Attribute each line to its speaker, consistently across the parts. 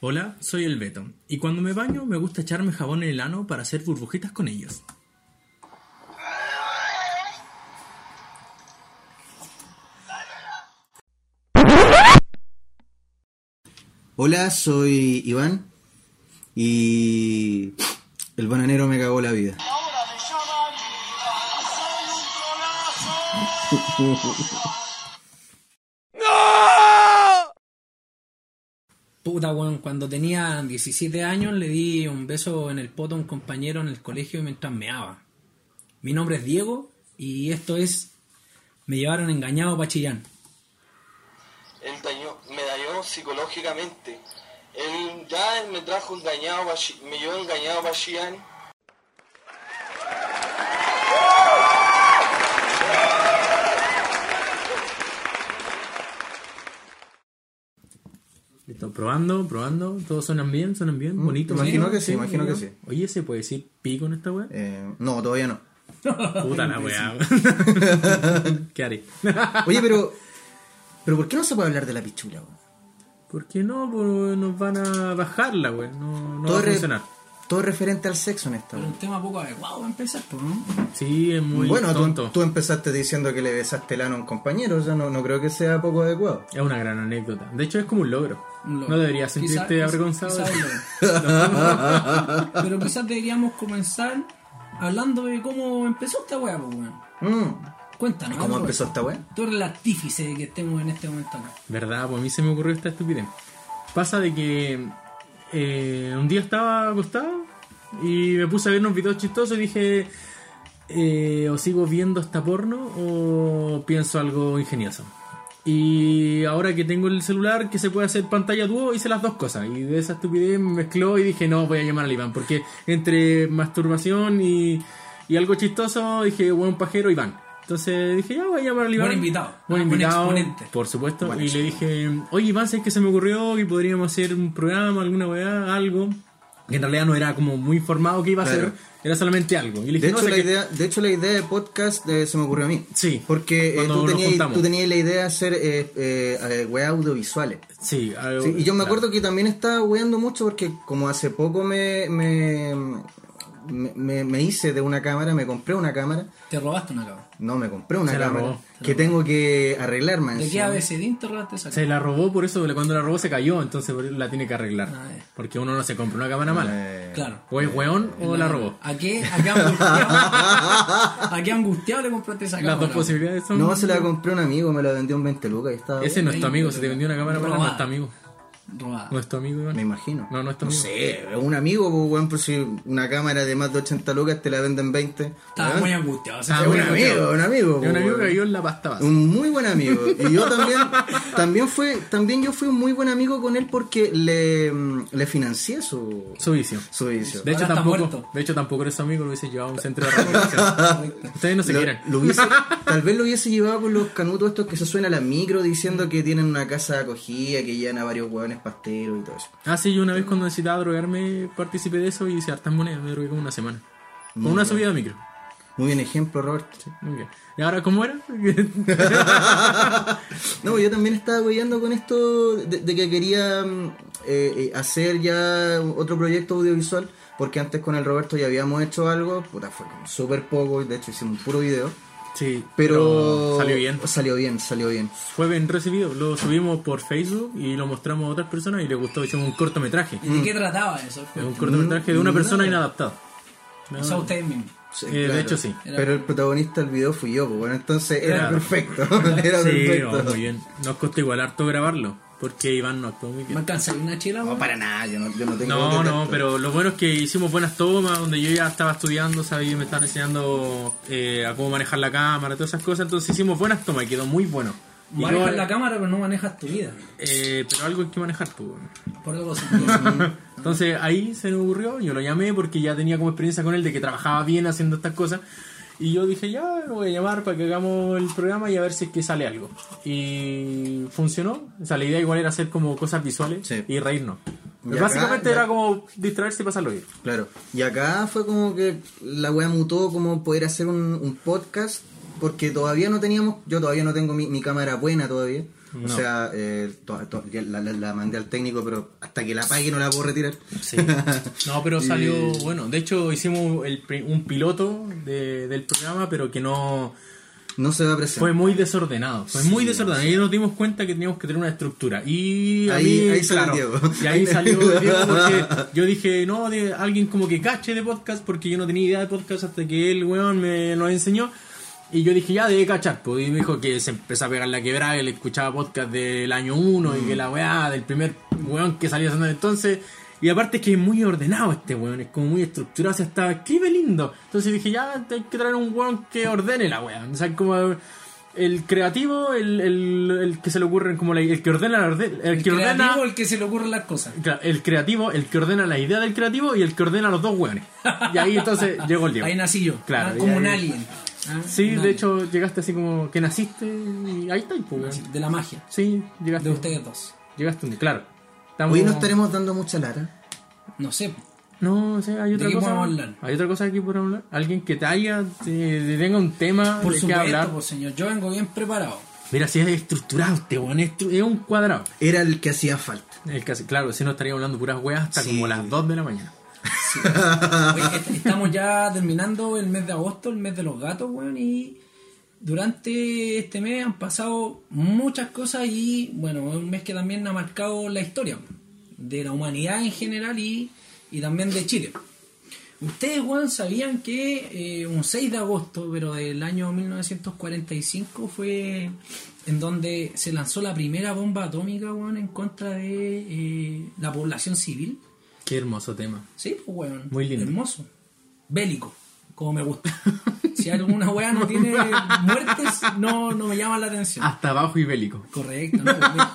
Speaker 1: Hola, soy el Beto, y cuando me baño me gusta echarme jabón en el ano para hacer burbujitas con ellos.
Speaker 2: Hola, soy Iván y el bananero me cagó la vida.
Speaker 3: Puta, weón, cuando tenía 17 años le di un beso en el poto a un compañero en el colegio mientras meaba. Mi nombre es Diego y esto es Me llevaron engañado pa' Chillán.
Speaker 4: Él dañó, me dañó psicológicamente. Él ya él me trajo engañado, pa' Chi- me llevó engañado para Chillán.
Speaker 1: Listo, probando, probando, todos suenan bien, suenan bien,
Speaker 2: Mm,
Speaker 1: bonito.
Speaker 2: imagino
Speaker 1: ¿no?
Speaker 2: que sí, imagino que sí.
Speaker 1: Oye, ¿se puede decir pico en esta weá?
Speaker 2: Eh, no, todavía no.
Speaker 1: Puta la weá. ¿Qué haré?
Speaker 2: Oye, pero. ¿Pero por qué no se puede hablar de la pichula? weón?
Speaker 1: ¿Por qué no? Porque nos van a bajar la weá, no, no va
Speaker 2: todo,
Speaker 1: a
Speaker 2: re-
Speaker 1: funcionar.
Speaker 2: todo es referente al sexo en esta.
Speaker 3: Pero
Speaker 2: weón.
Speaker 3: un tema poco adecuado para empezar, pues, ¿no?
Speaker 1: Sí, es muy
Speaker 2: Bueno, tú- em-
Speaker 1: tonto.
Speaker 2: Tú, empezaste diciendo que le besaste el ano a un compañero, yo no, no creo que sea poco adecuado.
Speaker 1: Es una gran anécdota. De hecho, es como un logro.
Speaker 3: Un logro.
Speaker 1: No deberías
Speaker 3: Quizá-
Speaker 1: sentirte
Speaker 3: quizá-
Speaker 1: avergonzado.
Speaker 3: quizá un logro. Pero quizás deberíamos comenzar hablando de cómo empezó esta weá, pues, weón.
Speaker 2: Mm,
Speaker 3: Cuéntanos.
Speaker 2: ¿Cómo
Speaker 3: algo,
Speaker 2: empezó esta weá?
Speaker 3: Tú eres el artífice de que estemos en este momento acá.
Speaker 1: ¿Verdad? Pues a mí se me ocurrió esta estupidez. Pasa de que eh, un día estaba acostado y me puse a ver unos videos chistosos y dije, eh, o sigo viendo esta porno o pienso algo ingenioso. Y ahora que tengo el celular que se puede hacer pantalla dúo, hice las dos cosas. Y de esa estupidez me mezcló y dije, no, voy a llamar al Iván. Porque entre masturbación y, y algo chistoso, dije, bueno, pajero, Iván. Entonces dije, ya voy a llamar al Iván.
Speaker 3: Buen invitado.
Speaker 1: Buen
Speaker 3: Ah, buen
Speaker 1: invitado.
Speaker 3: exponente.
Speaker 1: por supuesto.
Speaker 2: Buen
Speaker 1: y le dije, oye, Iván, ¿sabes que se me ocurrió que podríamos hacer un programa, alguna weá, algo? Que en realidad no era como muy informado que iba a
Speaker 2: Claro.
Speaker 1: hacer, era solamente algo. Y le dije,
Speaker 2: De
Speaker 1: no,
Speaker 2: hecho,
Speaker 1: sé
Speaker 2: la
Speaker 1: qué-
Speaker 2: idea, de hecho, la idea de podcast eh, se me ocurrió a mí.
Speaker 1: Sí,
Speaker 2: Porque eh,
Speaker 1: cuando
Speaker 2: tú,
Speaker 1: nos
Speaker 2: tenías,
Speaker 1: juntamos.
Speaker 2: tú tenías la idea de hacer eh, eh, eh, weas audiovisuales.
Speaker 1: Sí, algo-
Speaker 2: Sí, y yo me
Speaker 1: claro.
Speaker 2: acuerdo que también estaba weando mucho porque como hace poco me, me, me, me- me hice de una cámara, me compré una cámara.
Speaker 3: Te robaste una cabra.
Speaker 2: No, me compré una
Speaker 1: Se la
Speaker 2: cámara
Speaker 1: robó.
Speaker 2: que tengo que arreglar más.
Speaker 3: ¿De qué ABCD te robaste esa
Speaker 1: Se
Speaker 3: cabra?
Speaker 1: la robó, por eso cuando la robó se cayó, entonces por eso la tiene que arreglar.
Speaker 3: Ah,
Speaker 2: eh.
Speaker 3: ya.
Speaker 1: Porque uno no se compra una cámara mala.
Speaker 3: Claro.
Speaker 1: O es weón o la robó.
Speaker 3: ¿A qué, a qué angustiado? ¿A qué angustiado le compraste esa
Speaker 1: Las
Speaker 3: cámara?
Speaker 1: dos posibilidades son...
Speaker 2: Ah, No, se la compré a un amigo, me la vendió un 20 lucas y estaba...
Speaker 1: Ese no es tu amigo, se te vendió una cámara mala, no es
Speaker 3: Robada.
Speaker 1: tu amigo.
Speaker 3: Robada.
Speaker 1: No es tu amigo, Iván.
Speaker 2: Me imagino.
Speaker 1: No, no es tu amigo.
Speaker 2: sé, es un amigo, pues, weón, por si una cámara de más de 80 lucas te la venden 20.
Speaker 3: Estaba
Speaker 2: weón.
Speaker 3: muy angustiado. se
Speaker 1: Ah,
Speaker 2: Es
Speaker 3: fue
Speaker 2: un
Speaker 3: muy angustiado.
Speaker 2: amigo, un amigo.
Speaker 1: Es un
Speaker 2: pues,
Speaker 1: amigo que
Speaker 2: weón.
Speaker 1: cayó en la pasta base.
Speaker 2: Un muy buen amigo. Y yo también, también fue, también yo fui un muy buen amigo con él porque le, mm, le financié su,
Speaker 1: Su vicio.
Speaker 2: su vicio.
Speaker 1: De hecho,
Speaker 3: Ahora está
Speaker 1: tampoco,
Speaker 3: muerto.
Speaker 1: de hecho, tampoco eres su amigo, lo hubiese llevado a un centro de rehabilitación. Ustedes no se
Speaker 2: Lo-
Speaker 1: quieran.
Speaker 2: lo hubiese- tal vez lo hubiese llevado con los canutos estos que se suena a la micro diciendo que tienen una casa de acogida, que llevan a varios hueones pasteros y todo eso.
Speaker 1: Ah, sí, yo una vez cuando necesitaba drogarme, participé de eso y hice hartas monedas. Me drogué como una semana. Con una subida de micro.
Speaker 2: Muy buen ejemplo, Robert.
Speaker 1: Ok. ¿Y ahora cómo era?
Speaker 2: No, yo también estaba weyando con esto de, de que quería mm, eh, eh, hacer ya otro proyecto audiovisual, porque antes con el Roberto ya habíamos hecho algo, puta, fue como súper poco, y de hecho hicimos un puro video.
Speaker 1: sí,
Speaker 2: Pero
Speaker 1: salió bien.
Speaker 2: Salió bien, salió bien.
Speaker 1: Fue bien recibido. Lo subimos por Facebook y lo mostramos a otras personas y les gustó. Hicimos un cortometraje.
Speaker 3: ¿Y de qué trataba eso?
Speaker 1: Es un cortometraje de una persona inadaptada.
Speaker 3: Mm, O sea, ustedes mismos.
Speaker 2: Sí,
Speaker 1: Eh, de hecho, sí.
Speaker 2: Pero el protagonista del video fui yo, pues, bueno, entonces era
Speaker 1: Claro.
Speaker 2: perfecto. era
Speaker 1: sí,
Speaker 2: perfecto.
Speaker 1: no, muy bien. Nos costó igual harto grabarlo porque Iván no actuó muy
Speaker 3: ¿Me
Speaker 1: bien.
Speaker 3: alcanzaría una chela?
Speaker 2: No,
Speaker 3: weón?
Speaker 2: para nada, yo no, yo no tengo
Speaker 1: No,
Speaker 2: bote
Speaker 1: no,
Speaker 2: tanto.
Speaker 1: pero lo bueno es que hicimos buenas tomas, donde yo ya estaba estudiando, sabía, me estaban enseñando eh, a cómo manejar la cámara, todas esas cosas, entonces hicimos buenas tomas y quedó muy bueno. Y
Speaker 3: Manejas
Speaker 1: yo-
Speaker 3: la cámara, pero no manejas tu vida.
Speaker 1: eh, pero algo hay que manejar, pues. bueno.
Speaker 3: Por algo se entiende.
Speaker 1: Entonces ahí se me ocurrió, yo lo llamé porque ya tenía como experiencia con él de que trabajaba bien haciendo estas cosas. Y yo dije, ya, lo voy a llamar para que hagamos el programa y a ver si es que sale algo. Y funcionó. O sea, la idea igual era hacer como cosas visuales
Speaker 2: Sí.
Speaker 1: y reírnos.
Speaker 2: Y acá,
Speaker 1: Básicamente
Speaker 2: ya-
Speaker 1: era como distraerse y pasarlo bien.
Speaker 2: Claro. Y acá fue como que la wea mutó como poder hacer un, un podcast, porque todavía no teníamos, yo todavía no tengo mi, mi cámara buena todavía. O sea, eh, to- to- ya la, la- la mandé al técnico, pero hasta que la pague no la puedo retirar.
Speaker 3: Sí.
Speaker 1: No, pero salió bueno. De hecho, hicimos el pri- un piloto de- del programa, pero que no.
Speaker 2: No se va a presentar.
Speaker 1: Fue muy desordenado. Fue muy desordenado. Y nos dimos cuenta que teníamos que tener una estructura. Y a
Speaker 2: Ahí-
Speaker 1: mí,
Speaker 2: ahí salió
Speaker 1: claro,
Speaker 2: Diego.
Speaker 1: Y ahí salió Diego porque yo dije, no, de, alguien como que cache de podcast, porque yo no tenía idea de podcast hasta que el weón me lo enseñó. Y yo dije, ya debe cachar. Pues, y me dijo que se empezó a pegar la quebrada, él escuchaba podcast del año 1 y que la weá del primer weón que salía haciendo entonces. Y aparte es que es muy ordenado este weón, es como muy estructurado, o sea, está, escribe lindo. Entonces dije, ya hay que traer un weón que ordene la weá. O sea, como el creativo, el, el, el que se le ocurren como la- el que ordena la orde- el,
Speaker 3: El
Speaker 1: que ordena
Speaker 3: creativo, el que se le ocurren las cosas.
Speaker 1: Claro, el creativo, el que ordena la idea del creativo y el que ordena los dos hueones. Y ahí entonces Ah, llegó el Diego.
Speaker 3: Ahí nací yo.
Speaker 1: Claro,
Speaker 3: ah,
Speaker 1: y
Speaker 3: como
Speaker 1: ahí-
Speaker 3: un alien. Ah,
Speaker 1: Sí,
Speaker 3: un
Speaker 1: de
Speaker 3: alien.
Speaker 1: hecho llegaste así como que naciste y ahí está, pues, weón.
Speaker 3: De la magia.
Speaker 1: Sí, llegaste.
Speaker 3: De ustedes dos.
Speaker 1: Llegaste un claro. Estamos-
Speaker 2: Hoy no estaremos dando mucha lata.
Speaker 3: No sé.
Speaker 1: No, o sea, hay
Speaker 3: ¿De
Speaker 1: otra
Speaker 3: qué
Speaker 1: cosa.
Speaker 3: podemos hablar?
Speaker 1: Hay otra cosa aquí por hablar. Alguien que te haya, te- te tenga un tema
Speaker 3: Por
Speaker 1: de qué hablar.
Speaker 3: supuesto, por señor. Yo vengo bien preparado.
Speaker 1: Mira, si es estructurado este weón, es estru- es un cuadrado.
Speaker 2: Era el que hacía falta.
Speaker 1: El casi, claro, si no estaría hablando puras weas hasta
Speaker 2: Sí.
Speaker 1: como las 2 de la mañana.
Speaker 3: Oye, est- Estamos ya terminando el mes de agosto, el mes de los gatos, weón, y durante este mes han pasado muchas cosas y, bueno, es un mes que también ha marcado la historia de la humanidad en general y, y también de Chile. Ustedes, weón, sabían que eh, un 6 de agosto, pero del año 1945, fue en donde se lanzó la primera bomba atómica, weón, en contra de eh, la población civil.
Speaker 1: Qué hermoso tema.
Speaker 3: Sí, pues, weón.
Speaker 1: Muy lindo.
Speaker 3: Hermoso. Bélico, como me gusta. si alguna weá no tiene muertes, no, no me llama la atención.
Speaker 1: Hasta abajo y bélico.
Speaker 3: Correcto, no, pues, mira,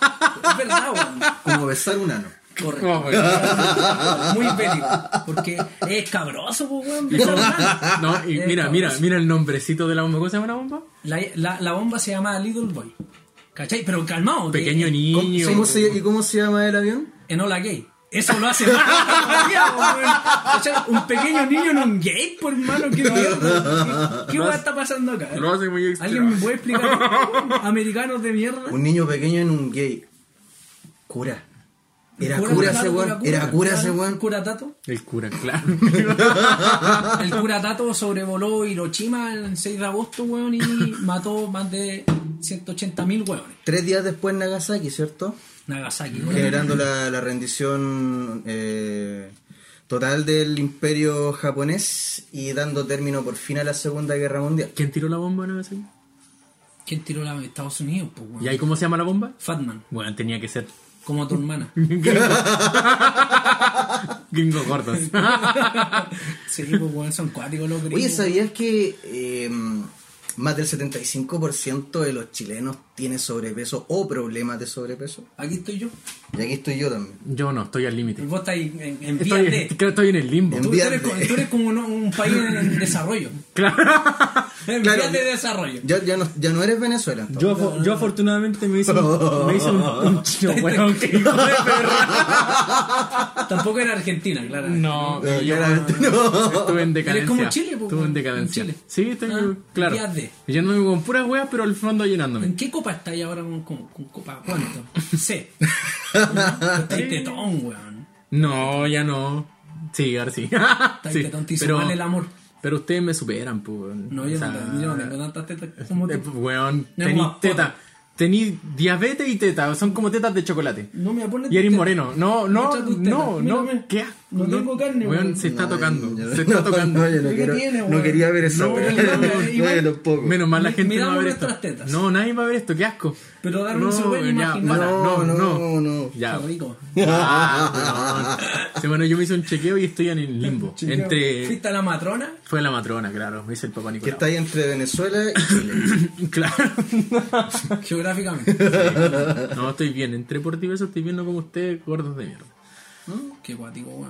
Speaker 3: es verdad, weón.
Speaker 2: Como besar un ano.
Speaker 3: Correcto.
Speaker 1: Oh, weón.
Speaker 3: Muy bélico. Porque es cabroso, pues, weón. besar mano.
Speaker 1: No, y
Speaker 3: Es
Speaker 1: mira, mira,
Speaker 3: cabroso.
Speaker 1: mira el nombrecito de la bomba. ¿Cómo se llama la bomba?
Speaker 3: La, la, la bomba se llama Little Boy. ¿Cachai? Pero calmado. que-
Speaker 1: Pequeño
Speaker 2: ¿Cómo-
Speaker 1: niño.
Speaker 2: cómo se- ¿Y cómo se llama el avión?
Speaker 3: En Hola Gay. Eso lo hace más todavía, po, weón. O sea, un pequeño niño en un gay, por hermano, que mierda. ¿Qué, qué weá está pasando acá?
Speaker 1: lo hace muy extra.
Speaker 3: ¿Alguien me puede explicar? Americanos de mierda.
Speaker 2: Un niño pequeño en un gay. Cura. Era cura,
Speaker 3: claro,
Speaker 2: ese weón. Era cura ese
Speaker 3: claro,
Speaker 2: weón.
Speaker 3: Cura Tato.
Speaker 1: El cura, claro.
Speaker 3: El cura Tato sobrevoló Hiroshima el 6 de agosto, weón, y mató más de 180.000 weones.
Speaker 2: Tres días después en Nagasaki, ¿cierto?
Speaker 3: Nagasaki, weón.
Speaker 2: Generando la, la rendición eh, total del imperio japonés y dando término por fin a la Segunda Guerra Mundial.
Speaker 1: ¿Quién tiró la bomba en Nagasaki?
Speaker 3: ¿Quién tiró la Estados Unidos, pues, weón?
Speaker 1: ¿Y ahí cómo se llama la bomba?
Speaker 3: Fatman,
Speaker 1: Bueno, tenía que ser
Speaker 3: como tu hermana.
Speaker 1: gringos gordos.
Speaker 3: Sí, pues, weón, son cuáticos los gringos.
Speaker 2: Oye, ¿sabías que eh, más del 75% de los chilenos tiene sobrepeso o problemas de sobrepeso?
Speaker 3: Aquí estoy yo.
Speaker 2: Y aquí estoy yo también.
Speaker 1: Yo no, estoy al
Speaker 3: Y
Speaker 1: límite.
Speaker 3: vos estás ahí en, en vías
Speaker 1: Estoy,
Speaker 3: de.
Speaker 1: creo que estoy en el limbo.
Speaker 2: En
Speaker 3: Tú, tú eres,
Speaker 2: vías de-
Speaker 3: co- tú eres como un, un país en, en desarrollo.
Speaker 1: Claro.
Speaker 3: En
Speaker 2: Claro.
Speaker 3: vías de desarrollo.
Speaker 2: Ya, ya, no, ya no eres Venezuela, entonces.
Speaker 1: Yo, afo- yo afortunadamente me hice un, me hice un, un chino, weón. que hijo de perra.
Speaker 3: Tampoco era Argentina, claro.
Speaker 1: No,
Speaker 2: Eh,
Speaker 1: yo
Speaker 2: claramente no.
Speaker 1: estuve en decadencia.
Speaker 3: como Chile, po,
Speaker 1: Estuve pues, en
Speaker 3: weón,
Speaker 1: decadencia.
Speaker 3: en Chile.
Speaker 1: Sí, estoy,
Speaker 3: Ah,
Speaker 1: claro.
Speaker 3: días de.
Speaker 1: Llenándome con puras weas, pero al fondo llenándome.
Speaker 3: ¿En qué copa estáis ahora con, con- con copa? ¿Cuánto? C. estáis tetón, weón.
Speaker 1: No, ya no. Sí, ahora sí.
Speaker 3: Estáis
Speaker 1: Sí,
Speaker 3: tetón, te hizo
Speaker 1: pero,
Speaker 3: mal el amor.
Speaker 1: pero ustedes me superan, pues. weón.
Speaker 3: No, yo,
Speaker 1: O sea,
Speaker 3: no, yo no tengo tantas tetas este como
Speaker 1: eh,
Speaker 3: tú.
Speaker 1: Weón,
Speaker 3: No
Speaker 1: tení
Speaker 3: más
Speaker 1: teta. Tení diabetes y teta. Son como tetas de chocolate.
Speaker 3: No me pones.
Speaker 1: Y eres
Speaker 3: tetas.
Speaker 1: moreno. No, no,
Speaker 3: Muestra tus tetas.
Speaker 1: no, no.
Speaker 3: Mírame.
Speaker 1: ¿Qué asco,
Speaker 3: No tengo carne,
Speaker 1: Weón,
Speaker 3: weón.
Speaker 1: se está
Speaker 2: No,
Speaker 1: tocando.
Speaker 2: yo-
Speaker 1: se está
Speaker 2: no,
Speaker 1: tocando.
Speaker 2: No, yo no,
Speaker 3: ¿Qué
Speaker 2: quiero-
Speaker 3: tiene,
Speaker 2: no
Speaker 3: weón?
Speaker 2: quería ver eso.
Speaker 3: No,
Speaker 2: weón.
Speaker 3: pero igual-
Speaker 2: No, yo
Speaker 3: igual-
Speaker 2: tampoco.
Speaker 1: Menos mal la
Speaker 3: Mi-
Speaker 1: gente no va a ver
Speaker 3: miramos nuestras
Speaker 1: esto.
Speaker 3: tetas.
Speaker 1: No, nadie va a ver esto. Qué asco.
Speaker 3: Pero Darwin
Speaker 1: no,
Speaker 3: se puede
Speaker 1: weón, ya,
Speaker 3: imaginar.
Speaker 1: para, no, no,
Speaker 2: No, no.
Speaker 1: Ya.
Speaker 3: Qué rico.
Speaker 1: Ah, weón. Sí, bueno, yo me hice un chequeo y estoy en el limbo. Entre.
Speaker 3: ¿Fuiste a la matrona?
Speaker 1: Fue la matrona, claro. Me dice el papá
Speaker 2: Que
Speaker 1: Nicolás.
Speaker 2: está ahí entre Venezuela y Chile.
Speaker 1: Claro.
Speaker 3: Geográficamente.
Speaker 1: No, estoy bien. Entré por diversos, estoy viendo como ustedes, gordos de mierda.
Speaker 3: ¿Mm? Qué guático, weón.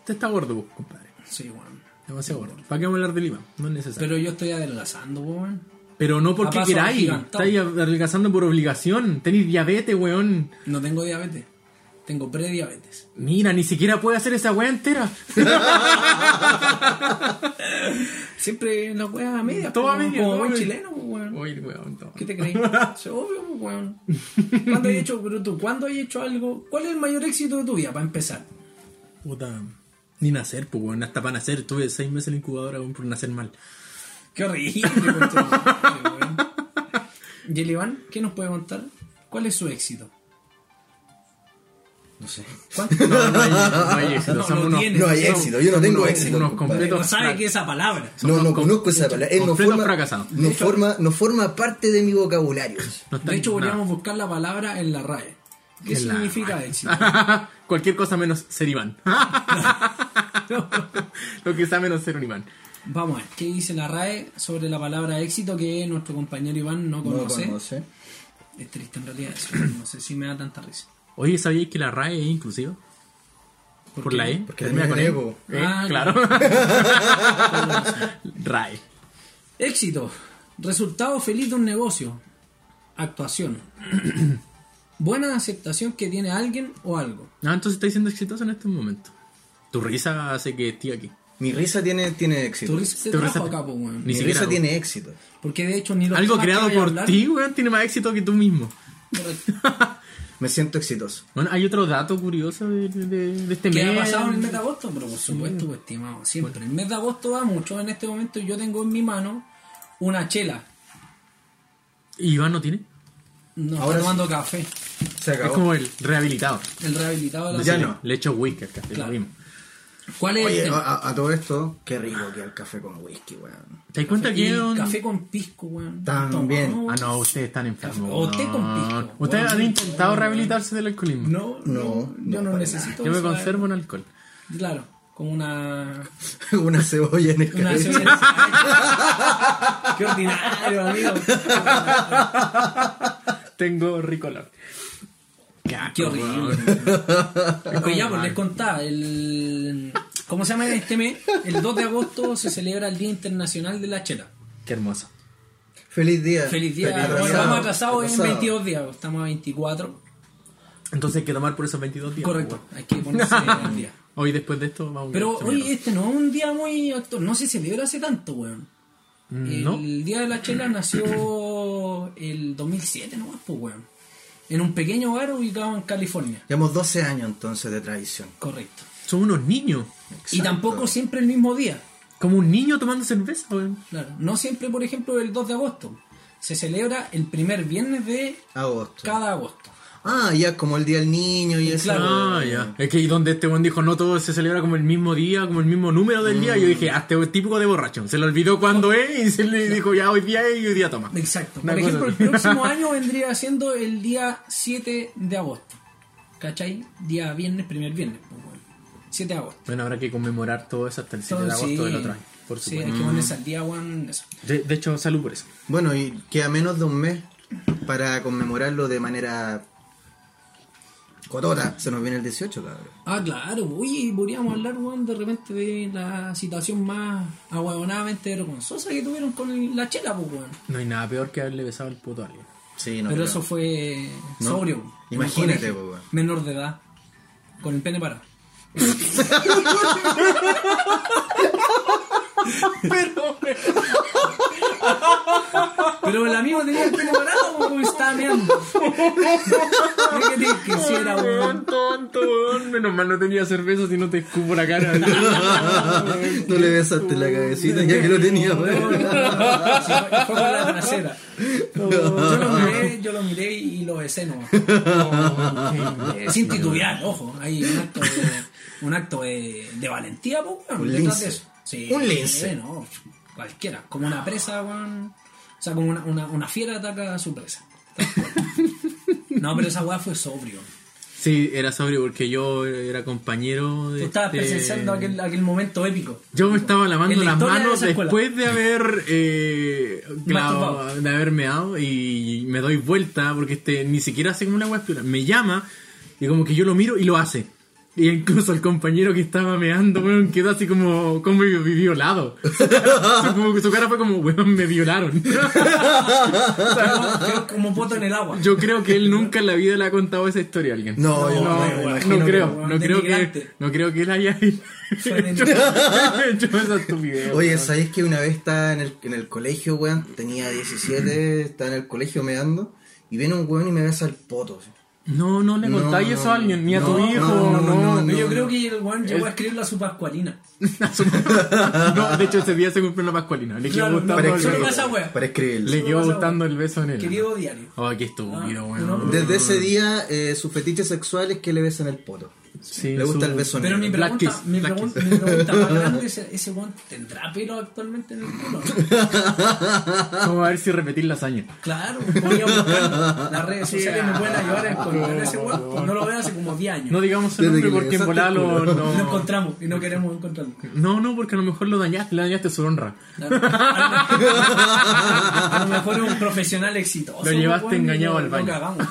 Speaker 1: Usted está gordo, vos, compadre.
Speaker 3: Sí, weón.
Speaker 1: Demasiado gordo. ¿Para qué vamos a hablar de Lima? No es necesario.
Speaker 3: Pero yo estoy adelgazando, weón.
Speaker 1: Pero, no porque
Speaker 3: A paso
Speaker 1: queráis.
Speaker 3: gigantado.
Speaker 1: Estáis adelgazando por obligación. Tenéis diabetes, weón.
Speaker 3: No tengo diabetes. Tengo prediabetes.
Speaker 1: Mira, ni siquiera puede hacer esa weá entera.
Speaker 3: Siempre las weas a medias.
Speaker 1: Todo a
Speaker 3: como-
Speaker 1: medias,
Speaker 3: Como
Speaker 1: todo
Speaker 3: buen
Speaker 1: a medias.
Speaker 3: chileno, pues, weón.
Speaker 1: Uy, weón, no.
Speaker 3: ¿Qué te crees? Sí, Obvio, pues, weón. ¿Cuándo has hecho, bruto? ¿Cuándo has hecho algo? ¿Cuál es el mayor éxito de tu vida, para empezar?
Speaker 1: Puta. Ni nacer, pues weón, hasta para nacer. Tuve seis meses en la incubadora weón, por nacer mal.
Speaker 3: Qué horrible. conche tu madre, weón. y el Iván, ¿qué nos puede contar? ¿Cuál es su éxito?
Speaker 2: No sé.
Speaker 3: ¿Cuánto?
Speaker 1: No, no hay, no hay éxito.
Speaker 3: No, no
Speaker 1: somos unos,
Speaker 3: tiene.
Speaker 1: somos
Speaker 2: No hay éxito, yo no tengo éxito.
Speaker 1: unos
Speaker 2: compadre.
Speaker 1: completos
Speaker 3: No sabe
Speaker 1: frac-
Speaker 3: qué es esa palabra.
Speaker 2: No, no
Speaker 1: com-
Speaker 2: conozco esa palabra. Él no
Speaker 1: completos
Speaker 2: forma,
Speaker 1: fracasados.
Speaker 2: no forma, no forma parte de mi vocabulario.
Speaker 1: no está
Speaker 3: De hecho,
Speaker 1: nada.
Speaker 3: podríamos buscar la palabra en la RAE. ¿Qué
Speaker 1: En la-
Speaker 3: significa éxito?
Speaker 1: Cualquier cosa menos ser Iván. Lo que está menos ser un Iván.
Speaker 3: Vamos a ver, ¿qué dice la RAE sobre la palabra éxito que nuestro compañero Iván no conoce?
Speaker 2: conoce.
Speaker 3: Es triste en realidad eso, no sé si me da tanta risa.
Speaker 1: Oye, ¿sabíais que la RAE es inclusiva? ¿Por, la E?
Speaker 2: Porque termina con Evo.
Speaker 1: E,
Speaker 3: Ah,
Speaker 1: claro. RAE.
Speaker 3: Éxito, resultado feliz de un negocio, actuación, buena aceptación que tiene alguien o algo.
Speaker 1: Ah, entonces estáis siendo exitoso en este momento. Tu risa hace que esté aquí.
Speaker 2: Mi risa tiene, tiene éxito.
Speaker 3: Tu risa te
Speaker 1: Tu
Speaker 3: trajo
Speaker 1: risa-
Speaker 3: acá, po, weón.
Speaker 1: Ni
Speaker 2: Mi
Speaker 1: siquiera,
Speaker 2: risa
Speaker 1: no.
Speaker 2: tiene éxito.
Speaker 3: Porque de hecho ni los
Speaker 1: Algo
Speaker 3: temas que
Speaker 1: creado
Speaker 3: voy a
Speaker 1: por
Speaker 3: hablar-
Speaker 1: ti, weón, tiene más éxito que tú mismo.
Speaker 3: Correcto.
Speaker 2: Me siento exitoso.
Speaker 1: Bueno, hay otro dato curioso de, de- de este
Speaker 3: ¿Qué
Speaker 1: mes.
Speaker 3: ha pasado en el mes de agosto? Pero por supuesto, pues, estimado, siempre. El mes de agosto va mucho. En este momento yo tengo en mi mano una chela.
Speaker 1: Iván no tiene.
Speaker 3: No,
Speaker 2: Ahora
Speaker 3: está tomando café.
Speaker 2: Se
Speaker 1: Es
Speaker 2: acabó.
Speaker 1: como el rehabilitado.
Speaker 3: El rehabilitado de la
Speaker 2: Ya
Speaker 3: chela.
Speaker 2: no.
Speaker 1: Le echo whisky al café,
Speaker 3: Claro.
Speaker 1: lo mismo.
Speaker 3: ¿Cuál es el
Speaker 2: Oye, ah, a,
Speaker 3: tema?
Speaker 2: a- a todo esto, qué rico que el café con whisky, weón.
Speaker 1: ¿Te das cuenta
Speaker 3: Y
Speaker 1: que es un...
Speaker 3: café con pisco, weón.
Speaker 2: También.
Speaker 3: Tomamos.
Speaker 1: Ah, no, ustedes están enfermos.
Speaker 3: O té con
Speaker 1: weón.
Speaker 3: pisco.
Speaker 1: Ustedes
Speaker 3: Bueno,
Speaker 1: han
Speaker 3: sí,
Speaker 1: intentado
Speaker 3: bueno,
Speaker 1: rehabilitarse del alcoholismo.
Speaker 3: No, no,
Speaker 2: No,
Speaker 3: yo no,
Speaker 2: no, para
Speaker 3: necesito.
Speaker 1: Yo me
Speaker 3: eso,
Speaker 1: conservo en alcohol.
Speaker 3: eh. Claro, como una.
Speaker 2: Una cebolla en el
Speaker 3: una
Speaker 2: cabello.
Speaker 3: Qué ordinario, amigo.
Speaker 1: Tengo ricolor.
Speaker 3: Qué horrible. Pues ya, pues les contaba. El... ¿Cómo se llama este mes? El 2 de agosto se celebra el Día Internacional de la Chela.
Speaker 1: Qué hermoso.
Speaker 2: Feliz día.
Speaker 3: Feliz día. bueno,
Speaker 2: atrasado.
Speaker 3: vamos atrasados en
Speaker 2: Atrasado.
Speaker 3: 22 días, estamos a 24.
Speaker 1: Entonces hay que tomar por esos 22 días.
Speaker 3: Correcto,
Speaker 1: weón.
Speaker 3: hay que ponerse al día.
Speaker 1: Hoy después de esto vamos a
Speaker 3: Pero
Speaker 1: echarle
Speaker 3: hoy este no es un día muy actual, no se celebra hace tanto, weón.
Speaker 1: Mm,
Speaker 3: El
Speaker 1: no.
Speaker 3: Día de la Chela nació el 2007 nomás, pues, weón. En un pequeño hogar ubicado en California.
Speaker 2: Llevamos 12 años entonces de tradición.
Speaker 3: Correcto.
Speaker 1: Son unos niños.
Speaker 3: Y
Speaker 2: Exacto.
Speaker 3: tampoco siempre el mismo día.
Speaker 1: Como un niño tomando cerveza, weón.
Speaker 3: Claro. No siempre, por ejemplo, el 2 de agosto. Se celebra el primer viernes de
Speaker 2: Agosto.
Speaker 3: cada agosto.
Speaker 2: Ah, ya, como el día del niño y eso.
Speaker 3: Claro.
Speaker 1: Ah, ya. Es que ahí donde este buen dijo, no todo se celebra como el mismo día, como el mismo número del día.
Speaker 3: Mm.
Speaker 1: Yo dije, hasta es típico de borracho. Se le olvidó cuándo es y se le dijo, ya hoy día es y hoy día toma.
Speaker 3: Exacto.
Speaker 1: Una
Speaker 3: Por
Speaker 1: cosa
Speaker 3: ejemplo, el
Speaker 1: así.
Speaker 3: próximo año vendría siendo el día 7 de agosto. ¿Cachai? Día viernes, primer viernes. pues, weón. 7 de agosto.
Speaker 1: Bueno, habrá que conmemorar todo eso hasta el 7 de agosto
Speaker 3: Sí.
Speaker 1: del otro año. Por
Speaker 3: sí, hay
Speaker 1: supuesto. Mm.
Speaker 3: que ponerse al día, weón. eso.
Speaker 1: De, de hecho, salud por eso.
Speaker 2: Bueno, y queda menos de un mes para conmemorarlo de manera cotota. Se nos viene el 18, cabrón.
Speaker 3: Ah, claro, uy, podríamos hablar, weón, de repente de la situación más ahueonadamente vergonzosa que tuvieron con el- la chela, pues, weón.
Speaker 1: No hay nada peor que haberle besado el puto a alguien.
Speaker 2: Sí, no.
Speaker 3: Pero
Speaker 2: creo.
Speaker 3: eso fue
Speaker 2: No.
Speaker 3: sobrio. weón.
Speaker 2: Imagínate,
Speaker 3: En el
Speaker 2: pues, weón.
Speaker 3: Menor de edad. Con el pene parado. pero, pero el amigo tenía el pene parado, pues, weón, estaba meando. ¿Qué querés que hiciera, weón?
Speaker 1: tonto, weón. Menos mal no tenía cerveza si no te escupo la cara.
Speaker 2: No le besaste la cabecita ya que lo tenía.
Speaker 3: Sí,
Speaker 2: weón.
Speaker 3: fue, fue con la trasera. Yo lo miré, yo lo miré y lo besé nomás. Sin titubear, ojo. Hay un acto de, un acto de, de valentía, po, weón,
Speaker 2: Un
Speaker 3: detrás
Speaker 2: lince.
Speaker 3: de eso. Sí,
Speaker 2: Un lince.
Speaker 3: eh, no, cualquiera. Como una presa, weón. O sea, como una, una, una fiera ataca a su presa. Tal cual. No, pero esa weá fue sobrio.
Speaker 1: Sí, era sobrio porque yo era compañero de.
Speaker 3: Tú estabas
Speaker 1: este-
Speaker 3: presenciando aquel, aquel momento épico.
Speaker 1: Yo me estaba
Speaker 3: En
Speaker 1: lavando
Speaker 3: la
Speaker 1: las
Speaker 3: historia de
Speaker 1: manos
Speaker 3: esa escuela.
Speaker 1: después de haber eh, clavado-
Speaker 3: Masturbado.
Speaker 1: de haber meado y me doy vuelta porque este ni siquiera hace como una guaspiola. Me llama y como que yo lo miro y lo hace. Y incluso el compañero que estaba meando, weón, quedó así como, como vi- vi- violado. Su cara- como que su cara fue como, weón, me violaron.
Speaker 3: Pero como poto en el agua.
Speaker 1: Yo creo que él nunca en la vida le ha contado esa historia a alguien.
Speaker 2: No, yo
Speaker 1: No,
Speaker 2: no,
Speaker 3: me
Speaker 1: no,
Speaker 3: imagino
Speaker 1: creo,
Speaker 3: que-
Speaker 1: no creo que,
Speaker 3: denigrante.
Speaker 1: no creo que él haya hecho, hecho esa estupidez.
Speaker 2: Oye,
Speaker 1: weón.
Speaker 2: ¿sabéis que una vez estaba en el, en el colegio, weón? Tenía 17, estaba en el colegio meando. Y viene un weón y me besa el poto. así.
Speaker 1: No, no le
Speaker 2: No,
Speaker 1: contáis
Speaker 2: no,
Speaker 1: eso a alguien, ni a tu
Speaker 2: no,
Speaker 1: hijo,
Speaker 2: no,
Speaker 1: no.
Speaker 2: no,
Speaker 1: No,
Speaker 3: Yo
Speaker 2: no.
Speaker 3: creo que el weón llegó a escribirla a su pascualina.
Speaker 1: de hecho ese día se cumplió la pascualina. Le quedó
Speaker 3: Claro,
Speaker 1: gustando,
Speaker 3: para
Speaker 1: el-
Speaker 3: solo
Speaker 2: escribirlo,
Speaker 3: pasa, weón.
Speaker 2: para escribirlo.
Speaker 1: le quedó gustando el beso en él.
Speaker 3: Querido diario.
Speaker 1: Oh, qué estúpido,
Speaker 3: Ah,
Speaker 1: weón.
Speaker 3: no.
Speaker 2: Desde ese día, eh, su fetiche sexual es que le besan el poto.
Speaker 1: Sí,
Speaker 2: le
Speaker 1: su-
Speaker 2: gusta el beso
Speaker 3: Pero mi
Speaker 2: negro.
Speaker 1: Black
Speaker 3: pregunta,
Speaker 1: kiss,
Speaker 3: mi,
Speaker 1: black
Speaker 3: pregun-
Speaker 1: kiss.
Speaker 3: mi pregunta más grande es, ¿ese weón tendrá pelo actualmente en el culo?
Speaker 1: Vamos a ver si repetir la hazaña.
Speaker 3: Claro, voy a buscar las redes sociales me pueden ayudar a encontrar a ese weón. pues no lo veo hace como 10 años.
Speaker 1: No digamos el
Speaker 2: Desde
Speaker 1: nombre
Speaker 2: que
Speaker 1: porque en
Speaker 2: regresaste
Speaker 1: volar
Speaker 2: al
Speaker 1: lo...
Speaker 2: culo.
Speaker 3: lo
Speaker 1: No,
Speaker 3: encontramos y no queremos encontrarlo.
Speaker 1: no, no, porque a lo mejor lo dañaste, le dañaste su honra.
Speaker 3: A lo mejor es un profesional exitoso. pues,
Speaker 1: Lo llevaste
Speaker 3: weón, y
Speaker 1: engañado
Speaker 3: lo-
Speaker 1: al baño.
Speaker 3: Lo cagamos.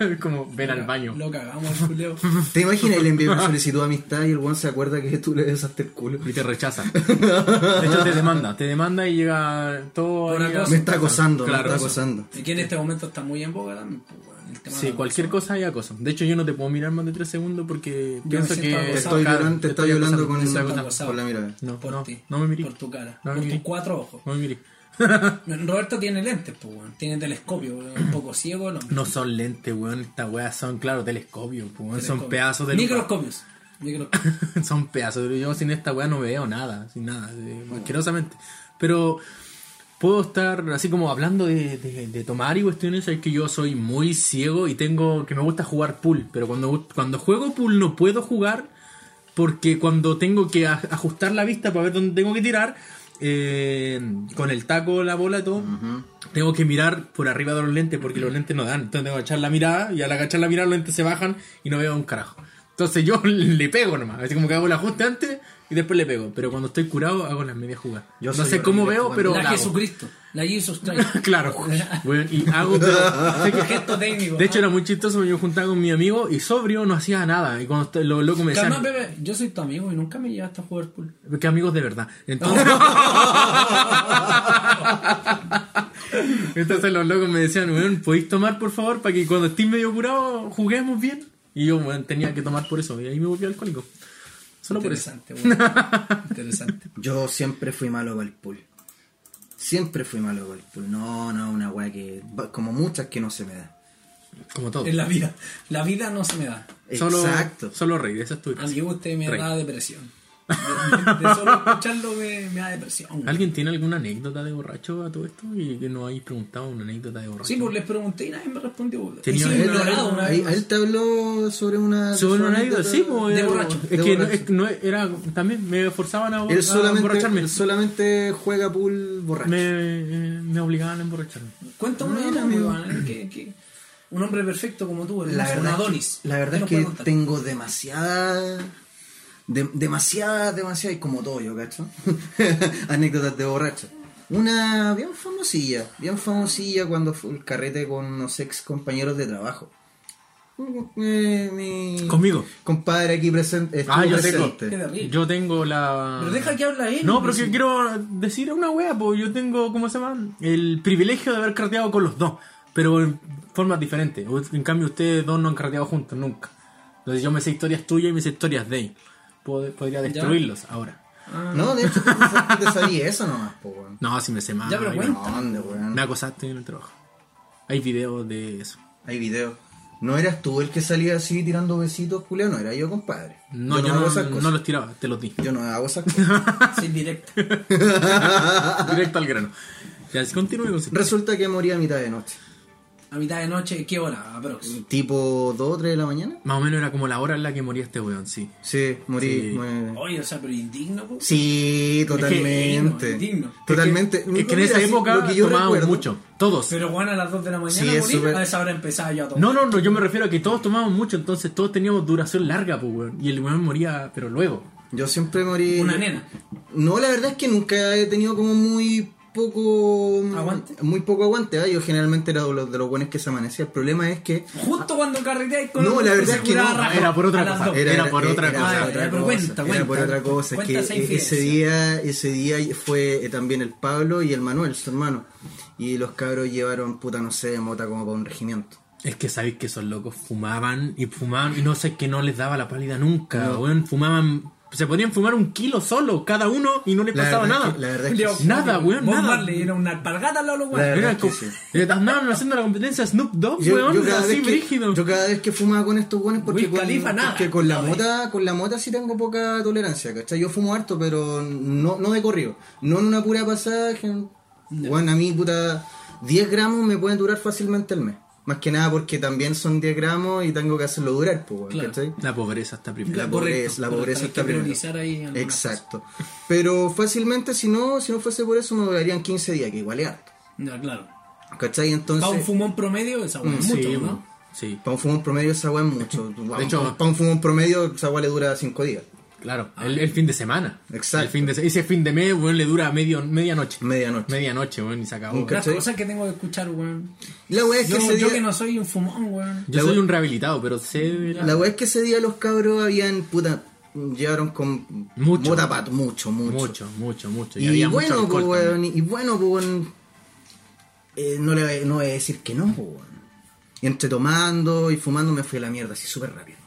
Speaker 1: Como ven al baño.
Speaker 3: Lo cagamos, Julio.
Speaker 2: ¿Te imaginas? Le envió una solicitud de amistad y el weón se acuerda que tú le besaste el culo.
Speaker 1: Y te rechaza. De hecho, te demanda. Te demanda y llega todo.
Speaker 3: Por
Speaker 1: ahí a-
Speaker 3: acoso.
Speaker 2: Me está acosando,
Speaker 1: Claro,
Speaker 2: me
Speaker 1: eso.
Speaker 2: está acosando.
Speaker 3: Y que en este momento está muy en boga también. pues, weón, el tema
Speaker 1: Sí,
Speaker 3: del
Speaker 1: cualquier cosa hay acoso. De hecho, yo no te puedo mirar más de 3 segundos porque
Speaker 3: me
Speaker 1: pienso
Speaker 3: siento
Speaker 1: que.
Speaker 3: acosado.
Speaker 2: Te
Speaker 3: Te
Speaker 2: estoy
Speaker 1: Claro,
Speaker 2: violando, te
Speaker 1: te
Speaker 2: estoy
Speaker 1: acosando,
Speaker 2: violando
Speaker 1: te estoy
Speaker 2: con,
Speaker 1: acosando.
Speaker 3: acosando.
Speaker 2: con la mirada.
Speaker 1: No,
Speaker 3: por
Speaker 1: no,
Speaker 3: ti,
Speaker 1: no me mirí.
Speaker 3: Por tu cara,
Speaker 1: No me
Speaker 3: por
Speaker 1: mirí.
Speaker 3: tus cuatro ojos.
Speaker 1: No me mirí.
Speaker 3: Roberto tiene lentes, pues, weón. Tiene telescopio, weón. un poco ciego. No,
Speaker 1: No son lentes, weón. Estas weas son, claro, telescopios, weón. Son
Speaker 3: Telescopio.
Speaker 1: pedazos de.
Speaker 3: Microscopios. Microscopios.
Speaker 1: son pedazos. Yo sin esta weá no veo nada, sin nada, eh,
Speaker 2: Oh.
Speaker 1: asquerosamente. Pero puedo estar así como hablando de, de- de tomar y cuestiones, es que yo soy muy ciego y tengo que me gusta jugar pool, pero cuando, cuando juego pool no puedo jugar porque cuando tengo que a- ajustar la vista para ver dónde tengo que tirar, eh, con el taco, la bola y todo, tengo que mirar por arriba de los lentes porque los lentes no dan. Entonces tengo que echar la mirada y al agachar la mirada los lentes se bajan y no veo un carajo. Entonces yo le pego nomás, así como que hago el ajuste antes y después le pego. Pero cuando estoy curado hago las medias jugadas.
Speaker 2: Yo
Speaker 1: no
Speaker 2: soy
Speaker 1: sé cómo
Speaker 2: horrible
Speaker 1: veo,
Speaker 2: jugando.
Speaker 1: pero...
Speaker 3: la
Speaker 1: la hago.
Speaker 3: Jesucristo. La Jesus Christ.
Speaker 1: Claro, weón, y hago, pero... sé que-
Speaker 3: Gesto técnico.
Speaker 1: de hecho era muy chistoso, yo me juntaba con mi amigo y sobrio no hacía nada. Y cuando est- los locos me decían...
Speaker 3: Calma, bebé. Yo soy tu amigo y nunca me llevaste a jugar pool.
Speaker 1: Que amigos de verdad. Entonces, Entonces los locos me decían, weón, ¿podéis tomar por favor para que cuando estés medio curado juguemos bien? Y yo, weón, tenía que tomar por eso. Y ahí me volví alcohólico. Solo por eso.
Speaker 3: Interesante, weón. Interesante.
Speaker 2: Yo siempre fui malo para el pool. Siempre fui malo para el pool. No, no, una weá que. Como muchas que no se me da.
Speaker 1: Como todo.
Speaker 3: En la vida. La vida no se me da.
Speaker 1: Solo,
Speaker 2: Exacto.
Speaker 1: Solo reír, esa es tu
Speaker 3: A mí usted me
Speaker 1: Rey.
Speaker 3: da depresión. De, de- de solo escucharlo me, me da depresión.
Speaker 1: ¿Alguien tiene alguna anécdota de borracho a todo esto? Y que no habéis preguntado una anécdota de borracho.
Speaker 3: Sí, pues les pregunté y nadie me respondió. weón.
Speaker 1: Tenía
Speaker 3: Y sí,
Speaker 1: una-
Speaker 3: ignorado una
Speaker 2: Ahí-
Speaker 3: vez.
Speaker 2: a él te habló sobre una.
Speaker 1: Sobre una anécdota, sí, pues,
Speaker 3: De
Speaker 1: era-
Speaker 3: borracho.
Speaker 1: Es
Speaker 2: De
Speaker 1: que no-
Speaker 2: borracho.
Speaker 1: es- no era. También me forzaban a,
Speaker 2: Él
Speaker 1: a
Speaker 2: solamente,
Speaker 1: emborracharme.
Speaker 2: él solamente juega pool borracho.
Speaker 1: Me, me obligaban a emborracharme.
Speaker 3: Cuenta una de
Speaker 2: Mira,
Speaker 3: las,
Speaker 2: amigo.
Speaker 3: weón, que- que Un hombre perfecto como tú,
Speaker 2: La
Speaker 3: hermoso,
Speaker 2: verdad,
Speaker 3: un Adonis.
Speaker 2: la
Speaker 3: ¿Qué
Speaker 2: verdad es
Speaker 3: nos
Speaker 2: que
Speaker 3: puede contar?
Speaker 2: tengo demasiada. de- demasiada, demasiada, y como todo yo, ¿cacho? Anécdotas de borracho. Una bien famosilla, bien famosilla cuando fue el carrete con unos ex compañeros de trabajo. Eh, mi
Speaker 1: Conmigo.
Speaker 2: compadre aquí presente. estuvo
Speaker 1: Ah, yo
Speaker 3: Qué
Speaker 2: presente.
Speaker 1: tengo.
Speaker 3: terrible.
Speaker 1: Yo tengo la.
Speaker 3: Pero deja que habla él.
Speaker 1: No, pero que
Speaker 3: sí.
Speaker 1: quiero decir una wea, pues yo tengo, ¿cómo se llama? El privilegio de haber carteado con los dos, pero en formas diferentes. U- En cambio, ustedes dos no han carteado juntos nunca. Entonces yo me sé historias tuyas y me sé historias de él. Pod- Podría destruirlos ahora.
Speaker 2: No, de hecho, tú te sabías eso nomás, po, weón.
Speaker 1: No, si me sé más.
Speaker 3: Ya, pero
Speaker 1: yo-
Speaker 3: cuenta.
Speaker 2: ¿Dónde, weón?
Speaker 1: Me acosaste en el trabajo. Hay videos de eso.
Speaker 2: Hay video. No eras tú el que salía así tirando besitos, Julio, no era yo, compadre.
Speaker 1: No, yo,
Speaker 2: hago esas
Speaker 1: no, no
Speaker 2: cosas.
Speaker 1: los tiraba, te los di.
Speaker 2: Yo no hago esas cosas.
Speaker 3: Sí, directo.
Speaker 2: Ah,
Speaker 1: Directo al grano. Ya, continúe con su-
Speaker 2: Resulta que moría a mitad de noche.
Speaker 3: A mitad de noche, ¿qué hora? Aprox.
Speaker 2: Tipo 2 o 3 de la mañana.
Speaker 1: Más o menos era como la hora en la que moría este weón, sí.
Speaker 2: Sí,
Speaker 1: Sí.
Speaker 2: morí. morí.
Speaker 3: Oye, o sea, pero indigno, pues. po.
Speaker 2: Sí, totalmente.
Speaker 3: indigno, indigno.
Speaker 2: Totalmente.
Speaker 1: Es que, es que en
Speaker 2: Mira,
Speaker 1: esa
Speaker 2: sí,
Speaker 1: época
Speaker 2: lo que yo
Speaker 1: tomábamos
Speaker 2: recuerdo-
Speaker 1: mucho. Todos.
Speaker 3: Pero Juan a las 2 de la mañana
Speaker 2: Sí, es
Speaker 3: morir,
Speaker 2: súper-
Speaker 3: a esa hora empezaba yo a tomar.
Speaker 1: No, no, no, yo me refiero a que todos tomábamos mucho, entonces todos teníamos duración larga, pues, weón. Y el weón moría, pero luego.
Speaker 2: Yo siempre morí.
Speaker 3: Una nena.
Speaker 2: No, la verdad es que nunca he tenido como muy poco
Speaker 3: Aguante.
Speaker 2: muy poco aguante ¿eh? yo generalmente era de los, de los buenos que se amanecía el problema es que
Speaker 3: Justo cuando carreteáis con
Speaker 2: No,
Speaker 3: el-
Speaker 2: la verdad es que
Speaker 3: curaba
Speaker 2: no,
Speaker 3: raja.
Speaker 1: era por otra
Speaker 3: A las
Speaker 1: cosa,
Speaker 3: dos.
Speaker 2: Eh,
Speaker 1: era- por otra cosa.
Speaker 2: por
Speaker 3: Ah, ya, pero
Speaker 2: cosa,
Speaker 3: cuenta,
Speaker 2: era
Speaker 3: cuenta.
Speaker 2: por otra cosa. es
Speaker 3: Cuenta esa
Speaker 2: que e- ese
Speaker 3: infidencia.
Speaker 2: día, ese día fue eh, también el Pablo y el Manuel, su hermano. Y los cabros llevaron puta, no sé, mota como para un regimiento.
Speaker 1: Es que sabéis que esos locos fumaban y fumaban y no sé que no les daba la pálida nunca, weón. Fumaban, se podían fumar un kilo solo cada uno y no les
Speaker 2: La
Speaker 1: pasaba
Speaker 2: verdad
Speaker 1: nada.
Speaker 2: es que- la verdad es que
Speaker 1: Leo,
Speaker 2: sí.
Speaker 1: nada, weón,
Speaker 3: Bob
Speaker 1: nada.
Speaker 3: Marley era una alpargata al lado de los
Speaker 2: La
Speaker 3: weones.
Speaker 1: Era
Speaker 2: verdad
Speaker 1: como,
Speaker 2: es que sí.
Speaker 1: le andaban haciendo la competencia a Snoop Dogg,
Speaker 2: Yo,
Speaker 1: weón,
Speaker 2: yo cada
Speaker 1: así
Speaker 2: vez que,
Speaker 1: brígido.
Speaker 2: yo cada vez que fumaba con estos buenos porque,
Speaker 3: Wiz
Speaker 2: con,
Speaker 3: Khalifa, nada.
Speaker 2: porque con la
Speaker 3: No,
Speaker 2: mota, con la mota sí tengo poca tolerancia, ¿cachai? Yo fumo harto, pero no, no de corrido. No en una pura pasada. que- Bueno, a mí puta 10 gramos me pueden durar fácilmente el mes. Más que nada porque también son 10 gramos y tengo que hacerlo durar, pues, weón,
Speaker 3: Claro.
Speaker 2: ¿cachai?
Speaker 1: La pobreza está primero.
Speaker 2: La
Speaker 3: Correcto,
Speaker 2: pobreza, la
Speaker 3: correcto,
Speaker 2: pobreza
Speaker 3: hay
Speaker 2: está
Speaker 3: que
Speaker 2: primero.
Speaker 3: priorizar ahí algunas
Speaker 2: Exacto. Pero fácilmente, si no, si no fuese por eso, me durarían 15 días, que igual es harto.
Speaker 3: Ya, claro.
Speaker 2: ¿Cachai?
Speaker 3: Para un
Speaker 2: Entonces, Mm,
Speaker 3: fumón promedio, esa weón es
Speaker 1: Sí,
Speaker 3: mucho,
Speaker 1: weón,
Speaker 3: ¿no?
Speaker 1: sí.
Speaker 2: para un fumón promedio esa weá es mucho.
Speaker 1: De hecho-
Speaker 2: para un fumón promedio esa weá le dura 5 días.
Speaker 1: Claro, el, el fin de semana.
Speaker 2: Ah, Exacto.
Speaker 1: El fin de, ese fin de mes, weón, le dura medio, medianoche.
Speaker 2: Medianoche.
Speaker 1: Medianoche, weón, y se acabó.
Speaker 2: Nunca.
Speaker 3: Las
Speaker 2: ¿Cachai?
Speaker 3: cosas que tengo que escuchar, weón.
Speaker 2: La weá es que
Speaker 3: Yo,
Speaker 2: ese
Speaker 3: yo
Speaker 2: día-
Speaker 3: que no soy un fumón, weón.
Speaker 1: Yo
Speaker 2: La
Speaker 1: soy
Speaker 2: we-
Speaker 1: un rehabilitado, pero sé de la-
Speaker 2: La weá es que ese día los cabros habían puta. Llevaron con.
Speaker 1: Mucho.
Speaker 2: Mota pat, mucho, mucho.
Speaker 1: mucho, mucho, mucho.
Speaker 2: Y,
Speaker 1: había mucho
Speaker 2: bueno,
Speaker 1: alcohol
Speaker 2: pues, weón,
Speaker 1: también.
Speaker 2: y bueno, pues, weón, eh, no le no voy a decir que no, pues, weón. Y entre tomando y fumando me fui a la mierda, así súper rápido.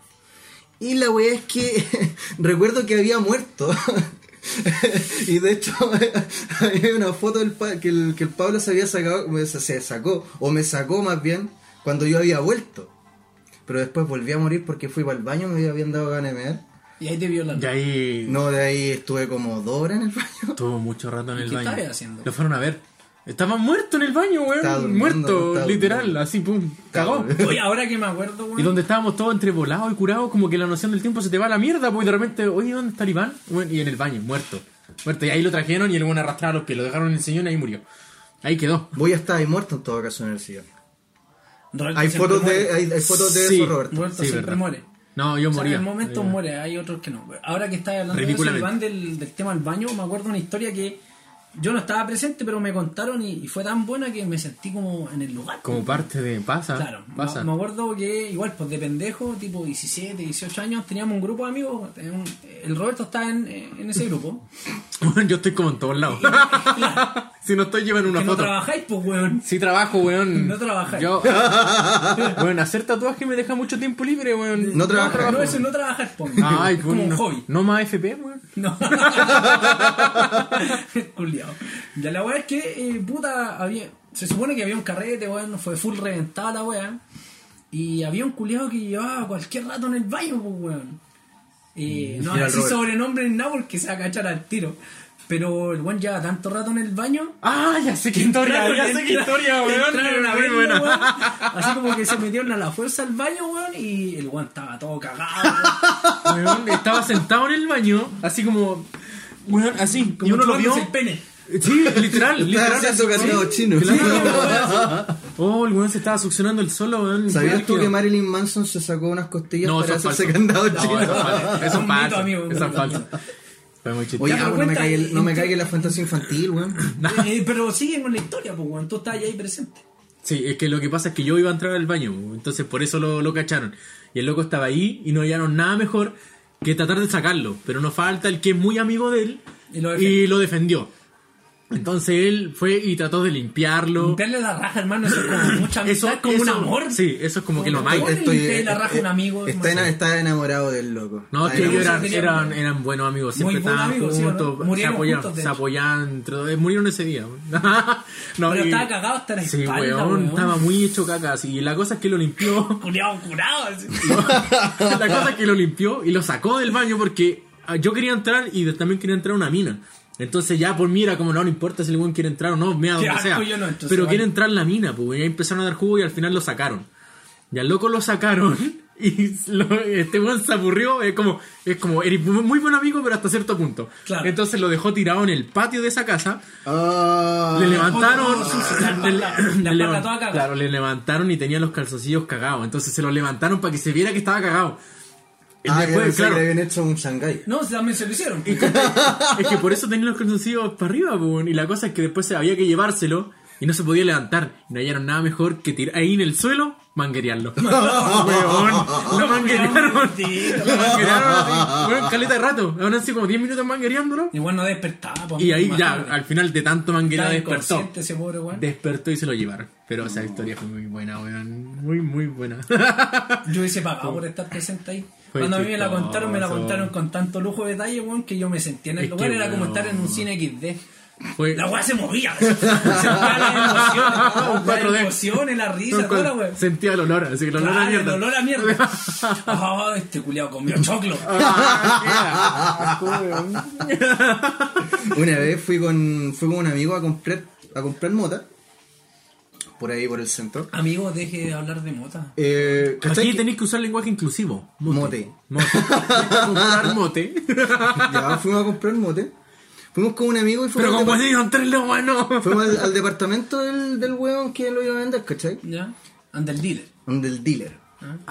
Speaker 2: Y la weá es que recuerdo que había muerto. y de hecho, había una foto del pa- que, el, que el Pablo se había sacado, me- se- se sacó, o me sacó más bien, cuando yo había vuelto. Pero después volví a morir porque fui para el baño, me habían dado ganas de mear.
Speaker 3: Y ahí te violan.
Speaker 1: Y ahí
Speaker 2: No, de ahí estuve como dos horas en el baño.
Speaker 1: estuvo mucho rato en el
Speaker 3: ¿Qué
Speaker 1: baño.
Speaker 3: estabas haciendo?
Speaker 1: Lo fueron a ver. Estaba muerto en el baño,
Speaker 2: Estaba
Speaker 1: weón.
Speaker 2: durmiendo,
Speaker 1: Muerto,
Speaker 2: estaba
Speaker 1: literal,
Speaker 2: durmiendo.
Speaker 1: así, pum.
Speaker 2: Estaba
Speaker 1: Cagó.
Speaker 2: durmiendo.
Speaker 3: Oye, ahora que me acuerdo, weón.
Speaker 1: Y donde estábamos todos entre volados y curados, como que la noción del tiempo se te va a la mierda, pues y de repente, oye, ¿dónde está el Iván? Bueno, y en el baño, muerto. Muerto. Y ahí lo trajeron y el weón arrastraba los pies, lo dejaron en el sillón y ahí murió. Ahí quedó.
Speaker 2: Voy a estar ahí muerto en todo caso en el sillón.
Speaker 3: Roberto
Speaker 2: Hay
Speaker 3: siempre
Speaker 2: fotos de,
Speaker 3: muere.
Speaker 2: hay, hay fotos de
Speaker 1: Sí.
Speaker 2: eso, Roberto.
Speaker 3: Roberto
Speaker 1: Sí,
Speaker 3: siempre
Speaker 1: verdad.
Speaker 3: muere.
Speaker 1: No, yo
Speaker 3: O sea,
Speaker 1: moría.
Speaker 3: en momentos
Speaker 1: Eh,
Speaker 3: muere, hay otros que no. Ahora que estás hablando de eso,
Speaker 1: Ridículamente.
Speaker 3: Iván, del, del tema del baño, me acuerdo una historia que yo no estaba presente, pero me contaron y, y fue tan buena que me sentí como en el lugar.
Speaker 1: Como parte de. Pasa.
Speaker 3: Claro,
Speaker 1: pasa.
Speaker 3: me- me acuerdo que igual, pues de pendejo, tipo 17, 18 años, teníamos un grupo de amigos, eh, un- el Roberto está en, eh, en ese grupo,
Speaker 1: Bueno, yo estoy como en todos lados. si no estoy, llevan una
Speaker 3: que no
Speaker 1: foto.
Speaker 3: trabajáis, pues weón.
Speaker 1: Sí trabajo, weón.
Speaker 3: No trabajáis.
Speaker 1: Yo... weón, hacer tatuaje me deja mucho tiempo libre, weón.
Speaker 2: No trabajas.
Speaker 1: trabajo.
Speaker 3: No, eso no trabajar, pues.
Speaker 1: Ay,
Speaker 3: es como
Speaker 1: weón,
Speaker 3: un
Speaker 1: no.
Speaker 3: hobby.
Speaker 1: No más FP, weón.
Speaker 3: No. Culiao. Ya la weá es que, eh, puta, había. Se supone que había un carrete, weón, fue full reventada la weá. Y había un culiado que llevaba cualquier rato en el baño, pues, weón. Eh,
Speaker 1: Mm,
Speaker 3: no
Speaker 2: era el
Speaker 3: así
Speaker 2: Robert.
Speaker 3: sobrenombre en nada porque se va a cachar al tiro. Pero el weón lleva tanto rato en el baño.
Speaker 1: Ah, ya sé qué historia,
Speaker 3: Claro,
Speaker 1: ya sé qué
Speaker 3: entra-
Speaker 1: historia, weón.
Speaker 3: entraron a
Speaker 1: Muy
Speaker 3: verlo,
Speaker 1: buena.
Speaker 3: weón. Así como que se metieron a la fuerza al baño, weón, y el weón estaba todo cagado. weón.
Speaker 1: Weón, estaba sentado en el baño, así como. Weón, así. y
Speaker 3: Como
Speaker 1: uno lo vio.
Speaker 3: chupándose el pene.
Speaker 1: Sí, literal,
Speaker 2: Estás
Speaker 1: literal.
Speaker 2: haciendo cantado chino.
Speaker 1: Oh, el weón se estaba succionando el solo, weón.
Speaker 2: ¿Sabías
Speaker 1: Igual
Speaker 2: tú
Speaker 1: quedó.
Speaker 2: que Marilyn Manson se sacó unas costillas
Speaker 1: No,
Speaker 2: para
Speaker 1: eso es falso.
Speaker 2: hacerse candado
Speaker 1: No,
Speaker 2: chino?
Speaker 1: eso es falso. Eso
Speaker 3: Un
Speaker 1: es
Speaker 3: mito,
Speaker 1: falso.
Speaker 3: amigo, un
Speaker 1: Eso es
Speaker 3: mito.
Speaker 1: falso. Fue muy chistoso.
Speaker 2: Oye,
Speaker 3: Ya,
Speaker 2: ah,
Speaker 3: pero
Speaker 2: bueno, me
Speaker 3: cuenta,
Speaker 2: cae el- no me
Speaker 3: eh,
Speaker 2: caiga la fantasía infantil, weón.
Speaker 3: Eh, pero siguen con la historia, pues, weón. Tú estás ahí presente.
Speaker 1: Sí, es que lo que pasa es que yo iba a entrar al baño, entonces por eso lo, lo cacharon. Y el loco estaba ahí y no hallaron nada mejor que tratar de sacarlo. Pero nos falta el que es muy amigo de él
Speaker 3: Y lo
Speaker 1: y lo defendió. Entonces él fue y trató de limpiarlo.
Speaker 3: Limpiarle la raja, hermano, eso es como mucha amistad,
Speaker 1: Eso es
Speaker 3: como un amor.
Speaker 1: Sí, eso es como que lo
Speaker 3: Como
Speaker 1: amáis.
Speaker 3: todo. Ponle la raja a un amigo,
Speaker 2: está,
Speaker 3: no sé.
Speaker 2: eh, está enamorado del loco.
Speaker 1: No, es
Speaker 2: Está
Speaker 1: que ellos
Speaker 2: enamorado.
Speaker 1: eran,
Speaker 3: Tenían-
Speaker 1: eran, eran buenos amigos, siempre
Speaker 3: Muy buenos
Speaker 1: estaban
Speaker 3: amigos, ¿sí o no?
Speaker 1: juntos, se
Speaker 3: Murieron
Speaker 1: apoyaban,
Speaker 3: juntos, de
Speaker 1: se
Speaker 3: hecho.
Speaker 1: apoyaban, entre dos. Eh, murieron ese día. weón. No,
Speaker 3: Pero
Speaker 1: y-
Speaker 3: estaba cagado hasta la
Speaker 1: Sí,
Speaker 3: espalda,
Speaker 1: weón,
Speaker 3: weón.
Speaker 1: estaba muy hecho cacas y la cosa es que lo limpió.
Speaker 3: Culeado, curado. así.
Speaker 1: la cosa es que lo limpió y lo sacó del baño porque ah, yo quería entrar y de- también quería entrar a una mina. Entonces ya por mí era como, no, no importa si el weón quiere entrar o no, mea
Speaker 3: Qué
Speaker 1: donde
Speaker 3: asco,
Speaker 1: sea.
Speaker 3: yo no entro, se
Speaker 1: Pero
Speaker 3: va.
Speaker 1: quiere entrar en la mina, pues ya empezaron a dar jugo y al final lo sacaron. Y al loco lo sacaron y lo- este weón se aburrió, es como, es como, eres muy muy buen amigo pero hasta cierto punto.
Speaker 3: Claro.
Speaker 1: Entonces lo dejó tirado en el patio de esa casa
Speaker 2: Ah,
Speaker 1: le levantaron.
Speaker 3: Oh, sí, sí, la
Speaker 1: le-
Speaker 3: espalda-
Speaker 1: le-
Speaker 3: la
Speaker 1: le-
Speaker 3: espalda toda cagada.
Speaker 1: Claro, le levantaron y tenía los calzoncillos cagados. Entonces se los levantaron para que se viera que estaba cagado. Y
Speaker 2: Ah,
Speaker 1: después,
Speaker 2: yo pensé
Speaker 1: claro.
Speaker 2: que le habían hecho un Shanghai.
Speaker 3: No, si también se lo hicieron.
Speaker 1: es que por eso tenía los calzoncillos para arriba, po, weón. Y la cosa es que después se- había que llevárselo y no se podía levantar. Y no hallaron nada mejor que tirar ahí en el suelo, manguerearlo. Weón, lo manguerearon. lo manguerearon así, weón, caleta de rato. Aún así, como 10 minutos manguereándolo.
Speaker 3: Igual no despertaba. po,
Speaker 1: Y ahí ya,
Speaker 3: imagínate.
Speaker 1: al final de tanto manguera
Speaker 3: Estaba
Speaker 1: despertó.
Speaker 3: inconsciente ese pobre weón.
Speaker 1: Despertó y se lo llevaron. Pero esa historia fue muy buena, weón. Muy, muy buena.
Speaker 3: Yo hubiese pagado por estar presente ahí.
Speaker 1: Fue
Speaker 3: Cuando a mí me la
Speaker 1: chistoso.
Speaker 3: contaron, me la contaron con tanto lujo de detalle, weón, que yo me sentí en el
Speaker 1: Es que,
Speaker 3: lugar. Era como
Speaker 1: weón.
Speaker 3: estar en un cine XD.
Speaker 1: Fue
Speaker 3: La weá se movía. Sentía las
Speaker 1: Un
Speaker 3: emociones, las
Speaker 1: 4D.
Speaker 3: emociones, la risa,
Speaker 1: Fue
Speaker 3: toda
Speaker 1: cuando
Speaker 3: la weá.
Speaker 1: Sentía el olor, así que el olor a
Speaker 3: Claro, el
Speaker 1: mierda.
Speaker 3: olor a mierda. Ah, este culiao comió choclo.
Speaker 1: Ah, qué asco, weón.
Speaker 2: Una vez fui con, fui con un amigo a comprar, a comprar mota. Por ahí, por el centro.
Speaker 3: Amigo, deje de hablar de mota.
Speaker 2: Eh, ¿cachai
Speaker 1: Aquí
Speaker 2: que-
Speaker 1: tenéis que usar lenguaje inclusivo.
Speaker 2: Mote.
Speaker 1: Mote. Comprar mote.
Speaker 2: Ya, fuimos a comprar mote. Fuimos con un amigo y
Speaker 1: Pero
Speaker 2: fuimos, al,
Speaker 1: como
Speaker 2: depart-
Speaker 1: así son tres los buenos.
Speaker 2: fuimos al- al departamento del, del weón que lo iba a vender, ¿cachai?
Speaker 3: ¿Ya? Anda el dealer.
Speaker 2: Del dealer.
Speaker 3: Anda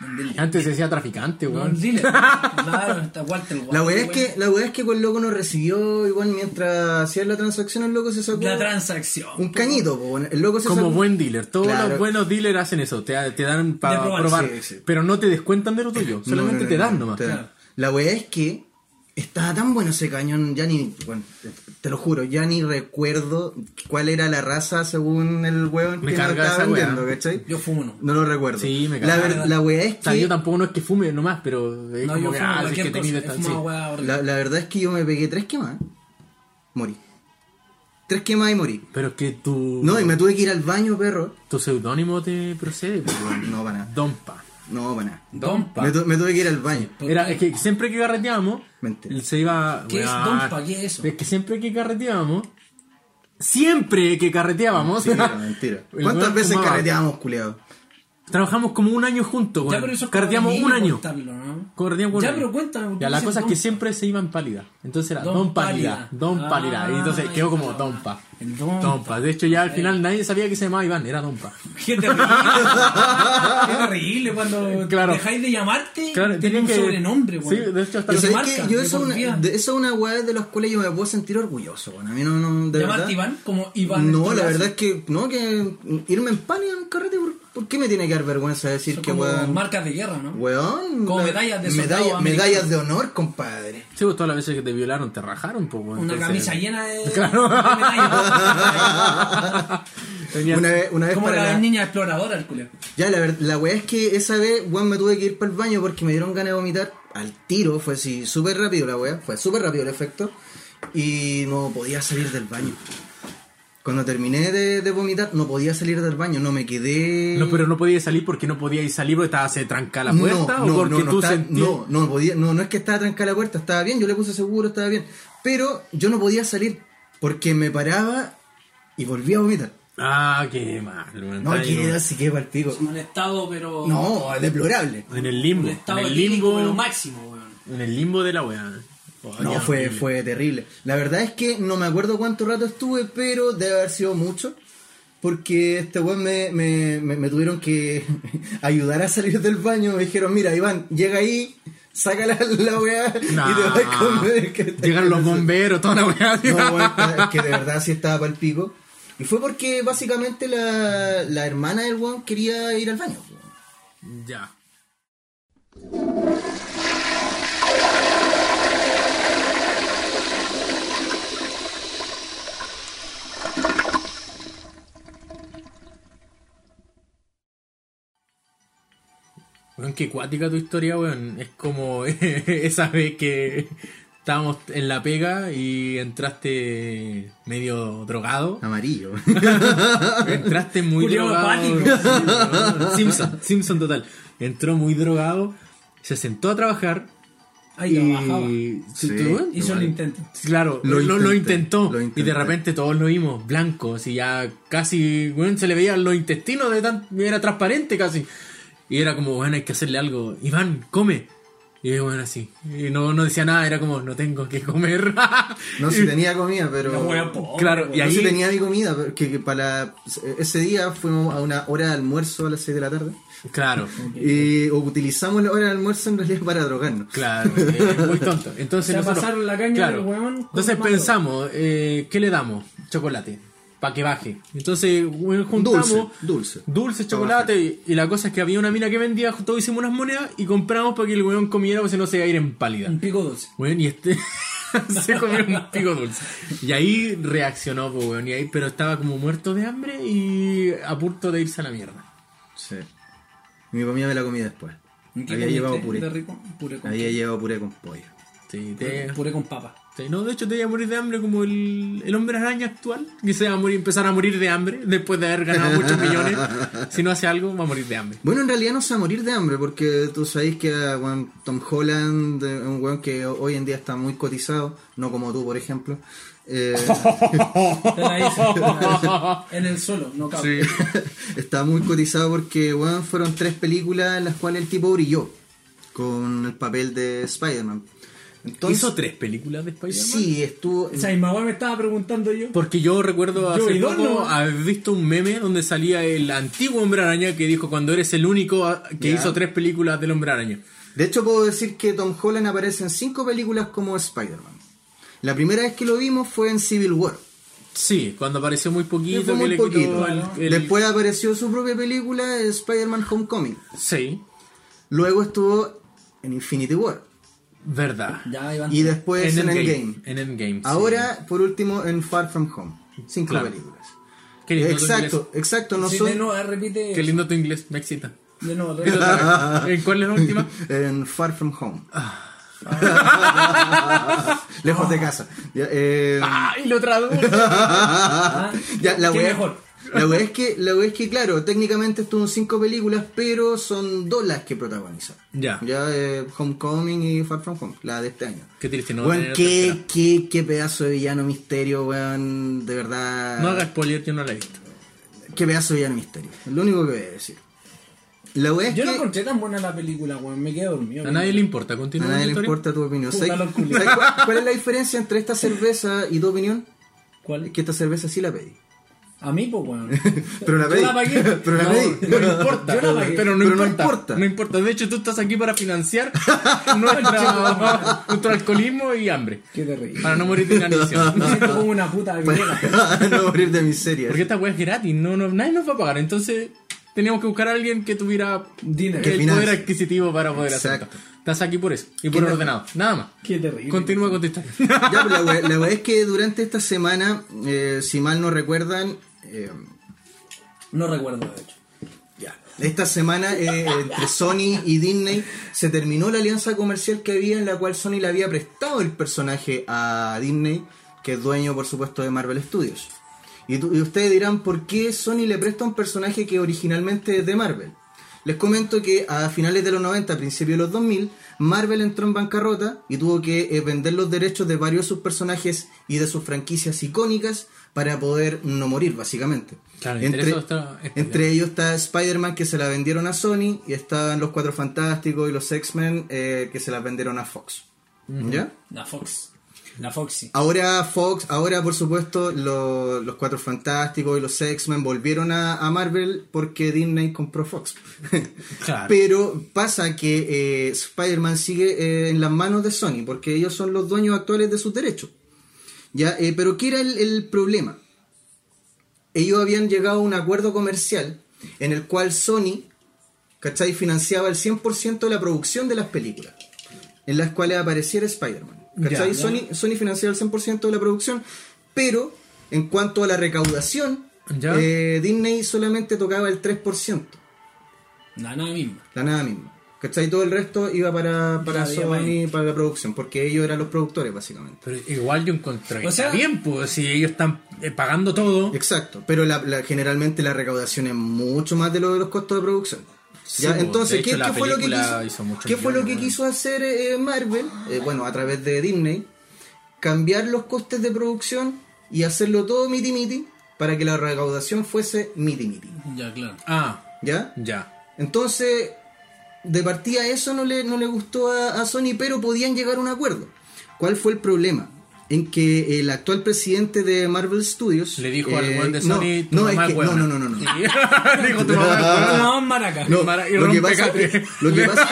Speaker 3: el dealer.
Speaker 1: Antes se decía traficante,
Speaker 3: No,
Speaker 1: weón.
Speaker 3: el ah. dealer. Claro, está Walter.
Speaker 2: La
Speaker 3: Walter,
Speaker 2: weá es que, la weá es que pues, el loco nos recibió igual mientras hacía la transacción, el loco se sacó
Speaker 3: La transacción.
Speaker 2: un cañito, po, el loco se
Speaker 1: Como
Speaker 2: sacó.
Speaker 1: buen dealer. Todos
Speaker 2: Claro.
Speaker 1: los buenos dealers hacen eso. Te, te dan
Speaker 3: De
Speaker 1: para
Speaker 3: probar,
Speaker 1: probar.
Speaker 2: sí, sí.
Speaker 1: Pero no te descuentan de lo tuyo.
Speaker 2: No,
Speaker 1: Solamente
Speaker 2: no, no,
Speaker 1: te
Speaker 2: no,
Speaker 1: dan
Speaker 2: no,
Speaker 1: nomás.
Speaker 2: te dan.
Speaker 3: Claro.
Speaker 2: La weá es que estaba tan bueno ese cañón, ya ni, bueno, te- te lo juro, ya ni recuerdo cuál era la raza según el weón
Speaker 1: Me
Speaker 2: que nos
Speaker 1: carga
Speaker 2: estaba
Speaker 1: esa weá.
Speaker 2: vendiendo, ¿cachai?
Speaker 3: Yo fumo uno.
Speaker 2: No lo recuerdo.
Speaker 1: Sí, me
Speaker 2: la,
Speaker 1: carga.
Speaker 2: ver- la weá es
Speaker 1: O sea, yo
Speaker 2: que
Speaker 1: tampoco no es que fume nomás, pero es
Speaker 3: No,
Speaker 1: como
Speaker 3: yo
Speaker 1: que,
Speaker 3: fumo
Speaker 1: ah, si es
Speaker 3: cualquier
Speaker 1: que tenía esta-
Speaker 3: cosa. He fumado
Speaker 1: sí.
Speaker 3: weá horrible.
Speaker 2: La, la verdad es que yo me pegué tres quemas. Morí. Tres quemas y morí.
Speaker 1: Pero es que tu,
Speaker 2: No, y me tuve que ir al baño, perro.
Speaker 1: tu seudónimo te procede, pues, weón.
Speaker 2: No, para nada.
Speaker 1: Dompa.
Speaker 2: No, para nada.
Speaker 3: Dompa.
Speaker 2: Me, tu- me tuve que ir al baño.
Speaker 1: Era, es que siempre que carreteábamos,
Speaker 2: Mentira.
Speaker 1: se iba.
Speaker 3: ¿Qué es
Speaker 1: weá,
Speaker 3: Dompa? ¿Qué es eso?
Speaker 1: Es que siempre que carreteábamos, siempre que carreteábamos,
Speaker 2: Mentira, mentira.
Speaker 1: el
Speaker 2: ¿Cuántas
Speaker 1: weón
Speaker 2: veces
Speaker 1: fumaba.
Speaker 2: carreteábamos, culiado?
Speaker 1: Trabajamos como un año juntos,
Speaker 3: Ya,
Speaker 1: weón.
Speaker 3: pero eso es
Speaker 1: Carreteamos
Speaker 3: conmigo
Speaker 1: un año.
Speaker 3: contarlo, ¿no?
Speaker 1: Carreteamos un
Speaker 3: Ya,
Speaker 1: año.
Speaker 3: pero cuéntame, ¿por qué
Speaker 1: Ya, la
Speaker 3: dices
Speaker 1: cosa es que
Speaker 3: Dompa?
Speaker 1: siempre se iban pálida. Entonces era
Speaker 3: Don
Speaker 1: Don,
Speaker 3: Pálida.
Speaker 1: Pálida. Don Pálida.
Speaker 3: Ah,
Speaker 1: y entonces quedó como
Speaker 3: claro.
Speaker 1: Dompa.
Speaker 3: El Dompa.
Speaker 1: De hecho, ya al final nadie sabía que se llamaba Iván, era Dompa.
Speaker 3: Qué terrible. Qué terrible cuando
Speaker 1: Claro.
Speaker 3: dejáis de llamarte.
Speaker 1: Claro,
Speaker 3: tiene
Speaker 1: tienen
Speaker 3: un
Speaker 1: que-
Speaker 3: sobrenombre, weón.
Speaker 1: Sí, de hecho, hasta
Speaker 3: Pero
Speaker 1: los-
Speaker 2: Yo,
Speaker 3: te
Speaker 2: sé
Speaker 3: marca,
Speaker 2: que yo
Speaker 3: de
Speaker 2: eso es
Speaker 3: por vida.
Speaker 2: una, de, eso es una weá de las cuales yo me puedo sentir orgulloso, bueno. A mí no, no, de
Speaker 3: ¿Llamarte
Speaker 2: verdad.
Speaker 3: Iván? Como Iván.
Speaker 2: no, la
Speaker 3: Entonces,
Speaker 2: verdad es que, no, que irme en pan y en carrete, ¿por, por qué me tiene que dar vergüenza decir
Speaker 3: son
Speaker 2: que
Speaker 3: como
Speaker 2: weón?
Speaker 3: marcas de guerra, ¿no?
Speaker 2: Weón.
Speaker 3: Como
Speaker 2: la-
Speaker 3: medallas de soldado
Speaker 2: medalla-
Speaker 3: americano.
Speaker 2: Medallas de honor, compadre.
Speaker 1: Sí, pues, todas las veces que te violaron te rajaron, pues, weón.
Speaker 3: Una
Speaker 1: Entonces,
Speaker 3: camisa llena de,
Speaker 1: Claro.
Speaker 3: de medallas.
Speaker 1: tenías-
Speaker 2: Una vez, una vez
Speaker 3: Como
Speaker 2: para
Speaker 3: la
Speaker 2: la-
Speaker 3: niña exploradora, el culero.
Speaker 2: Ya, la, ver- la weá es que esa vez, weón, me tuve que ir para el baño porque me dieron ganas de vomitar al tiro. Fue así, súper rápido la weá, fue súper rápido el efecto. Y no podía salir del baño. Cuando terminé de, de vomitar, no podía salir del baño, no me quedé.
Speaker 1: No, pero no podías salir porque no podíais salir porque estaba se tranca la puerta o porque
Speaker 2: no,
Speaker 1: tú
Speaker 2: estaba-
Speaker 1: sentías.
Speaker 2: no, no podía, no, no es que estaba trancada la puerta, estaba bien, yo le puse seguro, estaba bien. Pero yo no podía salir porque me paraba y volvía a vomitar.
Speaker 1: Ah, qué mal. weón.
Speaker 2: No,
Speaker 1: Está ahí,
Speaker 2: quedé
Speaker 1: weón.
Speaker 2: así que partido.
Speaker 3: Un estado, pero.
Speaker 2: No, deplorable.
Speaker 1: En el
Speaker 3: Un
Speaker 1: limbo. En
Speaker 3: estado
Speaker 1: el
Speaker 3: etílico, pero
Speaker 1: limbo.
Speaker 3: máximo, weón.
Speaker 1: En el limbo de la weá. Oh,
Speaker 2: No,
Speaker 1: ya,
Speaker 2: fue,
Speaker 1: horrible.
Speaker 2: fue terrible. La verdad es que no me acuerdo cuánto rato estuve, pero debe haber sido mucho. Porque este weón me, me, me- me tuvieron que ayudar a salir del baño. Me dijeron, mira, Iván, llega ahí, saca la, la weá y te vas a
Speaker 1: Nah.
Speaker 2: comer. que te-
Speaker 1: Llegaron los bomberos, toda la weá.
Speaker 2: No, weón, está- es que de verdad sí estaba para el pico. Y fue porque básicamente la, la hermana del weón quería ir al baño.
Speaker 1: ya. Weón, qué cuática tu historia, weón. Es como esa vez que estábamos en la pega y entraste medio drogado.
Speaker 2: Amarillo.
Speaker 1: Entraste muy
Speaker 3: Julio
Speaker 1: drogado.
Speaker 3: Apático.
Speaker 1: Sí, weón. Simpson, Simpson total. Entró muy drogado, se sentó a trabajar
Speaker 3: Ahí
Speaker 1: y
Speaker 3: trabajaba.
Speaker 1: Sí,
Speaker 2: Sí.
Speaker 1: tú-
Speaker 3: Hizo el intento.
Speaker 1: Claro,
Speaker 2: Lo
Speaker 1: lo, lo
Speaker 2: intenté,
Speaker 1: intentó
Speaker 2: lo
Speaker 1: y
Speaker 2: intenté.
Speaker 1: de repente todos lo vimos blanco, así ya casi, weón, se le veían los intestinos de tan era transparente casi. Y era como, bueno, hay que hacerle algo. Iván, come. Y bueno, así. Y no, no decía nada, era como, no tengo que comer.
Speaker 2: No si tenía comida, pero.
Speaker 3: No, weón, pobre,
Speaker 1: Claro, y
Speaker 2: No
Speaker 1: ahí.
Speaker 2: se tenía mi comida, porque que para ese día fuimos a una hora de almuerzo a las 6 de la tarde
Speaker 1: Claro,
Speaker 2: y utilizamos la hora de almuerzo en realidad para drogarnos.
Speaker 1: claro, eh, muy tonto. Entonces,
Speaker 3: O sea,
Speaker 1: nosotros-
Speaker 3: pasaron la caña
Speaker 1: claro.
Speaker 3: del huevón con
Speaker 1: Entonces
Speaker 3: el mango.
Speaker 1: pensamos, eh, ¿qué le damos? Chocolate, para que baje. Entonces, weón, juntamos.
Speaker 2: Dulce, dulce.
Speaker 1: Dulce, chocolate, y, y la cosa es que había una mina que vendía, todos hicimos unas monedas y compramos para que el weón comiera, porque si no se iba a ir en pálida.
Speaker 3: Un pico dulce.
Speaker 1: Weón, y este se comió un pico dulce. Y ahí reaccionó, pues, weón, y ahí, pero estaba como muerto de hambre y a punto de irse a la mierda.
Speaker 2: Sí. Mi comida me la comí después.
Speaker 3: ¿Y qué
Speaker 2: Había
Speaker 3: comiste?
Speaker 2: llevado
Speaker 3: ¿De
Speaker 2: puré.
Speaker 3: rico? Puré con,
Speaker 2: Había llevado puré con pollo.
Speaker 1: Sí, te-
Speaker 3: puré, puré con papa.
Speaker 1: sí, no, de hecho te iba a morir de hambre como el, el hombre araña actual, que se va a morir, empezar a morir de hambre después de haber ganado muchos millones. Si no hace algo, va a morir de hambre.
Speaker 2: Bueno, en realidad no se va a morir de hambre, porque tú sabéis que ah, weón, Tom Holland eh, un weón que ho- hoy en día está muy cotizado, no como tú, por ejemplo. eh,
Speaker 3: Te la hice, te la hice. en el suelo, no cabe.
Speaker 1: Sí.
Speaker 2: está muy cotizado porque weón, fueron tres películas en las cuales el tipo brilló con el papel de Spider-Man. Entonces,
Speaker 1: Hizo tres películas de Spider-Man.
Speaker 2: sí, estuvo.
Speaker 3: Esa misma weá me estaba preguntando yo.
Speaker 1: Porque yo recuerdo
Speaker 3: Yo
Speaker 1: hace
Speaker 3: y dos,
Speaker 1: poco
Speaker 3: ¿no?
Speaker 1: haber visto un meme donde salía el antiguo hombre araña que dijo cuando eres el único a- que
Speaker 2: Ya.
Speaker 1: hizo tres películas del hombre araña.
Speaker 2: De hecho, puedo decir que Tom Holland aparece en cinco películas como Spider-Man. La primera vez que lo vimos fue en Civil War.
Speaker 1: Sí, cuando apareció muy poquito,
Speaker 2: Sí, fue
Speaker 1: que
Speaker 2: muy
Speaker 1: le quitó
Speaker 2: poquito.
Speaker 1: el- el-
Speaker 2: Después apareció su propia película, Spider-Man Homecoming.
Speaker 1: Sí,
Speaker 2: Luego estuvo en Infinity War.
Speaker 1: verdad.
Speaker 3: Ya, Iván.
Speaker 2: Y después Pues en Endgame.
Speaker 1: En Endgame. sí.
Speaker 2: Ahora, por último, en Far From Home. Cinco
Speaker 1: Claro.
Speaker 2: películas.
Speaker 1: Qué lindo tu
Speaker 2: exacto, exacto. No
Speaker 3: Sí,
Speaker 2: son-
Speaker 3: de nuevo, ah,
Speaker 1: inglés.
Speaker 3: repite.
Speaker 1: Qué lindo tu inglés, me excita.
Speaker 3: De nuevo, repite.
Speaker 1: ¿En cuál es la última?
Speaker 2: en Far From Home. Lejos de casa. Ya, eh,
Speaker 1: ¡Ah! Y lo traduzco.
Speaker 2: Ya, la
Speaker 3: ¿Qué
Speaker 2: wea-
Speaker 3: mejor?
Speaker 2: La wea es que, la wea es que, claro, técnicamente estuvo en cinco películas, pero son dos las que protagonizan.
Speaker 1: Ya.
Speaker 2: Ya, eh, Homecoming y Far From Home, la de este año.
Speaker 1: Qué triste, no.
Speaker 2: Weón,
Speaker 1: tener
Speaker 2: qué,
Speaker 1: tercera.
Speaker 2: qué, qué pedazo de villano misterio, weón, de verdad.
Speaker 1: No hagas spoiler, yo no la he visto.
Speaker 2: Qué pedazo de villano misterio. Es lo único que voy a decir. La wea es
Speaker 3: Yo no
Speaker 2: que
Speaker 3: encontré tan buena la película, weón. Me quedé dormido.
Speaker 1: A nadie le importa, continúa.
Speaker 2: a
Speaker 1: la
Speaker 2: nadie le
Speaker 1: historia.
Speaker 2: importa tu opinión.
Speaker 3: Puta
Speaker 2: ¿Sabes-
Speaker 3: los culiados.
Speaker 2: ¿sabes cuál, cuál es la diferencia entre esta cerveza y tu opinión?
Speaker 3: ¿Cuál?
Speaker 2: Es que esta cerveza sí la pedí.
Speaker 3: A mí, pues, weón.
Speaker 2: Pero la
Speaker 3: Yo
Speaker 2: pedí.
Speaker 3: la pagué.
Speaker 2: Pero la
Speaker 1: No,
Speaker 2: pedí.
Speaker 1: no importa,
Speaker 3: Yo la pagué.
Speaker 1: pero, no,
Speaker 2: Pero
Speaker 1: importa,
Speaker 2: no
Speaker 1: no importa.
Speaker 2: importa.
Speaker 1: De hecho, tú estás aquí para financiar nuestra- nuestro alcoholismo y hambre.
Speaker 3: Qué terrible.
Speaker 1: Para Ah, no morir de inanición.
Speaker 3: Me siento como una puta
Speaker 2: Pues,
Speaker 3: griega.
Speaker 2: no morir de miseria.
Speaker 1: Porque esta weá es gratis, no, no, nadie nos va a pagar. Entonces, teníamos que buscar a alguien que tuviera
Speaker 3: Dinero.
Speaker 1: el
Speaker 2: financie.
Speaker 1: poder adquisitivo para poder
Speaker 2: Exacto.
Speaker 1: hacerlo. Estás aquí por eso y por ordenado. Nada más.
Speaker 3: Qué terrible.
Speaker 1: Continúa con tu historia.
Speaker 2: Ya, pero la wea- la wea es que durante esta semana, eh, si mal no recuerdan, eh,
Speaker 3: No recuerdo, de hecho.
Speaker 2: ya, esta semana eh, entre Sony y Disney se terminó la alianza comercial que había en la cual Sony le había prestado el personaje a Disney, que es dueño por supuesto de Marvel Studios. Y, tú- y ustedes dirán, ¿por qué Sony le presta un personaje que originalmente es de Marvel? Les comento que a finales de los 90, a principios de los 2000, Marvel entró en bancarrota y tuvo que eh, vender los derechos de varios de sus personajes y de sus franquicias icónicas para poder no morir, básicamente.
Speaker 1: Claro,
Speaker 2: entre,
Speaker 1: interesado está- está
Speaker 2: entre ellos está Spider-Man que se la vendieron a Sony y estaban los Cuatro Fantásticos y los X-Men eh, que se la vendieron a Fox. ¿Ya?
Speaker 3: La Fox. La Foxy.
Speaker 2: Ahora Fox, ahora por supuesto lo- los Cuatro Fantásticos y los X-Men volvieron a, a Marvel porque Disney compró Fox.
Speaker 1: Claro.
Speaker 2: Pero pasa que eh, Spider-Man sigue eh, en las manos de Sony porque ellos son los dueños actuales de sus derechos. ¿Ya? eh, pero ¿qué era el, el problema? Ellos habían llegado a un acuerdo comercial en el cual Sony, ¿cachai? Financiaba el 100% de la producción de las películas en las cuales apareciera Spider-Man.
Speaker 1: Ya,
Speaker 2: ¿Cachai?
Speaker 1: ya.
Speaker 2: Sony, Sony financiaba el 100% de la producción, pero en cuanto a la recaudación,
Speaker 1: Ya.
Speaker 2: eh, Disney solamente tocaba el 3%,
Speaker 3: La nada misma.
Speaker 2: la nada misma. ¿Cachai? Todo el resto iba para, para
Speaker 3: Ya, ya,
Speaker 2: Sony, para la producción, porque ellos eran los productores, básicamente.
Speaker 1: Pero igual yo encontré.
Speaker 3: O sea-
Speaker 1: está bien, pues si ellos están eh, pagando todo.
Speaker 2: Exacto, pero la, la- generalmente la recaudación es mucho más de lo de los costos de producción.
Speaker 1: Sí,
Speaker 2: ya,
Speaker 1: pues, de
Speaker 2: entonces,
Speaker 1: hecho,
Speaker 2: ¿qué,
Speaker 1: la
Speaker 2: qué fue lo que
Speaker 1: película
Speaker 2: quiso,
Speaker 1: hizo muchos
Speaker 2: qué fue lo que
Speaker 1: millones,
Speaker 2: quiso hacer eh, Marvel? Eh, bueno, a través de Disney, cambiar los costes de producción y hacerlo todo miti miti para que la recaudación fuese miti miti.
Speaker 3: Ya, claro.
Speaker 1: Ah,
Speaker 2: ¿Ya?
Speaker 1: ya.
Speaker 2: Entonces, de partida eso no le, no le gustó a, a Sony, pero podían llegar a un acuerdo. ¿Cuál fue el problema? En que el actual presidente de Marvel Studios...
Speaker 1: Le dijo
Speaker 2: eh,
Speaker 1: al weón de
Speaker 2: no,
Speaker 1: Sony, tu
Speaker 2: no,
Speaker 1: mamá
Speaker 2: es que-
Speaker 1: es huevona.
Speaker 2: no, no, no, no, no.
Speaker 1: Sí. dijo tu mamá es
Speaker 2: Ah.
Speaker 1: huevona.
Speaker 3: No, maraca.
Speaker 2: No,
Speaker 1: Mara- y
Speaker 2: lo que
Speaker 1: rompe
Speaker 2: pasa es que,
Speaker 1: cable.
Speaker 2: lo que pasa-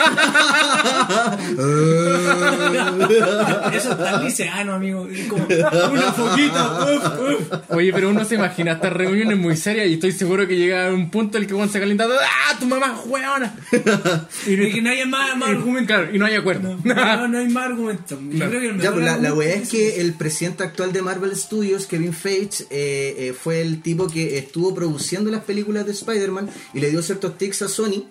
Speaker 3: Eso está liceano, amigo. Es como una foquita. uf, uf.
Speaker 1: Oye, pero uno se imagina estas reuniones muy serias y estoy seguro que llega a un punto en el que uno se calienta. ¡Ah, tu mamá es huevona!
Speaker 3: Y que no haya más, más argumentos.
Speaker 1: Claro, y no hay acuerdo.
Speaker 3: No, no hay más argumentos. Yo creo que el
Speaker 2: Ya,
Speaker 3: mejor
Speaker 2: pues, la, la
Speaker 3: argumento
Speaker 2: weá es que el presidente actual de Marvel Studios, Kevin Feige, eh, eh, fue el tipo que estuvo produciendo las películas de Spider-Man y le dio ciertos tics a Sony,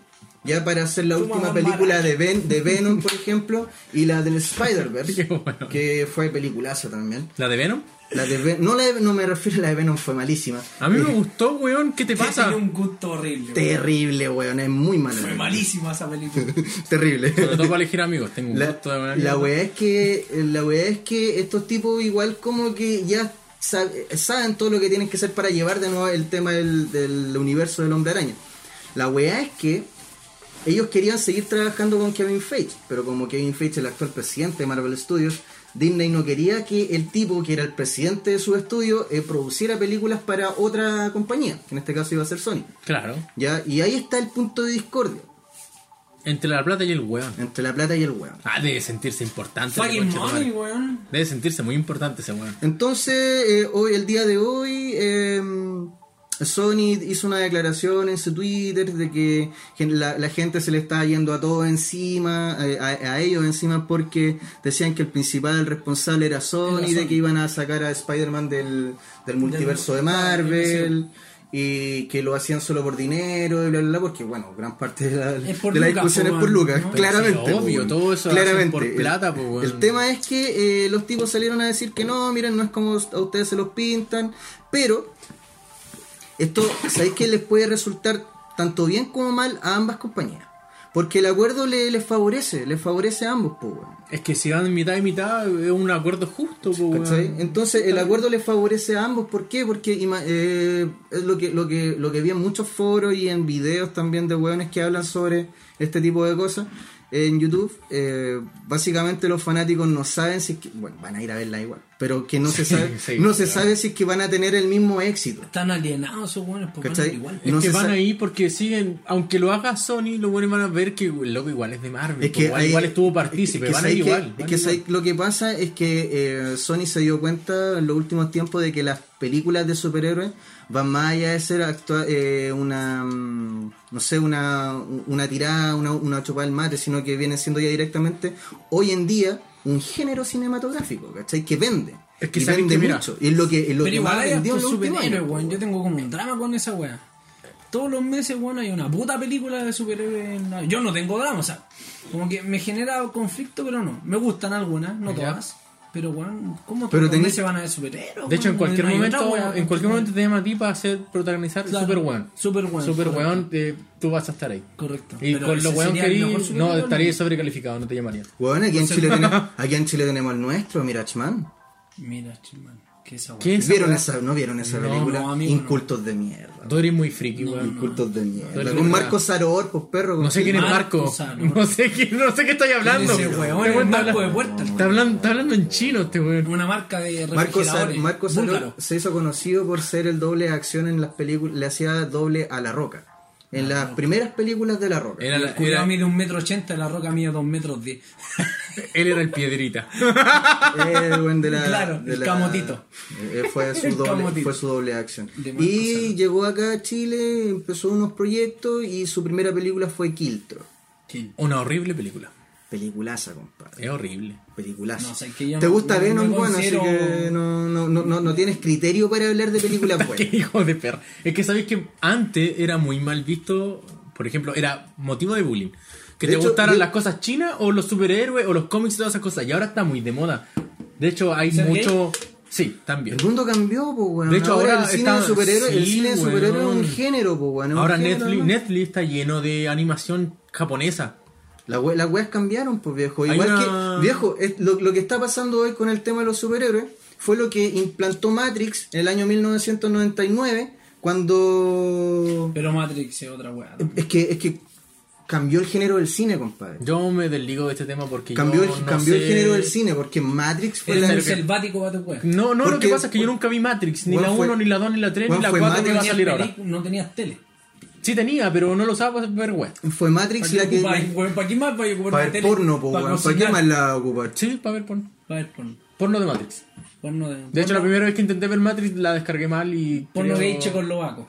Speaker 2: ya para hacer la
Speaker 3: Tu
Speaker 2: última
Speaker 3: mamá
Speaker 2: película
Speaker 3: maraca.
Speaker 2: de, Ven- de Venom, por ejemplo, y la del
Speaker 1: Qué
Speaker 2: Spider-Verse,
Speaker 1: bueno.
Speaker 2: que fue peliculazo también.
Speaker 1: ¿La de Venom?
Speaker 2: La de Ven- no, la de- no me refiero a la de Venom, fue malísima.
Speaker 1: A mí me gustó, weón. ¿Qué te
Speaker 3: que
Speaker 1: pasa?
Speaker 3: Tiene un gusto horrible.
Speaker 2: Terrible, weón, es muy mala.
Speaker 3: Fue malísima esa película.
Speaker 2: Terrible.
Speaker 1: Sobre todo para elegir amigos. Tengo un
Speaker 2: La,
Speaker 1: gusto de manera.
Speaker 2: la weá es que la weá es que estos tipos igual como que ya sab- saben todo lo que tienen que hacer para llevar de nuevo el tema del, del universo del hombre araña. La weá es que ellos querían seguir trabajando con Kevin Feige, pero como Kevin Feige es el actual presidente de Marvel Studios, Disney no quería que el tipo que era el presidente de su estudio eh, produciera películas para otra compañía, que en este caso iba a ser Sony.
Speaker 1: Claro.
Speaker 2: ¿ya? Y ahí está el punto de discordia
Speaker 1: Entre la plata y el weón.
Speaker 2: entre la plata y el weón.
Speaker 1: Ah, debe sentirse importante. ese
Speaker 3: Fucking
Speaker 1: conchetumare.
Speaker 3: money, weón.
Speaker 1: Debe sentirse muy importante ese weón.
Speaker 2: Entonces, eh, hoy, el día de hoy, eh, Sony hizo una declaración en su Twitter de que gen- la, la gente se le está yendo a todo encima, eh, a, a ellos encima, porque decían que el principal responsable era Sony,
Speaker 3: Era Sony.
Speaker 2: de que iban a sacar a Spider-Man del, del multiverso de
Speaker 3: de la
Speaker 2: Marvel.
Speaker 3: animación.
Speaker 2: Y que lo hacían solo por dinero y bla, bla, bla, porque bueno, gran parte de la,
Speaker 3: Es por
Speaker 2: de la
Speaker 3: lucas,
Speaker 2: discusión
Speaker 3: pues,
Speaker 2: es por
Speaker 3: bueno,
Speaker 2: Lucas,
Speaker 3: ¿no?
Speaker 2: claramente.
Speaker 1: Pero sí,
Speaker 2: pues,
Speaker 1: obvio,
Speaker 2: bueno.
Speaker 1: todo eso lo hacen
Speaker 2: claramente.
Speaker 1: por
Speaker 2: El-
Speaker 1: plata, pues, bueno.
Speaker 2: el tema es que eh, los tipos salieron a decir que no, miren, no es como a ustedes se los pintan, pero esto, ¿sabéis que les puede resultar tanto bien como mal a ambas compañías? Porque el acuerdo le- les favorece, les favorece a ambos, pues, weón.
Speaker 1: Es que si van mitad y mitad es un acuerdo justo, pues, weón.
Speaker 2: ¿Cachai? Entonces el acuerdo les favorece a ambos, ¿por qué? Porque ima- eh, es lo que, lo que lo que vi en muchos foros y en videos también de hueones que hablan sobre este tipo de cosas en YouTube. eh, básicamente los fanáticos no saben si es que, bueno, van a ir a verla igual, pero que no se sabe,
Speaker 1: sí,
Speaker 2: no se
Speaker 1: claro.
Speaker 2: sabe si es que van a tener el mismo éxito.
Speaker 3: Están alienados esos weones, porque
Speaker 2: ¿Cachai?
Speaker 3: van igual.
Speaker 1: Es
Speaker 2: no
Speaker 1: que
Speaker 2: se
Speaker 1: van
Speaker 2: sabe.
Speaker 1: ahí porque siguen, aunque lo haga Sony, los buenos van a ver que el loco igual es de Marvel.
Speaker 2: Es
Speaker 1: pues,
Speaker 2: que
Speaker 1: igual,
Speaker 2: hay-
Speaker 1: igual estuvo partícipe,
Speaker 2: es que
Speaker 1: van a
Speaker 2: sabéis
Speaker 1: ir
Speaker 2: que-
Speaker 1: igual.
Speaker 2: es
Speaker 1: van
Speaker 2: que
Speaker 1: igual.
Speaker 2: sabéis- lo que pasa es que eh, Sony se dio cuenta en los últimos tiempos de que las películas de superhéroes van más allá de ser actua- eh, una mm, no sé una, una tirada, una, una chupada del mate, sino que vienen siendo ya directamente hoy en día un género cinematográfico, ¿cachai? Que vende.
Speaker 1: Es que
Speaker 2: y
Speaker 1: sabéis
Speaker 2: vende
Speaker 1: que, mira,
Speaker 2: mucho. Y es lo que, es lo
Speaker 3: Pero
Speaker 2: que
Speaker 3: igual
Speaker 2: más
Speaker 3: hay
Speaker 2: vendió en
Speaker 3: estos
Speaker 2: los últimos
Speaker 3: superhéroes,
Speaker 2: años,
Speaker 3: weón. Yo tengo como un drama con esa weá. Todos los meses, weón, hay una puta película de superhéroes. en la- Yo no tengo drama, o sea, como que me genera conflicto, pero no. Me gustan algunas, no
Speaker 1: Ya.
Speaker 3: todas. Pero, weón, ¿cómo
Speaker 2: Pero
Speaker 3: todos los
Speaker 2: tenés-
Speaker 3: meses van a ver superhéroes?
Speaker 1: De hecho, en
Speaker 3: weón?
Speaker 1: cualquier
Speaker 3: No Mm, hay otra
Speaker 1: momento,
Speaker 3: weá,
Speaker 1: en cualquier
Speaker 3: weón.
Speaker 1: momento te llaman a ti para hacer protagonizar
Speaker 3: Claro.
Speaker 1: Superweón.
Speaker 3: Superweón,
Speaker 1: Superweón, eh, tú vas a estar ahí.
Speaker 3: Correcto.
Speaker 1: Y
Speaker 3: Pero
Speaker 1: con
Speaker 3: ese
Speaker 1: lo weón
Speaker 3: sería
Speaker 1: que
Speaker 3: el
Speaker 1: eres,
Speaker 3: mejor
Speaker 1: no
Speaker 3: superhéroe,
Speaker 1: estaría sobrecalificado, no te llamaría.
Speaker 2: Bueno, aquí en, Chile tenemos, aquí en Chile tenemos el nuestro, Mirachman.
Speaker 3: Mira, chimán, que esa weá.
Speaker 1: ¿Qué es?
Speaker 2: ¿Vieron esa, ¿No vieron esa
Speaker 3: No,
Speaker 2: película?
Speaker 3: no, amigo, no.
Speaker 2: Incultos de mierda.
Speaker 1: Tú eres muy friki, weón.
Speaker 2: Cultos de
Speaker 1: Pero
Speaker 2: mierda.
Speaker 1: es
Speaker 2: Con
Speaker 1: verdad.
Speaker 2: Marco Saror, pues perro.
Speaker 1: No sé quién es
Speaker 3: Marco
Speaker 1: Marco.
Speaker 3: Sano.
Speaker 1: No sé quién, no sé qué estoy hablando.
Speaker 3: Ese weón,
Speaker 1: Este
Speaker 3: el
Speaker 1: weón está
Speaker 3: Marco de
Speaker 1: hablando-
Speaker 3: Puerta.
Speaker 1: Está hablando, está hablando en chino este weón.
Speaker 3: Una marca de
Speaker 2: Marco, Sar-
Speaker 3: refrigeradores.
Speaker 2: Marco Saror
Speaker 3: Búlgaro.
Speaker 2: se hizo conocido por ser el doble de acción en las películas. Le hacía doble a La Roca.
Speaker 3: Ah,
Speaker 2: En las primeras películas de La Roca.
Speaker 1: Era la-
Speaker 3: El culiao
Speaker 1: era-
Speaker 3: mide un metro ochenta, la roca mide dos metros diez.
Speaker 1: él era el piedrita.
Speaker 2: Eh, el buen de la-
Speaker 3: Claro,
Speaker 2: de
Speaker 3: el
Speaker 2: la-
Speaker 3: camotito.
Speaker 2: eh, fue, su
Speaker 3: El
Speaker 2: doble,
Speaker 3: camotito.
Speaker 2: fue su doble acción.
Speaker 3: De Marco
Speaker 2: Y
Speaker 3: Saror.
Speaker 2: llegó acá a Chile, empezó unos proyectos y su primera película fue Quiltro.
Speaker 1: Una horrible película.
Speaker 2: Peliculaza, compadre.
Speaker 1: Es horrible.
Speaker 2: Peliculaza.
Speaker 3: No, sé, es que yo
Speaker 2: Te
Speaker 3: no-
Speaker 2: gusta
Speaker 3: no-
Speaker 2: Venom,
Speaker 3: no
Speaker 2: bueno, así
Speaker 3: considero-
Speaker 2: que no, no, no, no, no tienes criterio para hablar de películas buenas.
Speaker 1: Qué hijo de perra. Es que sabéis que antes era muy mal visto, por ejemplo, era motivo de bullying. Que
Speaker 2: De
Speaker 1: te
Speaker 2: hecho,
Speaker 1: gustaran
Speaker 2: de-
Speaker 1: las cosas chinas o los superhéroes o los cómics y todas esas cosas. Y ahora está muy de moda. De hecho, hay
Speaker 3: ¿Ser
Speaker 1: mucho. Sí, también.
Speaker 2: El mundo cambió, pues, weón.
Speaker 1: De hecho, ahora
Speaker 2: el cine
Speaker 1: está-
Speaker 2: de superhéroes, el
Speaker 1: sí,
Speaker 2: cine de superhéroes es
Speaker 1: weón.
Speaker 2: un género, pues, weón. es un
Speaker 1: Ahora
Speaker 2: género,
Speaker 1: Netflix,
Speaker 2: ¿no?
Speaker 1: Netflix está lleno de animación japonesa.
Speaker 2: La we- Las weas cambiaron, pues, viejo.
Speaker 1: Hay
Speaker 2: Igual
Speaker 1: una-
Speaker 2: que, viejo, es- lo, lo que está pasando hoy con el tema de los superhéroes fue lo que implantó Matrix en el año 1999, cuando.
Speaker 3: Pero Matrix es otra weá.
Speaker 2: Es que, es que cambió el género del cine, compadre.
Speaker 1: Yo me desligo de este tema porque
Speaker 2: Cambió,
Speaker 1: yo
Speaker 2: el,
Speaker 1: no
Speaker 2: cambió el
Speaker 1: sé-
Speaker 2: género del cine, porque Matrix fue
Speaker 3: Eres
Speaker 2: la...
Speaker 3: el selvático va tu wea.
Speaker 1: No, no, lo
Speaker 2: Porque-
Speaker 1: que pasa es que yo nunca vi Matrix, ni
Speaker 2: Weón,
Speaker 1: la
Speaker 2: fue-
Speaker 1: 1, ni la 2, ni la 3,
Speaker 2: weón,
Speaker 1: ni la
Speaker 2: fue
Speaker 1: 4 que va a
Speaker 2: Matrix.
Speaker 1: salir ahora.
Speaker 3: Pelic- No tenías tele.
Speaker 1: Sí tenía, pero no lo usaba para ver web.
Speaker 2: Fue Matrix la que...
Speaker 3: ¿Para, qué más vaya a ocupar
Speaker 2: Para
Speaker 3: la
Speaker 2: el
Speaker 3: tele?
Speaker 2: porno, po,
Speaker 3: Para
Speaker 2: weón. ¿Para qué
Speaker 3: cocinar.
Speaker 2: más la ocupar?
Speaker 1: Sí, para ver porno.
Speaker 3: Para ver porno.
Speaker 1: Porno de Matrix.
Speaker 3: Porno de,
Speaker 1: De hecho, la primera vez que intenté ver Matrix la descargué mal y.
Speaker 3: porno
Speaker 1: creo-
Speaker 3: gay checoslovaco.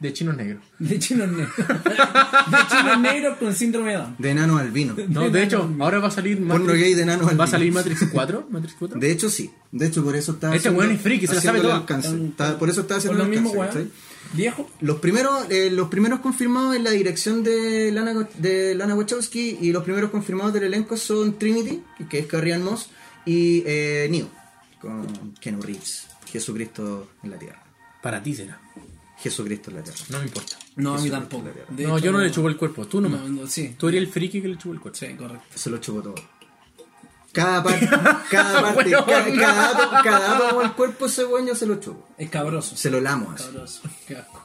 Speaker 1: De chinos negros.
Speaker 3: De chinos negros. De chinos negros con síndrome de Down.
Speaker 2: De enano albino.
Speaker 1: No, de hecho, ahora va a salir Matrix.
Speaker 2: Porno gay de enano albino.
Speaker 1: ¿Va a salir Matrix 4? ¿Matrix 4?
Speaker 2: De hecho, sí. De hecho, por eso está.
Speaker 1: Este
Speaker 2: haciendo-
Speaker 1: weón es friki, se la sabe toda.
Speaker 2: haciéndole alcance.
Speaker 3: Con-
Speaker 2: Está- por eso está
Speaker 3: Con
Speaker 2: haciendo
Speaker 3: los mismos
Speaker 2: alcance,
Speaker 3: weón.
Speaker 2: ¿cachai?
Speaker 3: Viejo.
Speaker 2: Los primeros, eh, los primeros confirmados en la dirección de Lana, de Lana Wachowski y los primeros confirmados del elenco son Trinity, que es Carrion Moss, y eh, Neo, con Keanu Reeves, Jesucristo en la Tierra.
Speaker 1: Para ti será.
Speaker 2: Jesucristo en la Tierra.
Speaker 1: No me importa.
Speaker 3: No, a mí tampoco. De
Speaker 1: no,
Speaker 3: hecho,
Speaker 1: yo no le chupo el cuerpo, tú nomás.
Speaker 3: No, no, sí.
Speaker 1: Tú eres el friki que le chupó el cuerpo.
Speaker 3: Sí, correcto.
Speaker 2: Se lo chupó todo. Cada parte, cada parte,
Speaker 1: Weón,
Speaker 2: ca-
Speaker 1: no.
Speaker 2: cada, apa- cada apa del cuerpo ese weón yo se lo chupo.
Speaker 3: Es cabroso.
Speaker 2: Se lo lamo así.
Speaker 3: Cabroso. Qué asco.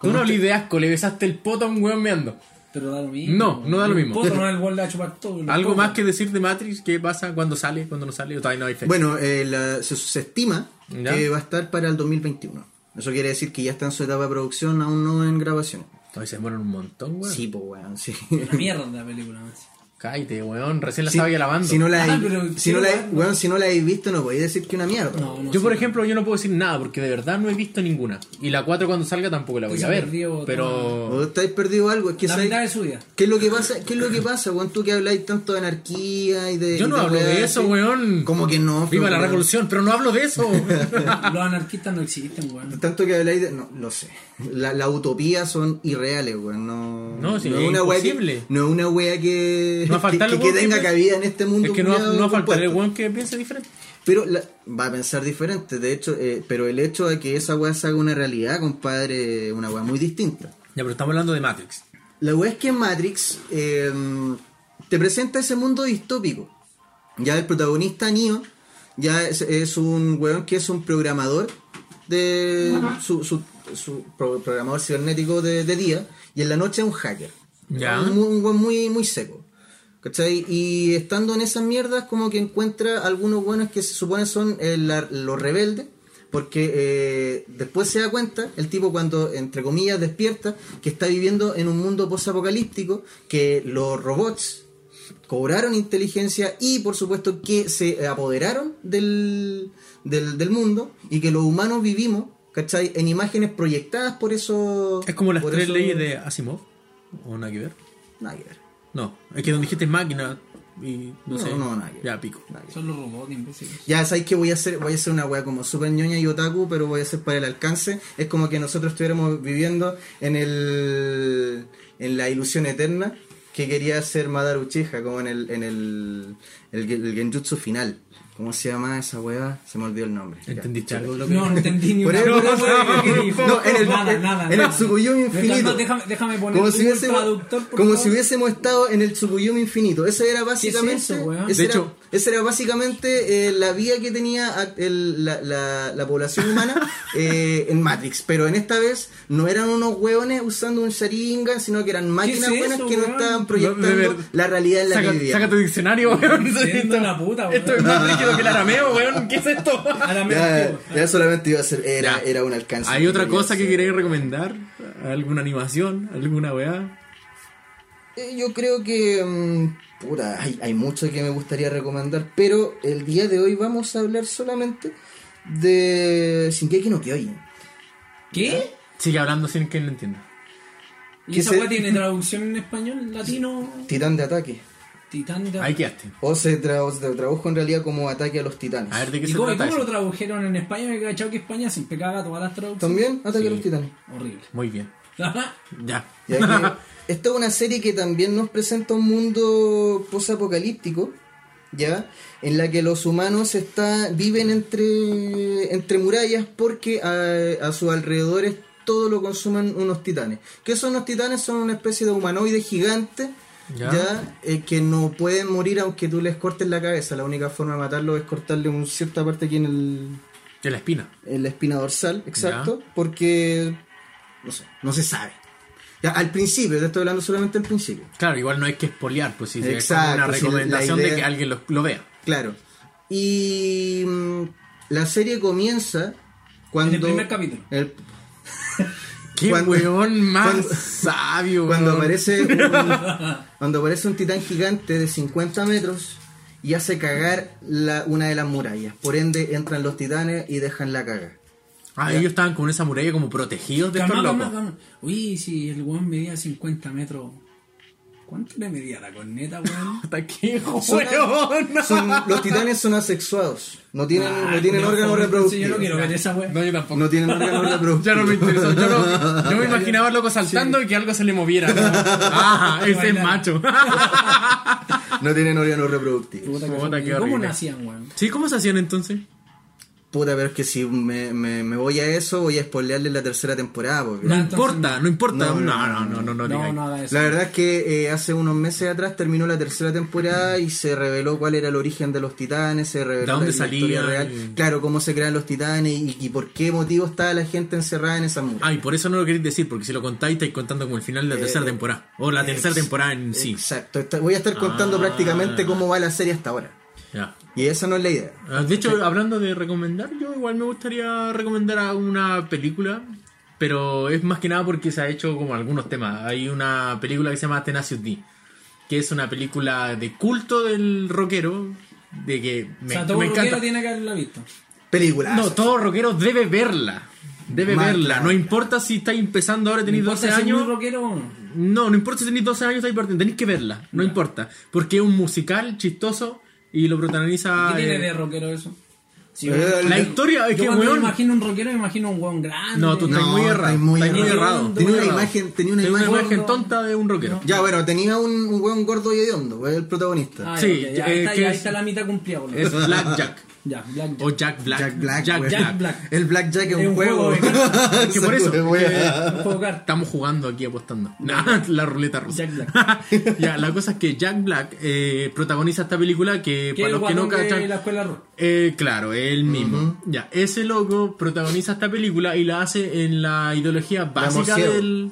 Speaker 1: Tú no le de asco, le besaste el poto a un weón meando.
Speaker 3: Pero da lo mismo.
Speaker 1: No, no da lo mismo.
Speaker 3: Puto, no es el weón le va a chupar todo. lo
Speaker 1: Algo
Speaker 3: todo.
Speaker 1: más que decir de Matrix, ¿qué pasa cuando sale, cuando no sale? O todavía no hay fecha.
Speaker 2: Bueno, eh, la- se, se estima
Speaker 1: ¿Ya?
Speaker 2: que va a estar para el 2021. Eso quiere decir que ya está en su etapa de producción, aún no en grabación.
Speaker 1: Todavía se demoran un montón, weón.
Speaker 2: Sí, pues weón, sí.
Speaker 3: Una mierda la película. más.
Speaker 1: Cállate, weón. Recién la
Speaker 2: Si-
Speaker 1: estaba ya lavando.
Speaker 2: Si no la,
Speaker 3: Ah,
Speaker 2: he-
Speaker 3: pero
Speaker 2: si
Speaker 3: sí,
Speaker 2: no la he-
Speaker 3: weón.
Speaker 2: weón, si no la habéis visto, no podéis decir que una mierda.
Speaker 3: No, no.
Speaker 1: yo, por
Speaker 3: sí.
Speaker 1: ejemplo, yo no puedo decir nada porque de verdad no he visto ninguna. Y la 4 cuando salga tampoco la voy
Speaker 3: Te
Speaker 1: a
Speaker 3: se
Speaker 1: ver.
Speaker 3: perdió
Speaker 1: Pero.
Speaker 2: O estáis perdido algo, es que
Speaker 3: La
Speaker 2: sabéis-
Speaker 3: mitad de su vida.
Speaker 2: ¿Qué es lo que pasa? ¿Qué es lo que pasa, weón? Tú que habláis tanto de anarquía y de.
Speaker 1: Yo
Speaker 2: y
Speaker 1: no hablo
Speaker 2: weas
Speaker 1: de eso,
Speaker 2: así.
Speaker 1: weón.
Speaker 2: ¿Cómo que no?
Speaker 1: Viva la
Speaker 2: weón?
Speaker 1: revolución, pero no hablo de eso.
Speaker 3: Los anarquistas no existen, weón.
Speaker 2: Tanto que habláis de. No, lo sé. La, la utopía son irreales, weón. No,
Speaker 1: No, sí, es
Speaker 2: una wea
Speaker 1: imposible.
Speaker 2: que, no es una wea que.
Speaker 1: No va a faltar
Speaker 2: que,
Speaker 1: el
Speaker 2: que
Speaker 1: weón que
Speaker 2: tenga
Speaker 1: piense-
Speaker 2: cabida en este mundo.
Speaker 1: es que no, va-
Speaker 2: culiao
Speaker 1: no va a faltar el
Speaker 2: compuesto.
Speaker 1: weón que piense diferente.
Speaker 2: Pero la- va a pensar diferente, de hecho. eh, pero el hecho de que esa wea se haga una realidad, compadre, es una wea muy distinta.
Speaker 1: Ya, pero estamos hablando de Matrix.
Speaker 2: La wea es que Matrix eh, te presenta ese mundo distópico. Ya el protagonista Neo ya es, es un weón que es un programador de su, su- su pro- programador cibernético de, de día y en la noche es un hacker.
Speaker 1: Ya.
Speaker 2: Un, un weón muy, muy seco. ¿Cachai? Y estando en esas mierdas como que encuentra algunos buenos que se supone son eh, la- los rebeldes. Porque eh, después se da cuenta, el tipo cuando, entre comillas, despierta, que está viviendo en un mundo posapocalíptico, que los robots cobraron inteligencia y por supuesto que se apoderaron del, del, del mundo y que los humanos vivimos, ¿cachai? En imágenes proyectadas por eso...
Speaker 1: Es como las
Speaker 2: por
Speaker 1: tres
Speaker 2: eso-
Speaker 1: leyes de Asimov. ¿O nada que ver?
Speaker 2: Nada que ver.
Speaker 1: No, es que donde dijiste máquina y no,
Speaker 2: No,
Speaker 1: sé.
Speaker 2: no, nada que ver.
Speaker 1: Ya, pico.
Speaker 2: Nada que ver.
Speaker 3: Son los robots imbéciles.
Speaker 2: Ya sabéis que voy a hacer, voy a hacer una wea como super ñoña y otaku, pero voy a hacer para el alcance. Es como que nosotros estuviéramos viviendo en el en la ilusión eterna que quería hacer Madara Uchiha, como en el en el, el, el genjutsu final. ¿Cómo se llama esa wea? Se me olvidó el nombre. Ya,
Speaker 1: ¿Entendiste
Speaker 2: chuta.
Speaker 1: algo? de lo que-
Speaker 3: No, no entendí ni
Speaker 2: Por
Speaker 3: una
Speaker 2: eso-
Speaker 3: no,
Speaker 1: no,
Speaker 2: no, en el-
Speaker 3: nada,
Speaker 2: en-
Speaker 3: nada,
Speaker 2: en el
Speaker 3: nada.
Speaker 2: Tsukuyomi infinito.
Speaker 3: Entonces, Déjame, déjame poner
Speaker 2: Como, si
Speaker 3: Google
Speaker 2: hubiésemos,
Speaker 3: traductor, por
Speaker 2: como
Speaker 3: favor.
Speaker 2: si hubiésemos estado en el Tsukuyomi infinito. Ese era básicamente.
Speaker 3: eso, weón?
Speaker 2: ese
Speaker 1: De
Speaker 2: era-
Speaker 1: hecho-
Speaker 2: esa era básicamente eh, la vía que tenía a- el- la, la- la población humana eh, en Matrix. Pero en esta vez no eran unos hueones usando un sharingan, sino que eran máquinas
Speaker 3: es
Speaker 2: buenas
Speaker 3: eso,
Speaker 2: que no
Speaker 3: weón?
Speaker 2: estaban
Speaker 1: De
Speaker 2: proyectando
Speaker 1: ver-
Speaker 2: la realidad en la que
Speaker 1: Saca,
Speaker 2: vivían.
Speaker 1: saca tu diccionario, weón.
Speaker 3: Siento la puta, weón.
Speaker 1: Esto es más rígido que el arameo, weón. ¿Qué es esto?
Speaker 3: A la
Speaker 2: Ya,
Speaker 3: mera
Speaker 2: ya solamente iba a ser. Era,
Speaker 1: Ya.
Speaker 2: era un alcance.
Speaker 1: ¿Hay otra
Speaker 2: quería
Speaker 1: cosa que
Speaker 2: hacer.
Speaker 1: queréis recomendar? ¿Alguna animación? ¿Alguna weá?
Speaker 2: Eh, Yo creo que. mm, puta, hay, hay mucho que me gustaría recomendar, pero el día de hoy vamos a hablar solamente de Shingeki no Kyojin.
Speaker 3: ¿Qué?
Speaker 1: Sigue hablando sin que lo entienda.
Speaker 3: ¿Y
Speaker 2: ¿Qué
Speaker 3: esa
Speaker 2: se-
Speaker 3: weá tiene traducción en español, latino,
Speaker 2: Titán de ataque.
Speaker 3: titán de...
Speaker 1: Ahí quedaste.
Speaker 2: O se, tra- o se tradujo en realidad como ataque a los titanes.
Speaker 1: A ver, ¿de qué
Speaker 3: ¿Y
Speaker 1: se
Speaker 3: cómo, y
Speaker 1: trata
Speaker 3: cómo lo
Speaker 1: eso?
Speaker 3: tradujeron en España? Me he cachado que España siempre caga todas las traducciones.
Speaker 2: También ataque a
Speaker 1: Sí.
Speaker 2: los titanes.
Speaker 3: Horrible.
Speaker 1: Muy bien. Ya.
Speaker 2: Ya que esta es una serie que también nos presenta un mundo posapocalíptico, ¿ya? En la que los humanos está, viven entre, entre murallas porque a, a sus alrededores todo lo consumen unos titanes. ¿Qué son los titanes? Son una especie de humanoide gigante.
Speaker 1: Ya.
Speaker 2: Ya, Eh, que no pueden morir aunque tú les cortes la cabeza. La única forma de matarlo es cortarle una cierta parte aquí en el,
Speaker 1: De la espina.
Speaker 2: en la espina dorsal, exacto, porque no sé, no se sabe. Ya, al principio, te estoy hablando solamente al principio.
Speaker 1: Claro, igual no hay que espolear, pues si es como
Speaker 2: Exacto,
Speaker 1: una
Speaker 2: sí, la
Speaker 1: recomendación
Speaker 2: idea-
Speaker 1: de que alguien lo, lo vea.
Speaker 2: Claro. Y mm, la serie comienza cuando.
Speaker 3: En el primer capítulo.
Speaker 2: el-
Speaker 1: ¡Qué
Speaker 2: Cuando-
Speaker 1: huevón más
Speaker 2: cuando-
Speaker 1: sabio!
Speaker 2: cuando
Speaker 1: weón.
Speaker 2: aparece un, cuando aparece un titán gigante de 50 metros y hace cagar la- una de las murallas. Por ende, entran los titanes y dejan la caga.
Speaker 1: Ah, ellos estaban con esa muralla como protegidos de
Speaker 3: Calma,
Speaker 1: estos
Speaker 3: calma,
Speaker 1: locos.
Speaker 3: calma. Uy, si el weón medía 50 metros. ¿Cuánto le medía la corneta, weón?
Speaker 1: Hasta qué
Speaker 2: Son-
Speaker 1: huevón.
Speaker 2: son- los titanes son asexuados. No tienen,
Speaker 3: Ah,
Speaker 2: no tienen
Speaker 3: culiao,
Speaker 2: órgano
Speaker 3: joven, entonces
Speaker 2: reproductivo.
Speaker 3: Yo no quiero ver esa weón.
Speaker 1: yo tampoco.
Speaker 2: No tienen órgano reproductivo.
Speaker 1: Ya no me interesó. Yo, no- yo me imaginaba al loco saltando y que algo se le moviera. ¿no? Ah, ese es
Speaker 3: Bailar.
Speaker 1: macho.
Speaker 2: No tienen órgano reproductivo.
Speaker 3: Puta que
Speaker 1: Puta,
Speaker 3: son-
Speaker 1: qué
Speaker 3: ¿Cómo
Speaker 1: horrible.
Speaker 3: nacían, weón?
Speaker 1: ¿Sí? ¿Cómo se hacían entonces?
Speaker 2: Puta, pero es que si me, me- me voy a eso, voy a spoilearle la tercera temporada. Porque...
Speaker 1: No
Speaker 3: No, entonces
Speaker 1: importa, no importa. No, no,
Speaker 2: No, no,
Speaker 1: no, no, no,
Speaker 3: No,
Speaker 1: digáis.
Speaker 3: no haga eso.
Speaker 2: La verdad es que eh, hace unos meses atrás terminó la tercera temporada y se reveló cuál era el origen de los titanes, se reveló
Speaker 1: ¿De dónde
Speaker 2: la, la historia
Speaker 1: salían?
Speaker 2: real, claro, cómo se crean los titanes y, y por qué motivo estaba la gente encerrada en esa muralla.
Speaker 1: Ah, y por eso no lo queréis decir, porque si lo contáis estáis contando como el final de la tercera temporada. O Ah, la tercera
Speaker 2: Eh, ex-
Speaker 1: temporada en sí.
Speaker 2: Exacto, Esta- voy a estar contando
Speaker 1: Ah.
Speaker 2: prácticamente cómo va la serie hasta ahora.
Speaker 1: Ya.
Speaker 2: Y esa no es la idea.
Speaker 1: Ah, De hecho, hablando de recomendar, yo igual me gustaría recomendar a una película, pero es más que nada porque se ha hecho como algunos temas. Hay una película que se llama Tenacious D, que es una película de culto del rockero, de que
Speaker 3: O
Speaker 1: me,
Speaker 3: sea, todo
Speaker 1: me
Speaker 3: rockero
Speaker 1: encanta.
Speaker 3: tiene que haberla visto.
Speaker 2: Película.
Speaker 1: No, todo rockero debe verla. Debe
Speaker 2: Más
Speaker 1: verla.
Speaker 2: claro.
Speaker 1: No importa si estáis empezando ahora, tenéis 12
Speaker 3: ¿Importa si es muy
Speaker 1: años.
Speaker 3: rockero o no?
Speaker 1: No, no importa si tenéis 12 años, estáis partiendo. Tenéis que verla. No importa. Porque es un musical chistoso y lo protagoniza.
Speaker 3: ¿Qué
Speaker 1: eh,
Speaker 3: tiene de rockero eso? Si
Speaker 2: Eh,
Speaker 3: weón-
Speaker 1: La historia es
Speaker 3: yo
Speaker 1: que,
Speaker 3: cuando me
Speaker 1: weón.
Speaker 3: imagino un rockero me imagino un weón grande.
Speaker 1: No, tú estás
Speaker 2: No,
Speaker 1: muy
Speaker 2: estás
Speaker 1: errado.
Speaker 2: muy
Speaker 1: Estás muy
Speaker 2: errado.
Speaker 1: errado.
Speaker 2: Tenía
Speaker 1: muy
Speaker 2: una
Speaker 1: errado.
Speaker 2: imagen- tenía una
Speaker 1: Tenía
Speaker 2: imagen-
Speaker 1: tonta de un rockero.
Speaker 2: Ya, bueno, tenía un, un weón gordo y hediondo, el protagonista.
Speaker 3: Ah,
Speaker 1: Sí,
Speaker 3: ya, ok, ya,
Speaker 1: eh,
Speaker 3: está,
Speaker 1: que
Speaker 3: ya
Speaker 1: es-
Speaker 3: está la mitad cumplida, boludo.
Speaker 1: Es Black Jack.
Speaker 3: Ya, ya, ya.
Speaker 1: O Jack Black.
Speaker 2: Jack Black.
Speaker 1: Jack
Speaker 2: weón.
Speaker 1: Black.
Speaker 3: Black.
Speaker 2: El Black Jack es
Speaker 3: Es
Speaker 2: un
Speaker 3: un
Speaker 2: juego.
Speaker 3: juego,
Speaker 1: Es que por eso, Eh,
Speaker 2: Se fue, weón.
Speaker 3: Un juego de cartas.
Speaker 1: Estamos jugando aquí apostando. Nah, la ruleta rusa.
Speaker 3: Jack Black.
Speaker 1: ya, la cosa es que Jack Black eh, protagoniza esta película que
Speaker 3: ¿Qué
Speaker 1: para los que no cachan.
Speaker 3: la escuela rock?
Speaker 1: Eh, claro, él mismo. Ya, ese loco protagoniza esta película y la hace en la ideología básica
Speaker 2: moceo.
Speaker 1: del.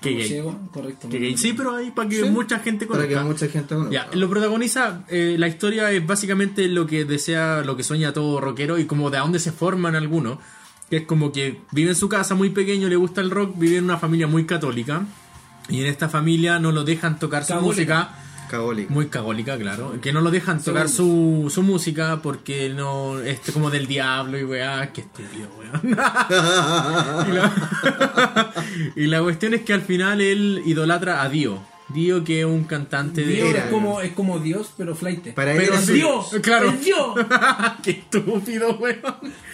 Speaker 1: Que
Speaker 3: Como
Speaker 1: gay.
Speaker 3: ciego, correcto.
Speaker 1: Que gay. Sí, pero ahí para que
Speaker 2: Sí.
Speaker 1: mucha gente
Speaker 2: Para
Speaker 1: conozca.
Speaker 2: que mucha gente conozca.
Speaker 1: eh, Ya, lo protagoniza, eh, la historia es básicamente lo que desea, lo que sueña todo rockero y como de a dónde se forman algunos. Que es como que vive en su casa muy pequeño, le gusta el rock, vive en una familia muy católica. Y en esta familia no lo dejan tocar su
Speaker 3: Católica.
Speaker 1: música.
Speaker 2: Cabólico.
Speaker 1: Muy católica, claro. Que no lo dejan tocar su, su música porque no es como del diablo y weá. Qué estúpido, weón. y, la, y la cuestión es que al final él idolatra a Dio. Dio que es un cantante de...
Speaker 3: Dios
Speaker 2: Era.
Speaker 3: es como, es como Dios, pero flight.
Speaker 2: Para él
Speaker 1: Pero
Speaker 2: era
Speaker 1: sí,
Speaker 3: Dios,
Speaker 1: claro.
Speaker 3: es Dios.
Speaker 1: Qué estúpido, weón.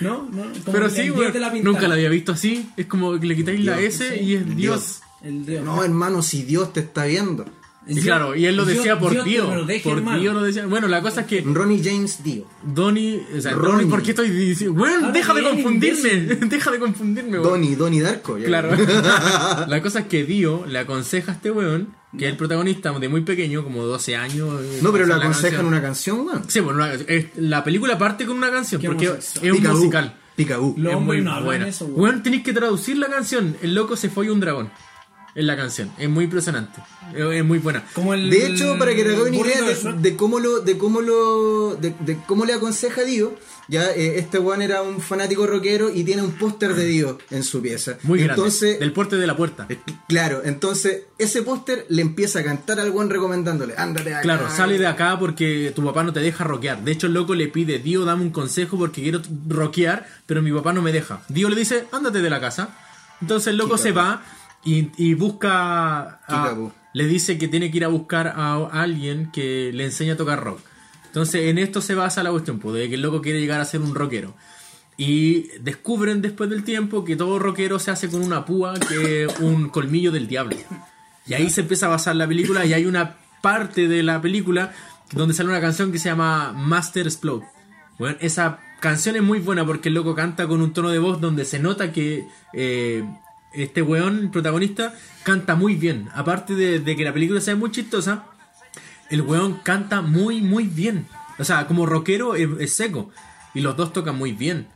Speaker 3: No, no, como
Speaker 1: Pero
Speaker 3: el-
Speaker 1: sí,
Speaker 3: el
Speaker 1: weón.
Speaker 3: Dios de la pintada.
Speaker 1: Nunca la había visto así. Es como que le quitáis la
Speaker 2: Dios.
Speaker 1: S y es Dios.
Speaker 2: Dios.
Speaker 3: El Dios.
Speaker 2: No, hermano, si Dios te está viendo.
Speaker 1: Y claro, y él lo
Speaker 3: Dios-
Speaker 1: decía por
Speaker 3: Dios te
Speaker 1: Dio.
Speaker 3: protege,
Speaker 1: por
Speaker 3: hermano.
Speaker 1: Dio lo decía. Bueno, la cosa es que
Speaker 2: Ronnie James Dio.
Speaker 1: Donnie. O sea,
Speaker 2: Ronnie.
Speaker 1: Ronnie, ¿por qué estoy diciendo? Weón,
Speaker 3: Ahora
Speaker 1: deja de
Speaker 3: bien,
Speaker 1: confundirme. Deja de confundirme, weón.
Speaker 2: Donnie, Donnie Darko. ya.
Speaker 1: Claro. la cosa es que Dio le aconseja a este weón, que es el protagonista de muy pequeño, como 12 años.
Speaker 2: No, pero
Speaker 1: o sea, la
Speaker 2: lo aconsejan
Speaker 1: canción.
Speaker 2: una canción, weón.
Speaker 1: Sí, bueno, una- es- la película parte con una canción,
Speaker 3: Qué
Speaker 1: porque
Speaker 3: homosexual.
Speaker 1: es un
Speaker 2: Picaboo,
Speaker 1: musical.
Speaker 2: Picaboo.
Speaker 3: Los
Speaker 1: es
Speaker 3: hombres
Speaker 1: muy
Speaker 3: no hablan
Speaker 1: buena.
Speaker 3: eso, weón.
Speaker 1: Weón, tenéis que traducir la canción. El loco se fue un dragón. En la canción. Es muy impresionante. Es, es muy buena.
Speaker 3: Como el-
Speaker 2: De hecho, para que te hagas una
Speaker 3: burrito
Speaker 2: idea
Speaker 3: de
Speaker 2: de,
Speaker 3: Shrek.
Speaker 2: de cómo lo, de cómo lo, de, de cómo le aconseja Dio, ya eh, este Juan era un fanático rockero y tiene un póster de Dio en su pieza.
Speaker 1: Muy
Speaker 2: entonces,
Speaker 1: grande. Del porte de la puerta.
Speaker 2: eh, claro, entonces ese póster le empieza a cantar al Juan recomendándole, ándate acá.
Speaker 1: Claro, sale de acá porque tu papá no te deja rockear. De hecho, el loco le pide, Dio, dame un consejo porque quiero rockear, pero mi papá no me deja. Dio le dice, ándate de la casa. Entonces el loco se va y, y busca... a-
Speaker 2: Kickapoo.
Speaker 1: le dice que tiene que ir a buscar a alguien que le enseñe a tocar rock. Entonces en esto se basa la cuestión, pues, de que el loco quiere llegar a ser un rockero. Y descubren después del tiempo que todo rockero se hace con una púa que es un colmillo del diablo. Y ahí se empieza a basar la película y hay una parte de la película donde sale una canción que se llama Master Explode. Bueno, esa canción es muy buena porque el loco canta con un tono de voz donde se nota que eh, este weón, el protagonista, canta muy bien. Aparte de, de que la película sea muy chistosa, el weón canta muy, muy bien. O sea, como rockero es, es seco. Y los dos tocan muy bien.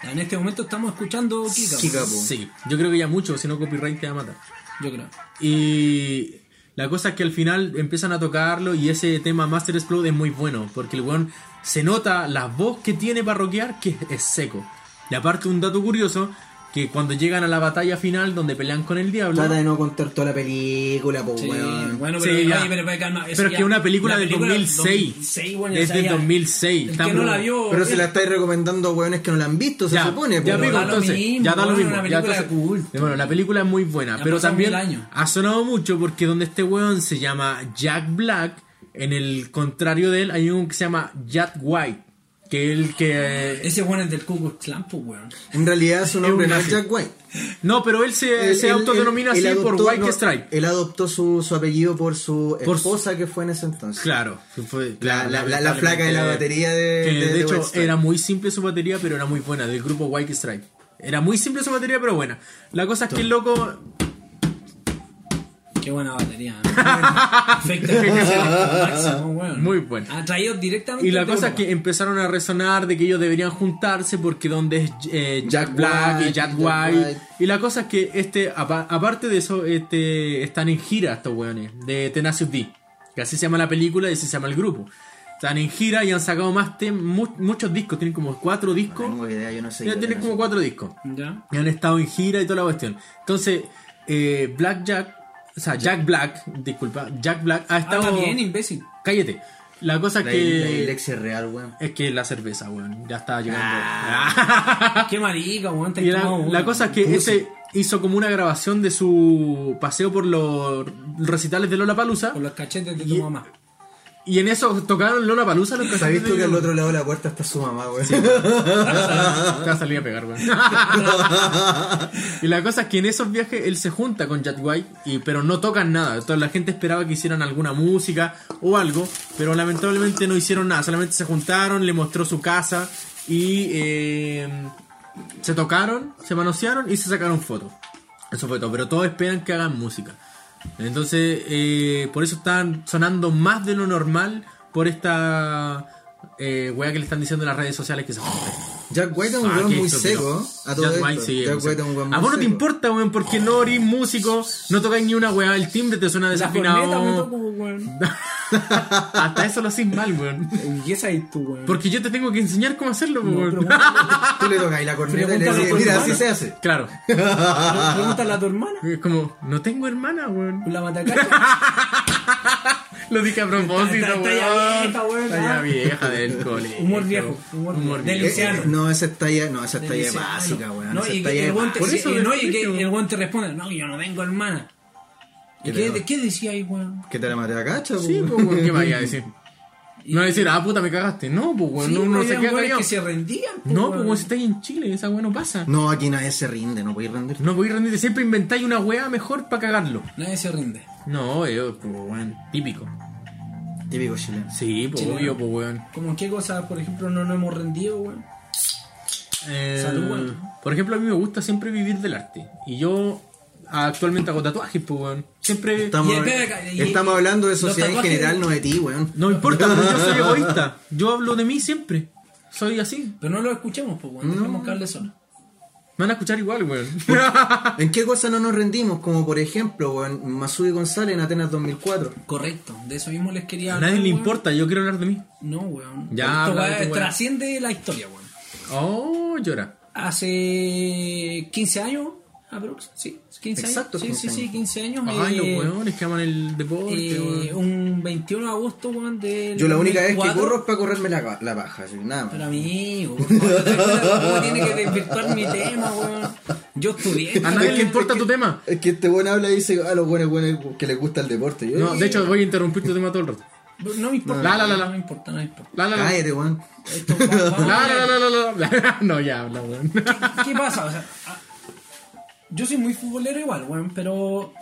Speaker 3: En este momento estamos escuchando Kika.
Speaker 2: Kika. Capo.
Speaker 1: Sí, yo creo que ya mucho, si no copyright te va a matar.
Speaker 3: Yo creo.
Speaker 1: Y la cosa es que al final empiezan a tocarlo y ese tema Master Explode es muy bueno, porque el weón se nota la voz que tiene para rockear que es seco. Y aparte un dato curioso, que cuando llegan a la batalla final donde pelean con el diablo...
Speaker 2: Trata de no contar toda la película, po,
Speaker 3: Sí,
Speaker 2: weón.
Speaker 3: bueno,
Speaker 1: Sí,
Speaker 3: pero,
Speaker 1: ya.
Speaker 3: oye, pero, pero calma, eso
Speaker 1: Pero es
Speaker 3: ya-
Speaker 1: que una película
Speaker 3: la
Speaker 1: del 2006.
Speaker 3: 2006, bueno,
Speaker 1: es
Speaker 3: esa
Speaker 1: del
Speaker 3: ya-
Speaker 1: 2006.
Speaker 3: El
Speaker 1: está
Speaker 3: que no la
Speaker 1: muy-
Speaker 3: vio.
Speaker 2: Pero
Speaker 3: eh,
Speaker 2: se la estáis recomendando a weones que no la han visto, se
Speaker 1: ya,
Speaker 2: supone, po,
Speaker 1: ya,
Speaker 3: pero
Speaker 1: amigo,
Speaker 3: pues, da
Speaker 2: weón.
Speaker 3: lo
Speaker 1: entonces,
Speaker 3: mismo,
Speaker 1: ya da lo
Speaker 3: bueno,
Speaker 1: mismo.
Speaker 3: una
Speaker 1: ya,
Speaker 3: película
Speaker 1: entonces-
Speaker 3: de culto.
Speaker 1: eh, bueno, la película es muy buena,
Speaker 3: Ya
Speaker 1: pero
Speaker 3: pasaron
Speaker 1: también
Speaker 3: mil años.
Speaker 1: ha sonado mucho porque donde este weón se llama Jack Black, en el contrario de él hay un que se llama Jack White, que el que...
Speaker 3: Ese bueno es del Ku Klux Klan, pues, weón.
Speaker 2: En realidad su nombre
Speaker 1: un
Speaker 2: no es
Speaker 1: ángel.
Speaker 2: Jack White.
Speaker 1: No, pero él se,
Speaker 2: Él-
Speaker 1: se
Speaker 2: él-
Speaker 1: autodenomina
Speaker 2: él-
Speaker 1: así
Speaker 2: él
Speaker 1: por
Speaker 2: adoptó-
Speaker 1: White
Speaker 2: no, eh,
Speaker 1: Stripe.
Speaker 2: Él adoptó su, su apellido por su
Speaker 1: Por su-
Speaker 2: esposa que fue en ese entonces.
Speaker 1: Claro, que fue-
Speaker 2: La, la, la, la
Speaker 1: lamentablemente,
Speaker 2: flaca de la batería de.
Speaker 1: que de,
Speaker 2: de- de White
Speaker 1: hecho
Speaker 2: Stripes.
Speaker 1: era muy simple su batería, pero era muy buena, del grupo White Strike. Era muy simple su batería, pero buena. La cosa es que el loco.
Speaker 3: Qué buena batería. ¿eh? ¿no? Efectos especiales máximo, weón.
Speaker 1: Muy bueno.
Speaker 3: Ha traído directamente.
Speaker 1: Y la
Speaker 3: de
Speaker 1: cosa es
Speaker 3: Europa.
Speaker 1: que empezaron a resonar de que ellos deberían juntarse porque donde es eh, Jack
Speaker 2: Jack
Speaker 1: Black y
Speaker 2: White,
Speaker 1: Jack
Speaker 2: Jack
Speaker 1: White.
Speaker 2: White.
Speaker 1: Y la cosa es que este apa- aparte de eso, este están en gira estos weones de Tenacious D. Que así se llama la película y así se llama el grupo. Están en gira y han sacado más tem- mu- muchos discos, tienen como cuatro discos.
Speaker 2: No tengo idea, yo no sé.
Speaker 1: Ya tienen como cuatro discos.
Speaker 3: Ya.
Speaker 1: Y han estado en gira y toda la cuestión. Entonces, eh, Black Jack, o sea, Jack Black, disculpa, Jack Black ha estado.
Speaker 3: Habla bien, imbécil.
Speaker 1: Cállate. La cosa es
Speaker 2: La,
Speaker 1: que.
Speaker 2: la Ilexia es real, weón.
Speaker 1: es que la cerveza, weón, ya está llegando.
Speaker 2: Ah,
Speaker 3: Qué marica, weón. te
Speaker 1: y la,
Speaker 3: tomado
Speaker 1: la
Speaker 3: una.
Speaker 1: cosa es que ese hizo como una grabación de su paseo por los recitales de Lola Palusa.
Speaker 3: Con los cachetes de tu mamá.
Speaker 1: Y en eso tocaron Lola Palusa los
Speaker 2: ¿Sabéis
Speaker 1: recitales
Speaker 2: tú que
Speaker 1: de-
Speaker 2: al otro lado de la puerta está su mamá, weón?
Speaker 1: Te va a salir a pegar, weón. y la cosa es que en esos viajes él se junta con Jack White, y, pero no tocan nada. Entonces la gente esperaba que hicieran alguna música o algo, pero lamentablemente no hicieron nada. Solamente se juntaron, le mostró su casa y eh, se tocaron, se manosearon y se sacaron fotos. Eso fue todo, pero todos esperan que hagan música. Entonces, eh, por eso están sonando más de lo normal por esta eh, wea que le están diciendo en las redes sociales que se...
Speaker 2: Jack White es un
Speaker 1: Ah,
Speaker 2: weón
Speaker 1: qué
Speaker 2: muy
Speaker 1: estúpido.
Speaker 3: ¿eh?
Speaker 2: seco. A todo
Speaker 1: Jack
Speaker 2: esto.
Speaker 1: White, sí,
Speaker 2: Jack
Speaker 1: muy
Speaker 2: White es
Speaker 1: seco.
Speaker 2: un weón
Speaker 1: A vos
Speaker 2: muy
Speaker 1: no te
Speaker 2: seco.
Speaker 1: importa, weón, porque no eres músico, no tocas ni una weá, el timbre te suena
Speaker 3: La corneta me tocó,
Speaker 1: desafinado.
Speaker 3: weón.
Speaker 1: Hasta eso lo haces mal, weón.
Speaker 3: Y esa es tu, weón.
Speaker 1: Porque yo te tengo que enseñar cómo hacerlo,
Speaker 3: No,
Speaker 1: weón.
Speaker 3: pregúntale-
Speaker 2: Tú le tocas ahí la corneta y le
Speaker 3: Pregúntale
Speaker 2: dices,
Speaker 3: por
Speaker 2: mira,
Speaker 3: hermano.
Speaker 2: así se hace.
Speaker 1: Claro.
Speaker 3: Pregúntale a tu hermana.
Speaker 1: Es como, no tengo hermana, weón.
Speaker 3: La matacacha.
Speaker 1: Lo dije a propósito,
Speaker 3: Está- está ya
Speaker 1: weón.
Speaker 3: vieja, weón,
Speaker 1: Está ya
Speaker 3: ah.
Speaker 1: vieja del cole.
Speaker 3: Humor viejo, humor del
Speaker 2: Eh,
Speaker 3: Luciano.
Speaker 2: eh, No, esa es talla, no, esa es talla
Speaker 3: Dice, ah,
Speaker 2: básica, weón.
Speaker 3: No,
Speaker 2: esa es
Speaker 3: y que
Speaker 2: talla
Speaker 3: el weón te,
Speaker 1: Por
Speaker 3: sí,
Speaker 1: eso
Speaker 3: y
Speaker 1: me
Speaker 3: no, y que
Speaker 1: explico.
Speaker 3: el weón te responde, no, yo no tengo hermana.
Speaker 2: ¿Qué
Speaker 3: ¿Y qué,
Speaker 2: le-
Speaker 3: qué decía ahí, weón?
Speaker 2: Que te la maté a cacha,
Speaker 1: Sí, pues, weón, ¿qué vaya a decir? No decir, ah, puta, me cagaste. No, pues, weón,
Speaker 3: Sí,
Speaker 1: no, no
Speaker 3: weón,
Speaker 1: se
Speaker 3: eran
Speaker 1: queda
Speaker 3: weones
Speaker 1: callado.
Speaker 3: que se rendían. po,
Speaker 1: No, pues,
Speaker 3: weón.
Speaker 1: weón, si estáis en Chile, esa weá no pasa.
Speaker 2: No, aquí nadie se rinde, no podéis rendir.
Speaker 1: No voy a rendirte, siempre inventáis una weá mejor para cagarlo.
Speaker 3: Nadie se rinde.
Speaker 1: No, yo, pues weón, típico.
Speaker 2: Típico chileno.
Speaker 1: Sí, pues
Speaker 3: Chileno.
Speaker 1: obvio, pues weón.
Speaker 3: Como en qué cosas, por ejemplo, no nos hemos rendido, weón.
Speaker 1: Eh,
Speaker 3: Salud, weón.
Speaker 1: Por ejemplo, a mí me gusta siempre vivir del arte. Y yo actualmente hago tatuajes, pues weón. Siempre.
Speaker 2: Estamos,
Speaker 3: Y espera, y-
Speaker 2: estamos hablando de
Speaker 3: los
Speaker 2: sociedad en
Speaker 3: tatuajes-
Speaker 2: general, no de ti, weón.
Speaker 1: No me importa, porque yo soy egoísta. Yo hablo de mí siempre. Soy así.
Speaker 3: Pero no lo escuchemos, pues, weón.
Speaker 1: Mm.
Speaker 3: Dejemos caerle solo.
Speaker 1: Me van a escuchar igual, weón.
Speaker 2: ¿En qué cosas no nos rendimos? Como por ejemplo, weón, Masubi González en Atenas 2004.
Speaker 3: Correcto, de eso mismo les quería
Speaker 1: a
Speaker 3: hablar.
Speaker 1: nadie le
Speaker 3: weón.
Speaker 1: importa, yo quiero hablar de mí.
Speaker 3: No, weón.
Speaker 1: Ya,
Speaker 3: Esto
Speaker 1: habla de
Speaker 3: weón,
Speaker 1: tu weón.
Speaker 3: trasciende la historia, weón.
Speaker 1: Oh, llora.
Speaker 3: Hace 15 años, aprox, sí, 15
Speaker 2: Exacto,
Speaker 3: años. Sí,
Speaker 2: 15
Speaker 3: sí, sí,
Speaker 2: años.
Speaker 3: 15 años.
Speaker 1: Ay,
Speaker 3: eh,
Speaker 1: los weones que aman el deporte,
Speaker 3: Eh,
Speaker 1: weón.
Speaker 3: un 21 de agosto, weón, del
Speaker 2: Yo la única vez que
Speaker 3: 2004.
Speaker 2: corro es para correrme la, la paja, así, nada más.
Speaker 3: Pero amigo, por favor, ¿cómo tiene que desvirtuar mi tema, weón? Yo estudié.
Speaker 1: A nadie le importa tu tema.
Speaker 2: Es que este buen habla y dice, ah, los buenos buenos que les gusta el deporte. Yo,
Speaker 1: No, de
Speaker 2: eh,
Speaker 1: hecho, voy a interrumpir tu tema todo el rato.
Speaker 3: No me importa.
Speaker 1: La, la, la, la.
Speaker 3: No me importa, no me importa.
Speaker 1: La, la, la.
Speaker 2: Cállate, weón.
Speaker 3: Esto, va- vamos
Speaker 1: La,
Speaker 3: a-
Speaker 1: la, la, la, la, la. No, ya habla, weón.
Speaker 3: ¿Qué pasa? O sea, ah, yo soy muy futbolero igual, weón, pero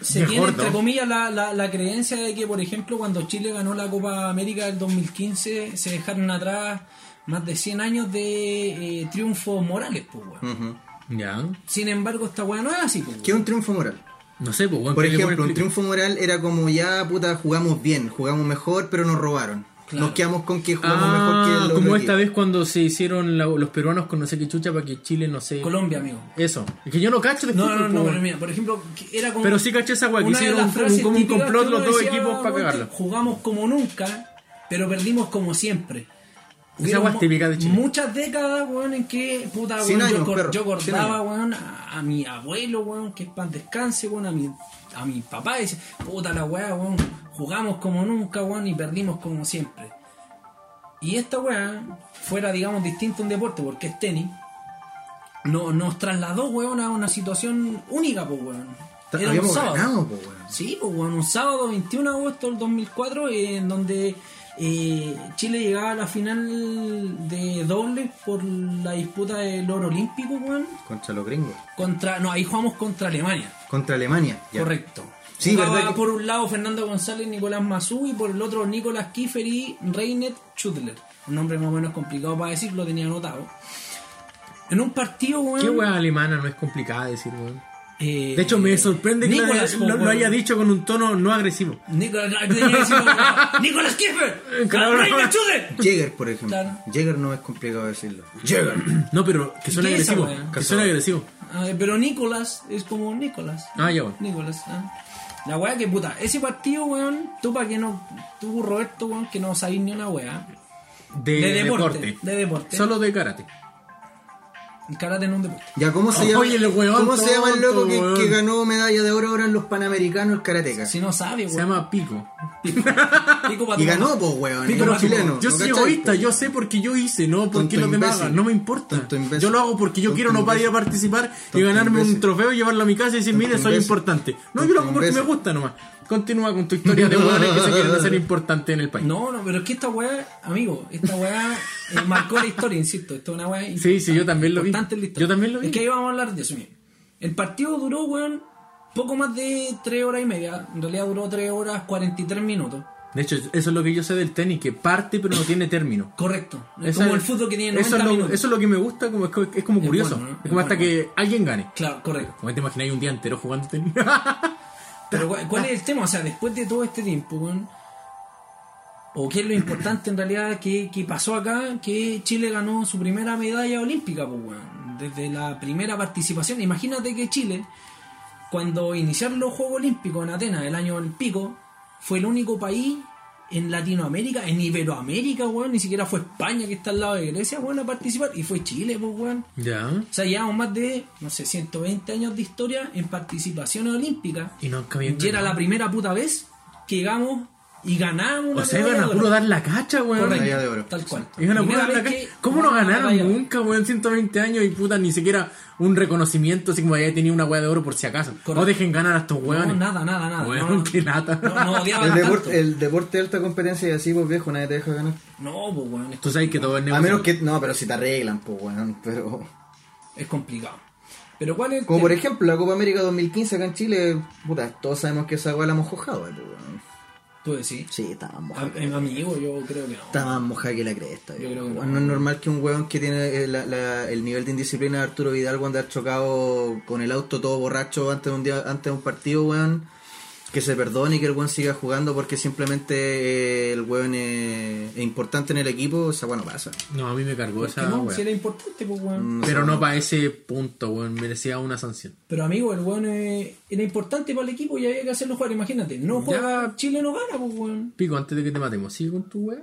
Speaker 3: se
Speaker 1: Mejor,
Speaker 3: tiene, entre
Speaker 1: ¿no?
Speaker 3: comillas, la, la, la creencia de que, por ejemplo, cuando Chile ganó la Copa América del 2015, se dejaron atrás más de 100 años de eh, triunfos morales, pues, weón.
Speaker 1: Ya.
Speaker 3: Sin embargo, esta weá no es así, pues,
Speaker 2: ¿Qué es un triunfo moral?
Speaker 1: No sé, pues, weón.
Speaker 2: Por
Speaker 1: creo que
Speaker 2: ejemplo,
Speaker 1: voy a
Speaker 2: un
Speaker 1: explicar.
Speaker 2: triunfo moral era como ya, puta, jugamos bien, jugamos mejor, pero nos robaron.
Speaker 3: Claro.
Speaker 2: Nos quedamos con que jugamos
Speaker 1: Ah,
Speaker 2: mejor que el otro
Speaker 1: como esta
Speaker 2: equipo.
Speaker 1: vez cuando se hicieron la- los peruanos con no sé qué chucha para que Chile no sé.
Speaker 3: Colombia, amigo.
Speaker 1: Eso. Es que yo no cacho de
Speaker 3: No,
Speaker 1: fútbol,
Speaker 3: no, no,
Speaker 1: po,
Speaker 3: pero
Speaker 1: weón.
Speaker 3: mira, por ejemplo, que era como.
Speaker 1: Pero sí caché esa weá, que
Speaker 3: una de
Speaker 1: hicieron un-
Speaker 3: las frases
Speaker 1: como un
Speaker 3: típicas
Speaker 1: complot
Speaker 3: que
Speaker 1: los
Speaker 3: uno
Speaker 1: dos
Speaker 3: decía, "Oh,
Speaker 1: equipos para
Speaker 3: "Weón,
Speaker 1: cagarla".
Speaker 3: Jugamos como nunca, pero perdimos como siempre.
Speaker 1: Esa weá es
Speaker 3: mu-
Speaker 1: típica de Chile.
Speaker 3: Muchas décadas, weón, en que, puta,
Speaker 2: Cien
Speaker 3: weón, yo
Speaker 2: años,
Speaker 3: cor-
Speaker 2: perro,
Speaker 3: yo
Speaker 2: cien
Speaker 3: acordaba,
Speaker 2: años.
Speaker 3: weón, a, a mi abuelo, weón, que es pan descanse, weón, a mi, a mi papá, dice, puta la weá, weón, jugamos como nunca, weón, y perdimos como siempre. Y esta weá fuera, digamos, distinto a un deporte, porque es tenis, no, nos trasladó, weón, a una situación única, pues, weón. Era un
Speaker 2: Habíamos
Speaker 3: sábado.
Speaker 2: ganado, po, weón.
Speaker 3: Sí, pues, weón, un sábado 21 de agosto del 2004, eh, en donde eh, Chile llegaba a la final de doble por la disputa del oro olímpico, weón,
Speaker 2: Contra los gringos.
Speaker 3: contra, no, ahí jugamos contra Alemania,
Speaker 2: Contra Alemania. ya.
Speaker 3: correcto.
Speaker 2: Sí,
Speaker 3: Jugaba
Speaker 2: verdad que-
Speaker 3: por un lado Fernando González, Nicolás Mazú y por el otro Nicolás Kiefer y Reinert Schudler. Un nombre más o menos complicado para decir, lo tenía anotado. En un partido, weón.
Speaker 1: Qué weá alemana no es complicada decir, weón.
Speaker 3: eh,
Speaker 1: De hecho, me sorprende que lo
Speaker 3: Nicolás,
Speaker 1: haya-
Speaker 3: po,
Speaker 1: lo, lo
Speaker 3: weón.
Speaker 1: haya dicho con un tono no agresivo.
Speaker 3: Nicolás, tenía que decirlo, weón. Nicolás Kiefer, Ah,
Speaker 1: Claro.
Speaker 3: Reinert Schudler.
Speaker 2: Jäger, por ejemplo.
Speaker 3: Claro.
Speaker 2: Jäger no es complicado decirlo. Jäger.
Speaker 1: No, pero que suena
Speaker 3: ¿Qué es esa
Speaker 1: agresivo.
Speaker 3: weá?
Speaker 1: Que suena agresivo.
Speaker 3: Ah, pero Nicolás es como Nicolás.
Speaker 1: Ah, ya, weón.
Speaker 3: Nicolás. ah. La weá que puta. Ese partido, weón, tú para que no. Tú, Roberto, weón, que no sabís ni una weá.
Speaker 1: De,
Speaker 3: De deporte,
Speaker 1: deporte.
Speaker 3: de deporte.
Speaker 1: Solo de karate.
Speaker 3: El karate no es un deporte.
Speaker 2: Ya, ¿cómo se
Speaker 1: Oye,
Speaker 2: llama?
Speaker 1: el weón
Speaker 2: ¿Cómo se llama el
Speaker 1: tonto,
Speaker 2: loco que,
Speaker 1: weón.
Speaker 2: que ganó medalla de oro ahora en los Panamericanos, el karateca?
Speaker 3: Si no sabes,
Speaker 1: Se
Speaker 3: weón.
Speaker 1: llama pico.
Speaker 3: Pico pa'
Speaker 2: Y
Speaker 3: tu
Speaker 2: ganó,
Speaker 3: mamá.
Speaker 2: pues, weón.
Speaker 3: Pico
Speaker 2: era
Speaker 3: Machu-
Speaker 2: chileno.
Speaker 1: Yo
Speaker 2: ¿no
Speaker 1: soy
Speaker 2: cachai,
Speaker 1: egoísta,
Speaker 2: po?
Speaker 1: yo sé porque yo hice, no porque
Speaker 2: Tonto
Speaker 1: los demás
Speaker 2: imbécil.
Speaker 1: hagan, no me importa.
Speaker 2: Tonto imbécil.
Speaker 1: Yo lo hago porque yo
Speaker 2: Tonto
Speaker 1: quiero no para ir a
Speaker 2: imbécil.
Speaker 1: participar y
Speaker 2: Tonto
Speaker 1: ganarme un
Speaker 2: imbécil.
Speaker 1: trofeo y llevarlo a mi casa y decir,
Speaker 2: Tonto
Speaker 1: mire, soy
Speaker 2: imbécil.
Speaker 1: importante. No,
Speaker 2: Tonto
Speaker 1: yo lo hago porque me
Speaker 2: imbécil.
Speaker 1: gusta nomás. Continúa con tu historia de hueones que se quieren hacer importante en el país.
Speaker 3: No, no, pero es que esta weá, amigo, esta weá eh, marcó la historia, insisto. Esto es una weá.
Speaker 1: Sí, sí, yo también lo vi.
Speaker 3: importante en la historia.
Speaker 1: Yo también lo vi.
Speaker 3: Es que ahí vamos a hablar de eso, mira. El partido duró, weón, poco más de 3 horas y media. En realidad duró 3 horas 43 minutos.
Speaker 1: De hecho, eso es lo que yo sé del tenis, que parte pero no tiene término.
Speaker 3: Correcto.
Speaker 1: Esa
Speaker 3: como el
Speaker 1: es-
Speaker 3: fútbol que tiene 90
Speaker 1: eso es, lo,
Speaker 3: minutos.
Speaker 1: eso es lo que me gusta, como es, co- es como
Speaker 3: Es
Speaker 1: curioso.
Speaker 3: bueno, ¿no?
Speaker 1: Es como
Speaker 3: Es
Speaker 1: hasta
Speaker 3: bueno.
Speaker 1: que alguien gane.
Speaker 3: Claro, correcto.
Speaker 1: Como te imagináis un día entero jugando tenis.
Speaker 3: Pero ¿cuál- ¿cuál es el tema? O sea, después de todo este tiempo, weón, ¿o qué es lo importante en realidad que, que pasó acá? Que Chile ganó su primera medalla olímpica, pues, weón. Desde la primera participación. Imagínate que Chile, cuando iniciaron los Juegos Olímpicos en Atenas, el año del pico, fue el único país en Latinoamérica, en Iberoamérica, weón, ni siquiera fue España que está al lado de Grecia, weón, a participar, y fue Chile, pues, weón.
Speaker 1: ya.
Speaker 3: O sea, llevamos más de, no sé, 120 años de historia en participaciones olímpicas.
Speaker 1: Y nunca había
Speaker 3: Y era la primera puta vez que llegamos y ganamos una
Speaker 1: O sea,
Speaker 3: medalla
Speaker 1: iban a
Speaker 3: de
Speaker 1: puro
Speaker 3: oro.
Speaker 1: dar la cacha, weón.
Speaker 3: Correcto,
Speaker 2: Medalla de oro.
Speaker 3: Tal cual.
Speaker 1: Iban a puro
Speaker 3: Primera
Speaker 1: dar la
Speaker 3: vez
Speaker 1: cacha.
Speaker 3: que
Speaker 1: ¿Cómo no
Speaker 3: ganamos una
Speaker 1: ganaron
Speaker 3: medalla de oro.
Speaker 1: nunca, weón? 120 años y puta, ni siquiera un reconocimiento así como había tenido una weá de oro por si acaso.
Speaker 3: Correcto.
Speaker 1: No dejen ganar a estos
Speaker 3: No,
Speaker 1: weones.
Speaker 3: nada, nada, nada.
Speaker 1: Weón,
Speaker 3: no, no,
Speaker 1: qué lata.
Speaker 3: No, no odiaban
Speaker 2: El
Speaker 3: tanto.
Speaker 2: deporte, el deporte de alta competencia y así, pues viejo, nadie te deja ganar.
Speaker 3: No, pues, weón, esto
Speaker 1: Tú sabes que todo es
Speaker 2: A
Speaker 1: negocio.
Speaker 2: menos que. No, pero si te arreglan, pues, weón. Pero.
Speaker 3: es complicado. Pero ¿cuál es el
Speaker 2: Como por
Speaker 3: tema?
Speaker 2: ejemplo, la Copa América 2015 acá en Chile, puta, todos sabemos que esa weá la hemos mojado, pues, weón.
Speaker 3: Tú decís.
Speaker 2: Sí, estaba
Speaker 3: A-
Speaker 2: mojada.
Speaker 3: a- Amigo, yo creo que no.
Speaker 2: Está más mojada que la cresta.
Speaker 3: Yo creo que
Speaker 2: weón. no
Speaker 3: no.
Speaker 2: es normal que un weón que tiene eh, la- la- el nivel de indisciplina de Arturo Vidal, weón, de haber chocado con el auto todo borracho antes de un, día, antes de un partido, weón, que se perdone y que el weón siga jugando porque simplemente eh, el weón eh, es, es importante en el equipo, o sea, bueno, pasa.
Speaker 1: No, a mí me cargó
Speaker 3: Porque
Speaker 1: esa
Speaker 3: no,
Speaker 1: weá.
Speaker 3: si era importante, pues, weón.
Speaker 1: Pero no para ese punto, weón. Merecía una sanción.
Speaker 3: Pero amigo, el weón eh, era importante para el equipo y había que hacerlo jugar. Imagínate, no juega Chile, no gana, pues, weón.
Speaker 1: Pico, antes de que te matemos, ¿sigue con tu weá?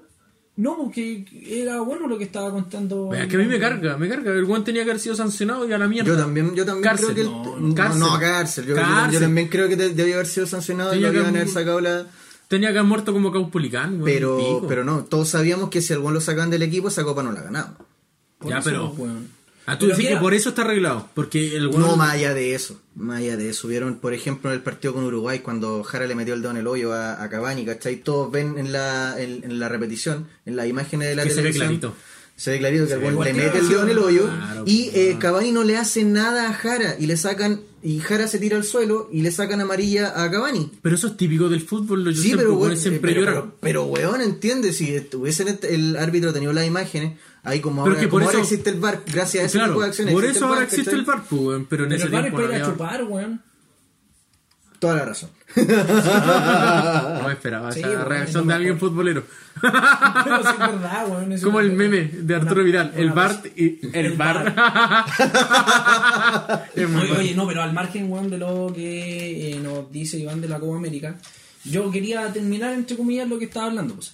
Speaker 3: No, porque era bueno lo que estaba contando.
Speaker 1: Vea, que a mí me carga, me carga. El weón tenía que haber sido sancionado y a la mierda.
Speaker 2: Yo también, yo también
Speaker 1: Cárcel,
Speaker 2: creo que el-
Speaker 1: no,
Speaker 2: no,
Speaker 1: cárcel.
Speaker 2: no, cárcel. Yo, yo-
Speaker 1: Cárcel.
Speaker 2: yo también creo que de- debió haber sido sancionado y
Speaker 1: Tenía
Speaker 2: lo
Speaker 1: que
Speaker 2: iban a haber
Speaker 1: haber-
Speaker 2: sacado la.
Speaker 1: Tenía que haber muerto como Caupulicán, weón.
Speaker 2: Pero,
Speaker 1: pico.
Speaker 2: pero no, todos sabíamos que si al weón lo sacaban del equipo, esa copa no la ganaba.
Speaker 3: Por
Speaker 1: Ya,
Speaker 3: eso,
Speaker 1: pero-
Speaker 3: weón.
Speaker 1: Ah, tú
Speaker 3: Pero
Speaker 1: decís
Speaker 3: mira,
Speaker 1: que por eso está arreglado. Porque el weón.
Speaker 2: No, más allá de eso. Más allá de eso. Vieron, por ejemplo, en el partido con Uruguay, cuando Jara le metió el dedo en el hoyo a, a Cavani, ¿cachai? Todos ven en la, en, en la repetición, en las imágenes de la
Speaker 1: Que se ve
Speaker 2: televisión.
Speaker 1: clarito.
Speaker 2: Se ve clarito que el weón le
Speaker 3: cualquier
Speaker 2: mete el dedo en el hoyo
Speaker 1: Claro,
Speaker 2: y
Speaker 1: claro.
Speaker 2: eh, Cavani no le hace nada a Jara y le sacan y Jara se tira al suelo y le sacan amarilla a Cavani.
Speaker 1: Pero eso es típico del fútbol. Los
Speaker 2: Sí, pero, weón,
Speaker 1: siempre
Speaker 2: pero,
Speaker 1: lloran.
Speaker 2: pero- pero, weón, entiende, si hubiesen el árbitro tenido las imágenes, ahí como
Speaker 1: Pero
Speaker 2: ahora,
Speaker 1: que por
Speaker 2: como ahora
Speaker 1: eso-
Speaker 2: existe el VAR, gracias a ese
Speaker 1: Claro,
Speaker 2: tipo de acciones.
Speaker 1: por eso ahora
Speaker 2: VAR,
Speaker 1: existe
Speaker 2: ¿cachai?
Speaker 1: el VAR, pues, weón, pero en
Speaker 3: Pero
Speaker 1: ese
Speaker 3: el bar es
Speaker 1: tiempo
Speaker 3: para ir
Speaker 1: no
Speaker 3: a
Speaker 1: había-
Speaker 3: chupar, weón.
Speaker 2: Toda la razón.
Speaker 1: No me esperaba
Speaker 3: Sí,
Speaker 1: esa
Speaker 3: bueno,
Speaker 1: reacción
Speaker 3: no
Speaker 1: de
Speaker 3: me
Speaker 1: alguien futbolero.
Speaker 3: Pero sí es verdad, weón, es
Speaker 1: Como el
Speaker 3: una-
Speaker 1: meme de Arturo
Speaker 3: una-
Speaker 1: Vidal, el
Speaker 3: una
Speaker 1: Bart y el,
Speaker 3: El
Speaker 1: Bar. Es muy
Speaker 3: Oye,
Speaker 1: bueno.
Speaker 3: oye, no, pero al margen, weón, de lo que eh, nos dice Iván de la Copa América, yo quería terminar, entre comillas, lo que estaba hablando. pues.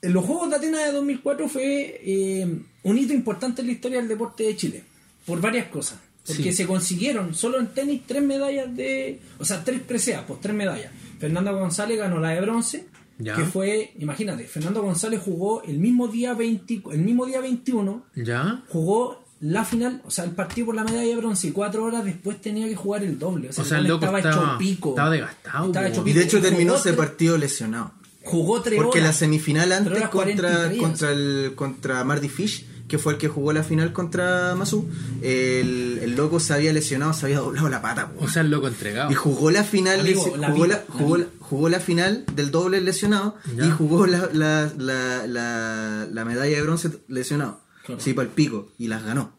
Speaker 3: En los Juegos de Atenas de 2004 fue eh, un hito importante en la historia del deporte de Chile, por varias cosas. Porque
Speaker 1: Sí.
Speaker 3: se consiguieron solo en tenis tres medallas de. O sea, tres preseas, pues tres medallas. Fernanda González ganó la de bronce,
Speaker 1: Ya.
Speaker 3: que fue, imagínate, Fernando González jugó el mismo día 20 el mismo día 21
Speaker 1: ¿Ya?
Speaker 3: jugó la final, o sea, el partido por la medalla de bronce, y cuatro horas después tenía que jugar el doble. O sea,
Speaker 1: O sea,
Speaker 3: el
Speaker 1: el
Speaker 3: loco
Speaker 1: loco
Speaker 3: estaba,
Speaker 1: estaba-
Speaker 3: hecho pico.
Speaker 1: estaba desgastado,
Speaker 3: Estaba
Speaker 1: po.
Speaker 3: hecho
Speaker 2: Y
Speaker 3: pico.
Speaker 2: de hecho
Speaker 3: Jugó
Speaker 2: terminó ese
Speaker 3: tres-
Speaker 2: partido lesionado.
Speaker 3: Jugó tres
Speaker 2: Porque la
Speaker 3: horas.
Speaker 2: semifinal
Speaker 3: Pero
Speaker 2: antes
Speaker 3: era
Speaker 2: contra,
Speaker 3: 43.
Speaker 2: contra, el, contra Mardi Fish, que fue el que jugó la final contra Masu, el, el loco se había lesionado, se había doblado la pata. po.
Speaker 1: O sea, el loco entregado.
Speaker 2: Y jugó la final,
Speaker 3: Ah. Amigo,
Speaker 2: lesi-
Speaker 3: la
Speaker 2: jugó,
Speaker 3: vida,
Speaker 2: la, jugó,
Speaker 3: la
Speaker 2: la- jugó la final del doble lesionado
Speaker 1: Ya.
Speaker 2: y jugó la, la, la, la, la medalla de bronce lesionado.
Speaker 3: Claro.
Speaker 2: Sí, para el pico. Y las ganó.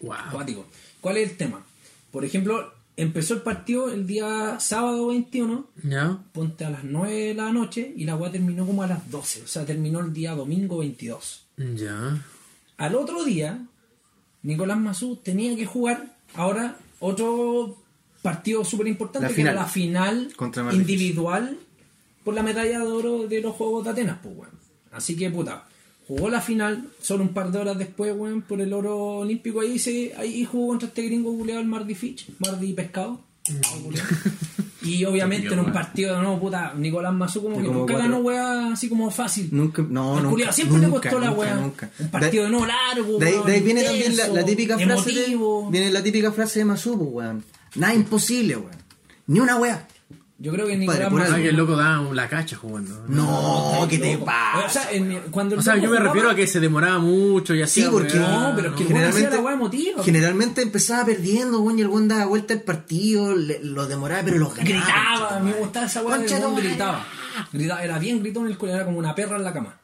Speaker 1: Wow.
Speaker 3: Acuático. ¿Cuál es el tema? Por ejemplo, empezó el partido el día sábado 21,
Speaker 1: ¿Ya?
Speaker 3: ponte a las 9 de la noche, y la agua terminó como a las 12, o sea, terminó el día domingo 22.
Speaker 1: Ya.
Speaker 3: Al otro día, Nicolás Mazú tenía que jugar ahora otro partido súper importante,
Speaker 2: La
Speaker 3: que era
Speaker 2: final.
Speaker 3: la final
Speaker 2: Contra Marruecos.
Speaker 3: individual por la medalla de oro de los Juegos de Atenas, pues, weón. Así que, puta, jugó la final solo un par de horas después, weón, por el oro olímpico. Ahí, se, ahí jugó contra este gringo buleado, el Mardi Fitch, Mardi Pescado.
Speaker 2: Mm.
Speaker 3: culeado. Y obviamente en un partido, no, puta, Nicolás Mazú como
Speaker 2: Y
Speaker 3: que
Speaker 2: como
Speaker 3: nunca
Speaker 2: cuatro.
Speaker 3: ganó, weón, así como fácil.
Speaker 2: Nunca, no,
Speaker 3: Al
Speaker 2: nunca,
Speaker 3: culiao siempre le
Speaker 2: nunca,
Speaker 3: costó la
Speaker 2: nunca,
Speaker 3: weá.
Speaker 2: nunca.
Speaker 3: Un partido de, no largo.
Speaker 2: De ahí,
Speaker 3: Oh, weón,
Speaker 2: de ahí viene también la,
Speaker 3: intenso,
Speaker 2: la típica frase de,
Speaker 3: emotivo.
Speaker 2: viene la típica frase de Masupo, weón. Nada imposible, weón. Ni una weá.
Speaker 3: Yo creo que
Speaker 2: Padre,
Speaker 3: Nicolás
Speaker 2: por
Speaker 3: Mazú-
Speaker 1: Ah, que el loco da la cacha jugando.
Speaker 2: No, que te
Speaker 3: loco.
Speaker 2: pasa.
Speaker 3: O sea, en- cuando el
Speaker 1: O sea,
Speaker 3: loco
Speaker 1: yo me
Speaker 3: jugaba-
Speaker 1: refiero a que se demoraba mucho y así.
Speaker 2: Sí, porque-
Speaker 3: No, pero es que el weón hacía la weá emotiva.
Speaker 2: Generalmente empezaba perdiendo, weón, y el weón daba vuelta al partido, le- lo demoraba, pero los ganaba.
Speaker 3: Gritaba,
Speaker 2: concha
Speaker 3: me gustaba esa weá.
Speaker 2: Concha
Speaker 3: el weón
Speaker 2: tu madre.
Speaker 3: Gritaba. Gritaba, Era bien gritón en el colegio, era como una perra en la cama.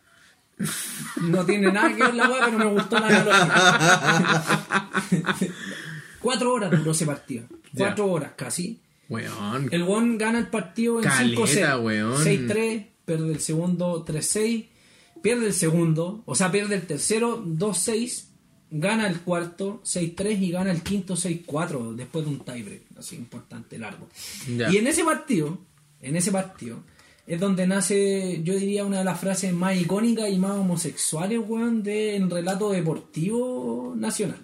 Speaker 3: No tiene nada que ver la weá, pero me gustó la analogía. Cuatro horas duró ese partido.
Speaker 1: Ya.
Speaker 3: Cuatro horas casi.
Speaker 1: Weón.
Speaker 3: El Won gana el partido en
Speaker 1: Caleta,
Speaker 3: 5-0.
Speaker 1: weón.
Speaker 3: 6-3, pierde el segundo 3-6, pierde el segundo, o sea, pierde el tercero 2-6, gana el cuarto 6-3 y gana el quinto 6-4 después de un tiebreak, así importante, largo.
Speaker 1: Ya.
Speaker 3: Y en ese partido, en ese partido, es donde nace, yo diría, una de las frases más icónicas y más homosexuales, weón, del relato deportivo nacional.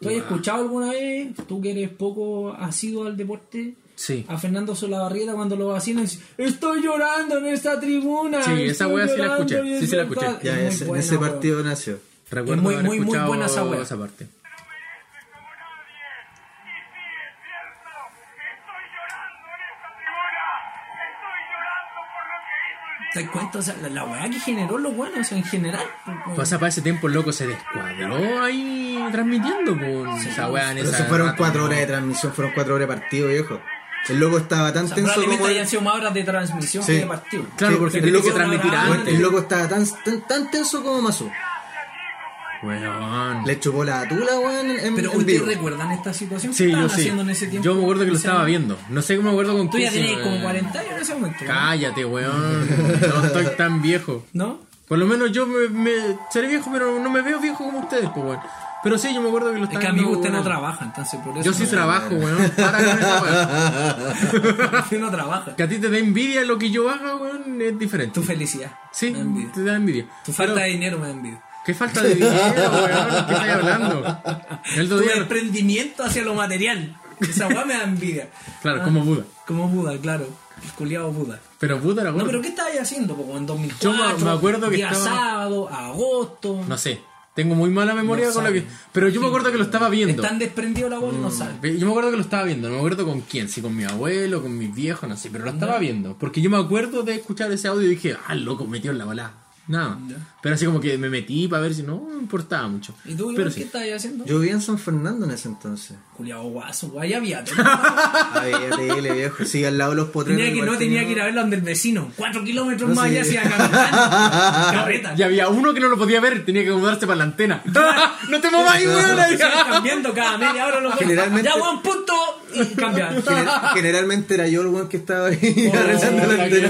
Speaker 3: ¿Tú has escuchado alguna vez, tú que eres poco asiduo al deporte,
Speaker 1: Sí.
Speaker 3: a Fernando Solabarrieta cuando lo vacilan? dice, Estoy llorando en esta tribuna.
Speaker 1: Sí, esa
Speaker 3: estoy
Speaker 1: wea sí la
Speaker 3: llorando",
Speaker 1: escuché,
Speaker 3: y es
Speaker 1: sí, sí la
Speaker 3: verdad.
Speaker 1: escuché.
Speaker 2: Ya,
Speaker 3: Es muy
Speaker 2: ese,
Speaker 3: buena,
Speaker 2: ese
Speaker 3: weón.
Speaker 2: partido nació.
Speaker 1: Recuerdo
Speaker 3: Es muy,
Speaker 1: haber
Speaker 3: muy, muy
Speaker 1: escuchado
Speaker 3: buena esa wea.
Speaker 1: parte.
Speaker 3: ¿Te das cuenta? O sea, la, la weá que generó los buenos, o sea, en general. pues, weón.
Speaker 1: Pasa para ese tiempo el loco se descuadró ahí transmitiendo con esa weá en
Speaker 2: Pero
Speaker 1: esa
Speaker 2: se fueron
Speaker 1: rata,
Speaker 2: cuatro
Speaker 1: ¿no?
Speaker 2: horas de transmisión, fueron cuatro horas de partido, viejo. El loco estaba tan
Speaker 3: O sea,
Speaker 2: tenso
Speaker 3: probablemente
Speaker 2: como.
Speaker 3: hayan sido más horas de transmisión
Speaker 2: Sí.
Speaker 3: que de partido.
Speaker 1: Claro,
Speaker 2: Sí,
Speaker 1: porque
Speaker 2: pero
Speaker 1: tenía que
Speaker 2: loco-
Speaker 1: transmitir
Speaker 3: Bueno,
Speaker 1: antes.
Speaker 2: El loco estaba tan, tan, tan tenso como Masu.
Speaker 1: Weón.
Speaker 2: Le chupó la tula, weón, en,
Speaker 3: Pero
Speaker 2: en
Speaker 3: ¿ustedes
Speaker 2: vivo.
Speaker 3: recuerdan esta situación? ¿Qué
Speaker 1: Sí, yo
Speaker 3: estaban
Speaker 1: sí.
Speaker 3: haciendo en ese tiempo?
Speaker 1: Yo me acuerdo que lo
Speaker 3: O sea,
Speaker 1: estaba viendo. No sé cómo me acuerdo con
Speaker 3: Tú ya
Speaker 1: quién,
Speaker 3: tenías como
Speaker 1: eh,
Speaker 3: 40 años en ese momento. ¿no?
Speaker 1: Cállate, weón. No estoy tan viejo.
Speaker 3: ¿No?
Speaker 1: Por lo menos yo me, me- seré viejo, pero no me veo viejo como ustedes, pues, weón. Pero sí, yo me acuerdo que lo
Speaker 3: Es
Speaker 1: estaba
Speaker 3: que amigo
Speaker 1: viendo,
Speaker 3: usted no
Speaker 1: weón.
Speaker 3: trabaja, entonces por eso.
Speaker 1: Yo sí
Speaker 3: no-
Speaker 1: trabajo, weón. Para con esa weón.
Speaker 3: Usted no trabaja.
Speaker 1: Que a ti te da envidia lo que yo haga, weón, es diferente.
Speaker 3: Tu felicidad.
Speaker 1: Sí,
Speaker 3: Me da envidia.
Speaker 1: te da envidia.
Speaker 3: Tu falta de dinero me da envidia.
Speaker 1: ¿Qué falta de dinero, weón? ¿Qué estás hablando? El
Speaker 3: Tu
Speaker 1: otro día-
Speaker 3: emprendimiento hacia lo material. Esa weá me da envidia.
Speaker 1: Claro,
Speaker 3: Ah,
Speaker 1: como Buda.
Speaker 3: Como Buda, claro. El culiado Buda.
Speaker 1: Pero Buda era
Speaker 3: No,
Speaker 1: bueno.
Speaker 3: pero ¿qué estabas haciendo? Como en 2004.
Speaker 1: Yo me- me acuerdo que
Speaker 3: Día
Speaker 1: estaba-
Speaker 3: sábado, agosto.
Speaker 1: No sé. Tengo muy mala memoria
Speaker 3: No
Speaker 1: con la
Speaker 3: sabe.
Speaker 1: que. Pero yo me acuerdo que lo estaba viendo. Mm.
Speaker 3: Están desprendido la voz, no sabe.
Speaker 1: Yo me acuerdo que lo estaba viendo, no me acuerdo con quién, si con mi abuelo, con mis viejos, no sé, pero lo estaba viendo. Porque yo me acuerdo de escuchar ese audio y dije, ah, loco, metió en la bola. Nada. Pero así como que me metí para ver si no me importaba mucho.
Speaker 3: ¿Y tú,
Speaker 1: pero
Speaker 3: Iván, qué
Speaker 1: sí.
Speaker 3: estabas haciendo?
Speaker 2: Yo vivía en San Fernando en ese entonces.
Speaker 3: Culiado guaso, guay, había.
Speaker 2: Había tele, viejo. Sí, al lado de los potreros.
Speaker 3: Tenía que,
Speaker 2: igual
Speaker 3: no tenía que ir a verlo donde el vecino. Cuatro kilómetros más allá se iba caminando. Cabreta.
Speaker 1: Y había uno que no lo podía ver, tenía que mudarse para la antena. ¡No te muevas ahí, ah. weón!
Speaker 3: Se iba cambiando cada media hora los
Speaker 2: Generalmente-
Speaker 3: Ya, buen punto. y cambia.
Speaker 2: Gener- generalmente era yo el weón que estaba ahí
Speaker 3: Oh,
Speaker 2: arreglando la antena.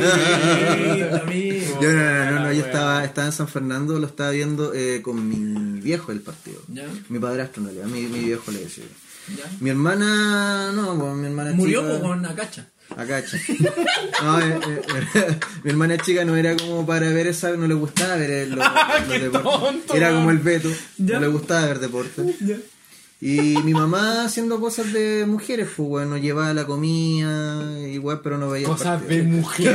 Speaker 2: Yo no, no, no, no, yo estaba, estaba en San Fernando, lo estaba viendo eh, con mi viejo el partido.
Speaker 3: Ya.
Speaker 2: Mi padrastro en realidad, mi, mi viejo le decía.
Speaker 3: Ya.
Speaker 2: Mi hermana, no, bueno, mi hermana
Speaker 3: Murió
Speaker 2: chica-
Speaker 3: po, con una cacha.
Speaker 2: Acá, No, eh, eh, eh, mi hermana chica no era como para ver esa, no le gustaba ver el- los, los
Speaker 3: Ah, ¡Qué
Speaker 2: deportes.
Speaker 3: tonto,
Speaker 2: era
Speaker 3: man!
Speaker 2: como el Beto,
Speaker 3: Ya.
Speaker 2: no le gustaba ver deportes. Y mi mamá haciendo cosas de mujeres, pues bueno, llevaba la comida, igual, pero no veía el
Speaker 1: Cosas de
Speaker 2: partido.
Speaker 1: mujer.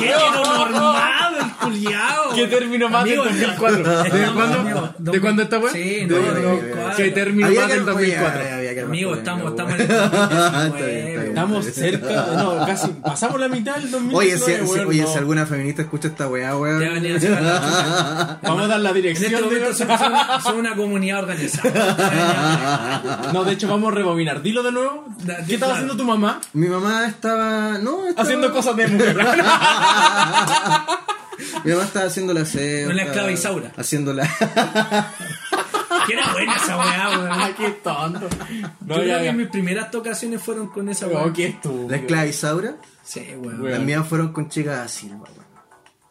Speaker 3: ¡Qué normal el culiao!
Speaker 1: ¿Qué término más del
Speaker 3: Amigo,
Speaker 1: 2004?
Speaker 3: estamos,
Speaker 1: ¿De cuándo?
Speaker 3: amigo,
Speaker 1: ¿De cuándo está, weón?
Speaker 3: Sí,
Speaker 1: De-
Speaker 3: no,
Speaker 1: no,
Speaker 3: 2004.
Speaker 1: ¿Qué término
Speaker 2: Había
Speaker 1: más
Speaker 2: que-
Speaker 1: del 2004?
Speaker 2: había- había que armar
Speaker 3: Amigo,
Speaker 2: polémica,
Speaker 3: estamos,
Speaker 2: pues,
Speaker 3: estamos en el
Speaker 2: bueno. Está bien, está bien.
Speaker 1: Estamos cerca, no, casi pasamos la mitad del 2019.
Speaker 2: Oye, si, si-
Speaker 1: weón,
Speaker 2: oye,
Speaker 1: no.
Speaker 2: si alguna feminista escucha esta weá,
Speaker 3: Ya
Speaker 2: weón.
Speaker 3: venía hacia la chucha.
Speaker 1: Vamos a dar la
Speaker 3: En
Speaker 1: dirección.
Speaker 3: este momento
Speaker 1: de-
Speaker 3: somos una, somos una comunidad organizada.
Speaker 1: No, de hecho, vamos a rebobinar. Dilo de nuevo. ¿Qué
Speaker 3: Da- claro.
Speaker 1: estaba haciendo tu mamá?
Speaker 2: Mi mamá estaba. No, estaba-
Speaker 1: Haciendo cosas de mujer.
Speaker 2: Mi mamá estaba haciendo la aseo.
Speaker 3: Con la
Speaker 2: estaba
Speaker 3: esclava Isaura.
Speaker 2: Haciendo la.
Speaker 3: Que era buena esa weá, weón.
Speaker 1: Ay, Ah, qué tonto. No,
Speaker 3: Yo
Speaker 1: ya,
Speaker 3: creo que
Speaker 1: ya.
Speaker 3: mis primeras tocaciones fueron con esa weá.
Speaker 1: Oh, qué estúpido.
Speaker 2: La esclava Isaura.
Speaker 3: Sí, weón.
Speaker 1: Weón.
Speaker 2: Las mías fueron con chicas así, weón.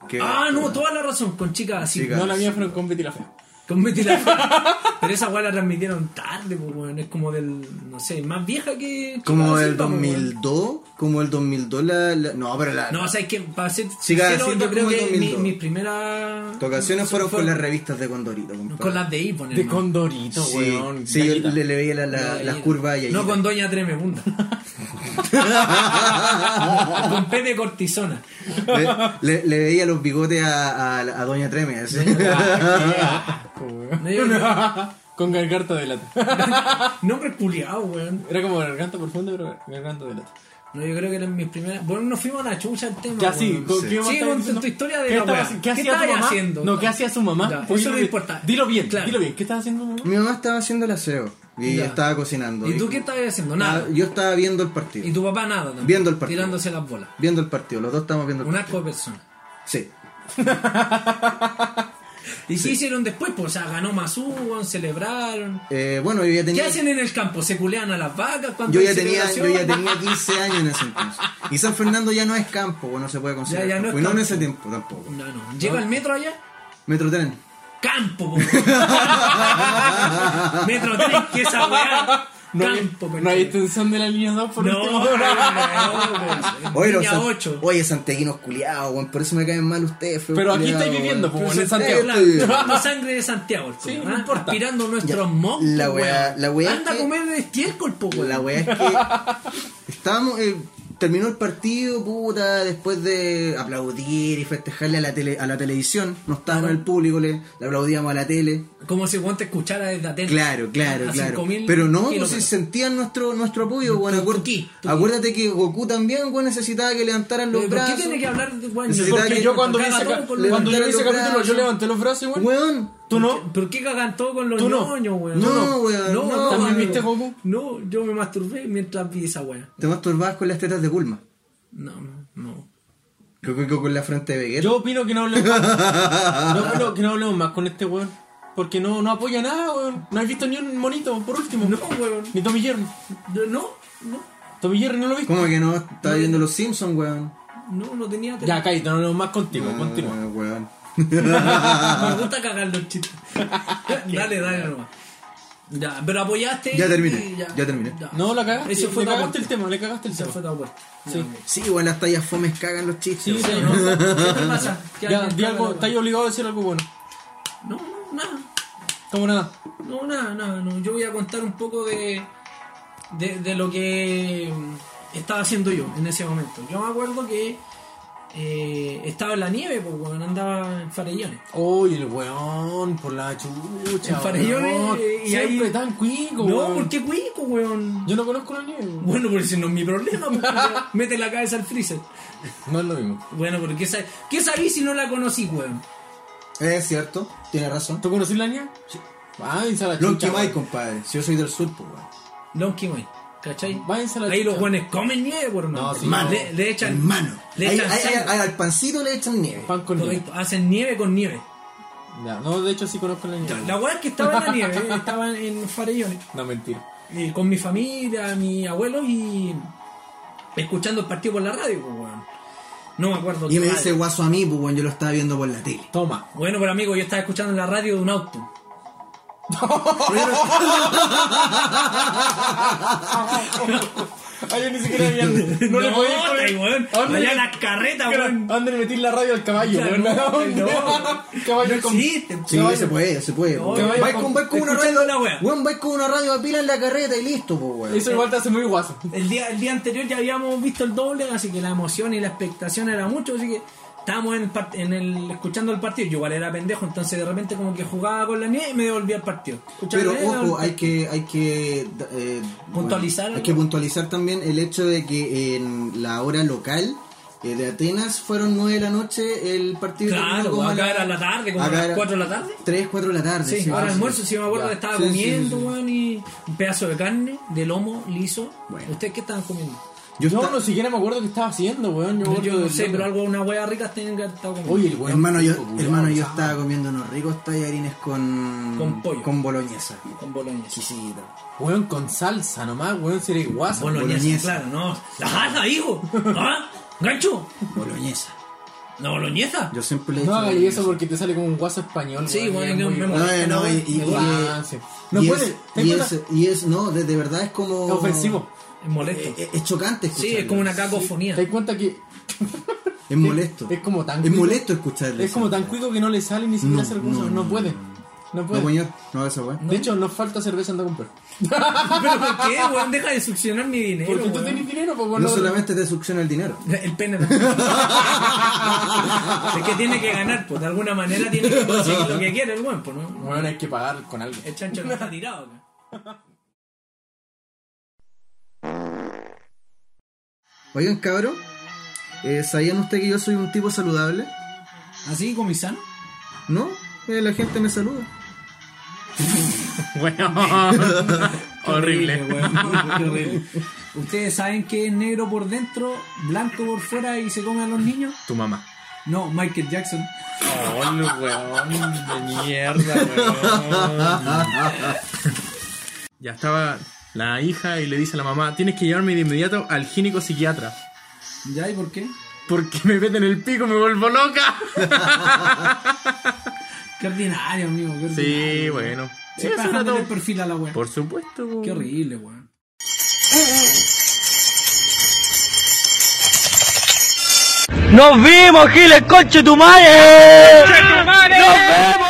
Speaker 2: Que-
Speaker 3: Ah, no, toda la razón, con chicas así.
Speaker 2: Chicas.
Speaker 1: No, la mía fueron con Betty la Fea.
Speaker 3: Con Betty la Fea. Pero esa weá la transmitieron tarde, pues, weón. Es como del, no sé, más vieja que.
Speaker 2: Como
Speaker 3: Chicas
Speaker 2: el
Speaker 3: así, pues, weón.
Speaker 2: 2002, como el 2002 la, la- no, pero la
Speaker 3: No, o sea, es que para ser
Speaker 2: Chicas
Speaker 3: sincero,
Speaker 2: así,
Speaker 3: yo
Speaker 2: fue
Speaker 3: creo
Speaker 2: como
Speaker 3: que mi-
Speaker 2: 2002.
Speaker 3: mis primeras
Speaker 2: ocasiones fueron con las revistas de Condorito, compadre.
Speaker 3: con las de Iponer.
Speaker 1: De Condorito,
Speaker 2: sí,
Speaker 1: weón.
Speaker 2: sí, yo
Speaker 1: Galleta.
Speaker 2: le, le veía la- la- las curvas y ahí.
Speaker 3: No con Doña Tremebunda. con P de cortisona.
Speaker 2: le, le- le veía los bigotes a, a, a Doña Treme, así.
Speaker 1: Ah, Asco, weón.
Speaker 3: No, yo creo-
Speaker 1: Con garganta de lata.
Speaker 3: Nombre culiado, weón.
Speaker 1: Era como garganta profunda, pero garganta de lata.
Speaker 3: No, yo creo que eran mis primeras. Bueno, nos fuimos a la chucha el tema.
Speaker 1: Ya
Speaker 3: weón.
Speaker 1: sí, ¿con-
Speaker 2: Sí.
Speaker 1: qué más
Speaker 3: Sigue
Speaker 1: estaba
Speaker 3: con
Speaker 1: diciendo?
Speaker 3: tu historia de
Speaker 1: ¿Qué
Speaker 3: la
Speaker 1: estaba
Speaker 3: weá?
Speaker 1: haci-
Speaker 3: ¿Qué
Speaker 1: ¿Qué hacía
Speaker 3: estaba
Speaker 1: tu mamá?
Speaker 3: haciendo?
Speaker 1: No, ¿qué hacía su mamá?
Speaker 3: Ya,
Speaker 1: Porque
Speaker 3: eso
Speaker 1: yo
Speaker 3: no
Speaker 1: vi-
Speaker 3: importa.
Speaker 1: Dilo bien,
Speaker 3: Claro.
Speaker 1: dilo bien. ¿Qué estaba haciendo tu mamá?
Speaker 2: Mi mamá estaba haciendo el aseo y
Speaker 3: Ya.
Speaker 2: estaba cocinando.
Speaker 3: ¿Y tú qué estabas haciendo?
Speaker 2: Ah,
Speaker 3: Nada.
Speaker 2: Yo estaba viendo el partido.
Speaker 3: Y tu papá nada también.
Speaker 2: Viendo el partido.
Speaker 3: Tirándose las bolas.
Speaker 2: Viendo el partido, los dos estábamos viendo el
Speaker 3: Un
Speaker 2: partido.
Speaker 3: asco de persona.
Speaker 2: Sí.
Speaker 3: ¿Y qué hicieron después? Pues, o sea, ganó Mazú, weón, celebraron.
Speaker 2: Eh, bueno, yo ya
Speaker 3: ¿Qué
Speaker 2: tenía
Speaker 3: hacen en el campo? ¿Se culean a las vacas? cuando
Speaker 2: yo
Speaker 3: hay
Speaker 2: ya tenía yo
Speaker 3: celebración?
Speaker 2: ya tenía 15 años en ese entonces. Y San Fernando ya no es campo, o no se puede considerar.
Speaker 3: Ya, ya no
Speaker 2: campo.
Speaker 3: es
Speaker 2: y no en
Speaker 3: campo.
Speaker 2: ese tiempo tampoco.
Speaker 3: No, no. Llega el metro allá.
Speaker 2: Metrotren.
Speaker 3: Campo, po, weón. Metro 3, que esa weá.
Speaker 1: No hay-
Speaker 3: campo,
Speaker 1: no hay,
Speaker 3: conchetumare.
Speaker 1: extensión de la línea 2 por este
Speaker 3: No,
Speaker 1: último.
Speaker 3: no, no, no,
Speaker 2: Oye, los
Speaker 3: Línea
Speaker 2: san-
Speaker 3: 8.
Speaker 2: Oye, santiaguinos culiados, weón, por eso me caen mal ustedes, feos
Speaker 1: Pero aquí
Speaker 2: culiados,
Speaker 1: estáis viviendo,
Speaker 2: weón.
Speaker 1: pues, weón, en
Speaker 2: Pero si ustedes
Speaker 1: Santiago.
Speaker 2: estoy-
Speaker 3: La sangre de Santiago,
Speaker 1: Sí,
Speaker 3: po,
Speaker 1: no
Speaker 3: ¿ah?
Speaker 1: importa.
Speaker 3: aspirando nuestros
Speaker 2: Ya,
Speaker 3: monstruos.
Speaker 2: la weá-
Speaker 3: weón.
Speaker 2: la weá
Speaker 3: Anda
Speaker 2: que-
Speaker 3: a comer de estiércol, po, weón.
Speaker 2: Pues La weá es que estábamos, eh, terminó el partido, puta, después de aplaudir y festejarle a la tele, a la televisión, no estábamos en el público, le, le aplaudíamos a la tele.
Speaker 3: Como si weón te escuchara desde atento.
Speaker 2: Claro, claro,
Speaker 3: A
Speaker 2: claro.
Speaker 3: 5.000
Speaker 2: Pero no, pues
Speaker 3: kilómetros.
Speaker 2: sí sentían nuestro, nuestro apoyo, bueno, acuer-
Speaker 3: tuquí, tuquí.
Speaker 2: acuérdate que Goku también, weón, necesitaba que levantaran los
Speaker 3: Pero, ¿Por
Speaker 2: brazos.
Speaker 3: qué tiene que hablar de weón?
Speaker 2: Necesitaba
Speaker 3: ¿Por qué?
Speaker 1: Porque yo cuando vi
Speaker 3: Caga
Speaker 1: ese,
Speaker 3: todo
Speaker 1: ca-
Speaker 3: con
Speaker 2: los-
Speaker 1: cuando yo vi ese
Speaker 2: levantar los
Speaker 1: capítulo, yo
Speaker 2: brazos.
Speaker 1: levanté los brazos, weón.
Speaker 2: Weón,
Speaker 1: ¿Tú no?
Speaker 3: ¿Por qué cagan todo con los
Speaker 1: Tú no.
Speaker 3: ñoños, weón?
Speaker 2: No, weón,
Speaker 3: No,
Speaker 2: no.
Speaker 3: no,
Speaker 1: ¿También
Speaker 3: weón.
Speaker 1: viste Goku?
Speaker 3: No, yo me masturbé mientras vi esa weón.
Speaker 2: te masturbabas con las tetas de Bulma.
Speaker 3: No, no, no.
Speaker 2: Creo que con la frente de Vegeta.
Speaker 1: Yo opino que no hablemos más. Yo opino que no hablemos más con este weón. Porque no, no apoya nada, weón. No has visto ni un monito, por último.
Speaker 3: No, weón.
Speaker 1: Ni Tommy Jerry.
Speaker 3: Yo- No, no,
Speaker 1: Tommy Jerry no lo viste.
Speaker 2: ¿Cómo que no? Estaba viendo los Simpsons, weón.
Speaker 3: no, no tenía tele.
Speaker 1: Ya, cállate, no hablemos más contigo, continúa.
Speaker 2: Ah, weón.
Speaker 3: Me gusta cagar los chistes. dale, dale nomás. Ya, pero apoyaste.
Speaker 2: Ya terminé,
Speaker 3: y
Speaker 2: ya terminé.
Speaker 1: No, la cagaste.
Speaker 3: Eso fue
Speaker 1: le
Speaker 3: tu
Speaker 1: cagaste
Speaker 3: aporte.
Speaker 1: el tema, le cagaste el
Speaker 3: Esa
Speaker 1: tema.
Speaker 3: fue tu apuesta.
Speaker 1: Sí.
Speaker 2: Sí, weón, las tallas fomes cagan los chistes.
Speaker 1: Sí,
Speaker 2: weón.
Speaker 1: sí,
Speaker 3: No,
Speaker 1: no.
Speaker 3: ¿Qué te pasa? ¿Qué
Speaker 1: Ya,
Speaker 3: alguien
Speaker 1: di
Speaker 3: caga
Speaker 1: algo,
Speaker 3: la-
Speaker 1: estáis obligado a decir algo bueno.
Speaker 3: No, no, nada.
Speaker 1: Como nada.
Speaker 3: No, nada, nada, no. Yo voy a contar un poco de, de, de lo que mm, estaba haciendo yo en ese momento. Yo me acuerdo que eh, estaba en la nieve, porque cuando andaba en Farellones.
Speaker 1: Uy, el weón, por la chucha.
Speaker 3: En Farellones,
Speaker 1: weón.
Speaker 3: eh, y
Speaker 1: Siempre
Speaker 3: ahí-
Speaker 1: tan cuico,
Speaker 3: No,
Speaker 1: weón.
Speaker 3: ¿por qué cuico, weón?
Speaker 1: Yo no conozco la nieve, weón.
Speaker 3: Bueno, porque si no es mi problema, pues, weón. mete la cabeza al freezer.
Speaker 1: No es lo mismo.
Speaker 3: Bueno, porque ¿qué, sab- qué sabí si no la conocí, weón?
Speaker 2: Es cierto, tiene razón.
Speaker 1: ¿Tú conocís la nieve? Sí. Váyanse a la chucha.
Speaker 2: Lonky
Speaker 1: weón.
Speaker 2: Mike, compadre. Si yo soy del sur, pues, weón.
Speaker 3: Donkey Boy, ¿cachai?
Speaker 1: Váyanse a la
Speaker 3: Ahí
Speaker 1: chucha.
Speaker 3: los weones comen nieve, por hermano.
Speaker 1: No, sí,
Speaker 3: Hermano,
Speaker 1: no.
Speaker 3: Le, le echan.
Speaker 2: Hermano.
Speaker 3: Le
Speaker 2: Ahí-
Speaker 3: echan
Speaker 2: ahí-
Speaker 3: sangre.
Speaker 2: ahí al pancito le echan nieve.
Speaker 1: Pan con nieve.
Speaker 3: Correcto, hacen nieve con nieve.
Speaker 1: Ya, no, de hecho sí conozco la nieve. eh,
Speaker 3: La weá es que estaba en la nieve, estaba en Farellones.
Speaker 1: No, mentira.
Speaker 3: eh, con mi familia, mi abuelo y escuchando el partido por la radio, pues, weón. No me acuerdo
Speaker 2: Y
Speaker 3: qué
Speaker 2: me
Speaker 3: radio.
Speaker 2: dice guaso a mí, pues bueno, yo lo estaba viendo por la tele.
Speaker 1: Toma.
Speaker 3: Bueno, pero amigo, yo estaba escuchando en la radio de un auto.
Speaker 1: Ay, Ah, yo ni siquiera había. No, le podía
Speaker 3: está ahí, weón. Allá en las carretas, weón.
Speaker 1: Ande metir la radio al caballo,
Speaker 3: Puta,
Speaker 1: weón.
Speaker 3: no,
Speaker 1: No.
Speaker 3: No
Speaker 1: Caballo con.
Speaker 3: existe.
Speaker 2: Sí,
Speaker 1: Caballo.
Speaker 2: se puede, se puede.
Speaker 3: No,
Speaker 2: weón.
Speaker 1: caballo
Speaker 2: Vais
Speaker 1: con-
Speaker 2: con, vais con una
Speaker 3: escuchando
Speaker 2: radio,
Speaker 3: la wea.
Speaker 2: weón, vais con una radio a pila en la carreta y listo, pues weón.
Speaker 1: Eso igual te hace muy guaso.
Speaker 3: El día, el día anterior ya habíamos visto el doble, así que la emoción y la expectación era mucho, así que estábamos en el, part- en el- escuchando el partido. Yo igual era pendejo, entonces de repente como que jugaba con la nieve y me devolvía al partido. Escuchaba
Speaker 2: Pero
Speaker 3: la nieve,
Speaker 2: ojo, hay que, hay que eh,
Speaker 3: pues. Puntualizar
Speaker 2: bueno, hay
Speaker 3: algo.
Speaker 2: que puntualizar también el hecho de que en la hora local eh, de Atenas fueron 9 de la noche el partido.
Speaker 3: Claro, pues,
Speaker 2: terminó
Speaker 3: acá era la tarde, como
Speaker 2: acá
Speaker 3: a las
Speaker 2: era
Speaker 3: 4 de la tarde.
Speaker 2: 3, 4 de la tarde.
Speaker 3: Sí, ahora
Speaker 2: ah,
Speaker 3: almuerzo, si me acuerdo,
Speaker 2: Ya.
Speaker 3: estaba
Speaker 2: Sí, sí,
Speaker 3: comiendo,
Speaker 2: sí, sí.
Speaker 3: weón, y un pedazo de carne, de lomo, liso.
Speaker 2: Bueno.
Speaker 3: ¿Ustedes qué estaban comiendo?
Speaker 2: Yo
Speaker 1: no,
Speaker 2: esta-
Speaker 1: no siquiera me acuerdo qué estaba haciendo, weón. Yo, me
Speaker 3: Yo,
Speaker 1: acuerdo
Speaker 3: no
Speaker 1: del
Speaker 3: sé,
Speaker 1: loco.
Speaker 3: pero algo, una hueá rica tienen que haber estado comiendo.
Speaker 1: Oye, el weón.
Speaker 2: Hermano, yo,
Speaker 1: culiao,
Speaker 2: hermano, yo
Speaker 1: chao.
Speaker 2: estaba comiendo unos ricos tallarines con.
Speaker 3: Con pollo.
Speaker 2: Con boloñesa.
Speaker 3: con boloñesa.
Speaker 2: Exquisito.
Speaker 1: Weón con salsa nomás, weón, si eres guaso.
Speaker 3: Ah, Boloñesa,
Speaker 2: Boloñesa.
Speaker 3: claro, no. La jala, hijo. ¿Ah? ¿Gancho?
Speaker 2: Boloñesa.
Speaker 3: ¿La boloñesa?
Speaker 2: Yo siempre le he
Speaker 1: No
Speaker 2: dicho
Speaker 1: hagas
Speaker 2: boloñesa.
Speaker 1: eso porque te sale como un guaso español.
Speaker 3: Sí, weón,
Speaker 1: y es
Speaker 3: no,
Speaker 1: muy
Speaker 3: me
Speaker 1: guaso.
Speaker 3: molesta,
Speaker 2: No, no,
Speaker 3: weón.
Speaker 2: y- y-
Speaker 3: Me
Speaker 2: y-
Speaker 3: duele.
Speaker 1: Ah, sí. No
Speaker 2: Y
Speaker 1: puede.
Speaker 2: es-
Speaker 1: ten
Speaker 2: y,
Speaker 1: cuenta-
Speaker 2: es, y es, no, de, de verdad es como. eh,
Speaker 1: Es ofensivo.
Speaker 3: Es molesto.
Speaker 2: Es, es chocante
Speaker 3: Sí, es
Speaker 2: escucharlo.
Speaker 3: como una cacofonía.
Speaker 1: Te das cuenta que
Speaker 2: Es molesto.
Speaker 1: es como tan
Speaker 2: Es
Speaker 1: cuico.
Speaker 2: molesto escucharlo.
Speaker 1: es como tan cuico que no le sale ni siquiera
Speaker 2: No,
Speaker 1: hacer guaso.
Speaker 2: no,
Speaker 1: No,
Speaker 2: no,
Speaker 1: puede.
Speaker 2: no,
Speaker 1: No
Speaker 2: No,
Speaker 1: puede.
Speaker 2: coño, no, eso, weón.
Speaker 1: De hecho, nos falta cerveza anda a comprar.
Speaker 3: ¿Pero por qué, weón? Deja de succionar mi dinero,
Speaker 1: Porque tú
Speaker 3: weón.
Speaker 1: tenés dinero, pues weón.
Speaker 2: No
Speaker 1: no-
Speaker 2: solamente te succiona el dinero.
Speaker 3: El pene. es que tiene que ganar, pues de alguna manera tiene que conseguir lo que quiere el weón, pues no.
Speaker 1: Weón, hay que pagar con algo.
Speaker 3: El chancho no está tirado, weón.
Speaker 2: Oigan, cabrón. eh, ¿Sabían ustedes que yo soy un tipo saludable?
Speaker 3: ¿Así, ¿Ah, comisano?
Speaker 2: No, eh, la gente me saluda.
Speaker 1: Bueno,
Speaker 3: weón. Horrible. ¿Ustedes saben que es negro por dentro, blanco por fuera y se come a los niños?
Speaker 1: Tu mamá.
Speaker 3: No, Michael Jackson.
Speaker 1: Oh, weón, de mierda, weón. Ya estaba la hija y le dice a la mamá, tienes que llevarme de inmediato al gineco psiquiatra.
Speaker 3: ¿Ya y por qué?
Speaker 1: Porque me meten el pico, me vuelvo loca.
Speaker 3: Qué ordinario, amigo. Qué ordinario,
Speaker 1: Sí,
Speaker 3: weón.
Speaker 1: bueno. Sí,
Speaker 3: Siempre
Speaker 1: eso era
Speaker 3: bajándole
Speaker 1: todo.
Speaker 3: el perfil a la weón.
Speaker 1: Por supuesto, weón.
Speaker 3: Qué horrible, weón.
Speaker 5: ¡Nos vimos, Giles, coche tu madre! ¡Nos vemos!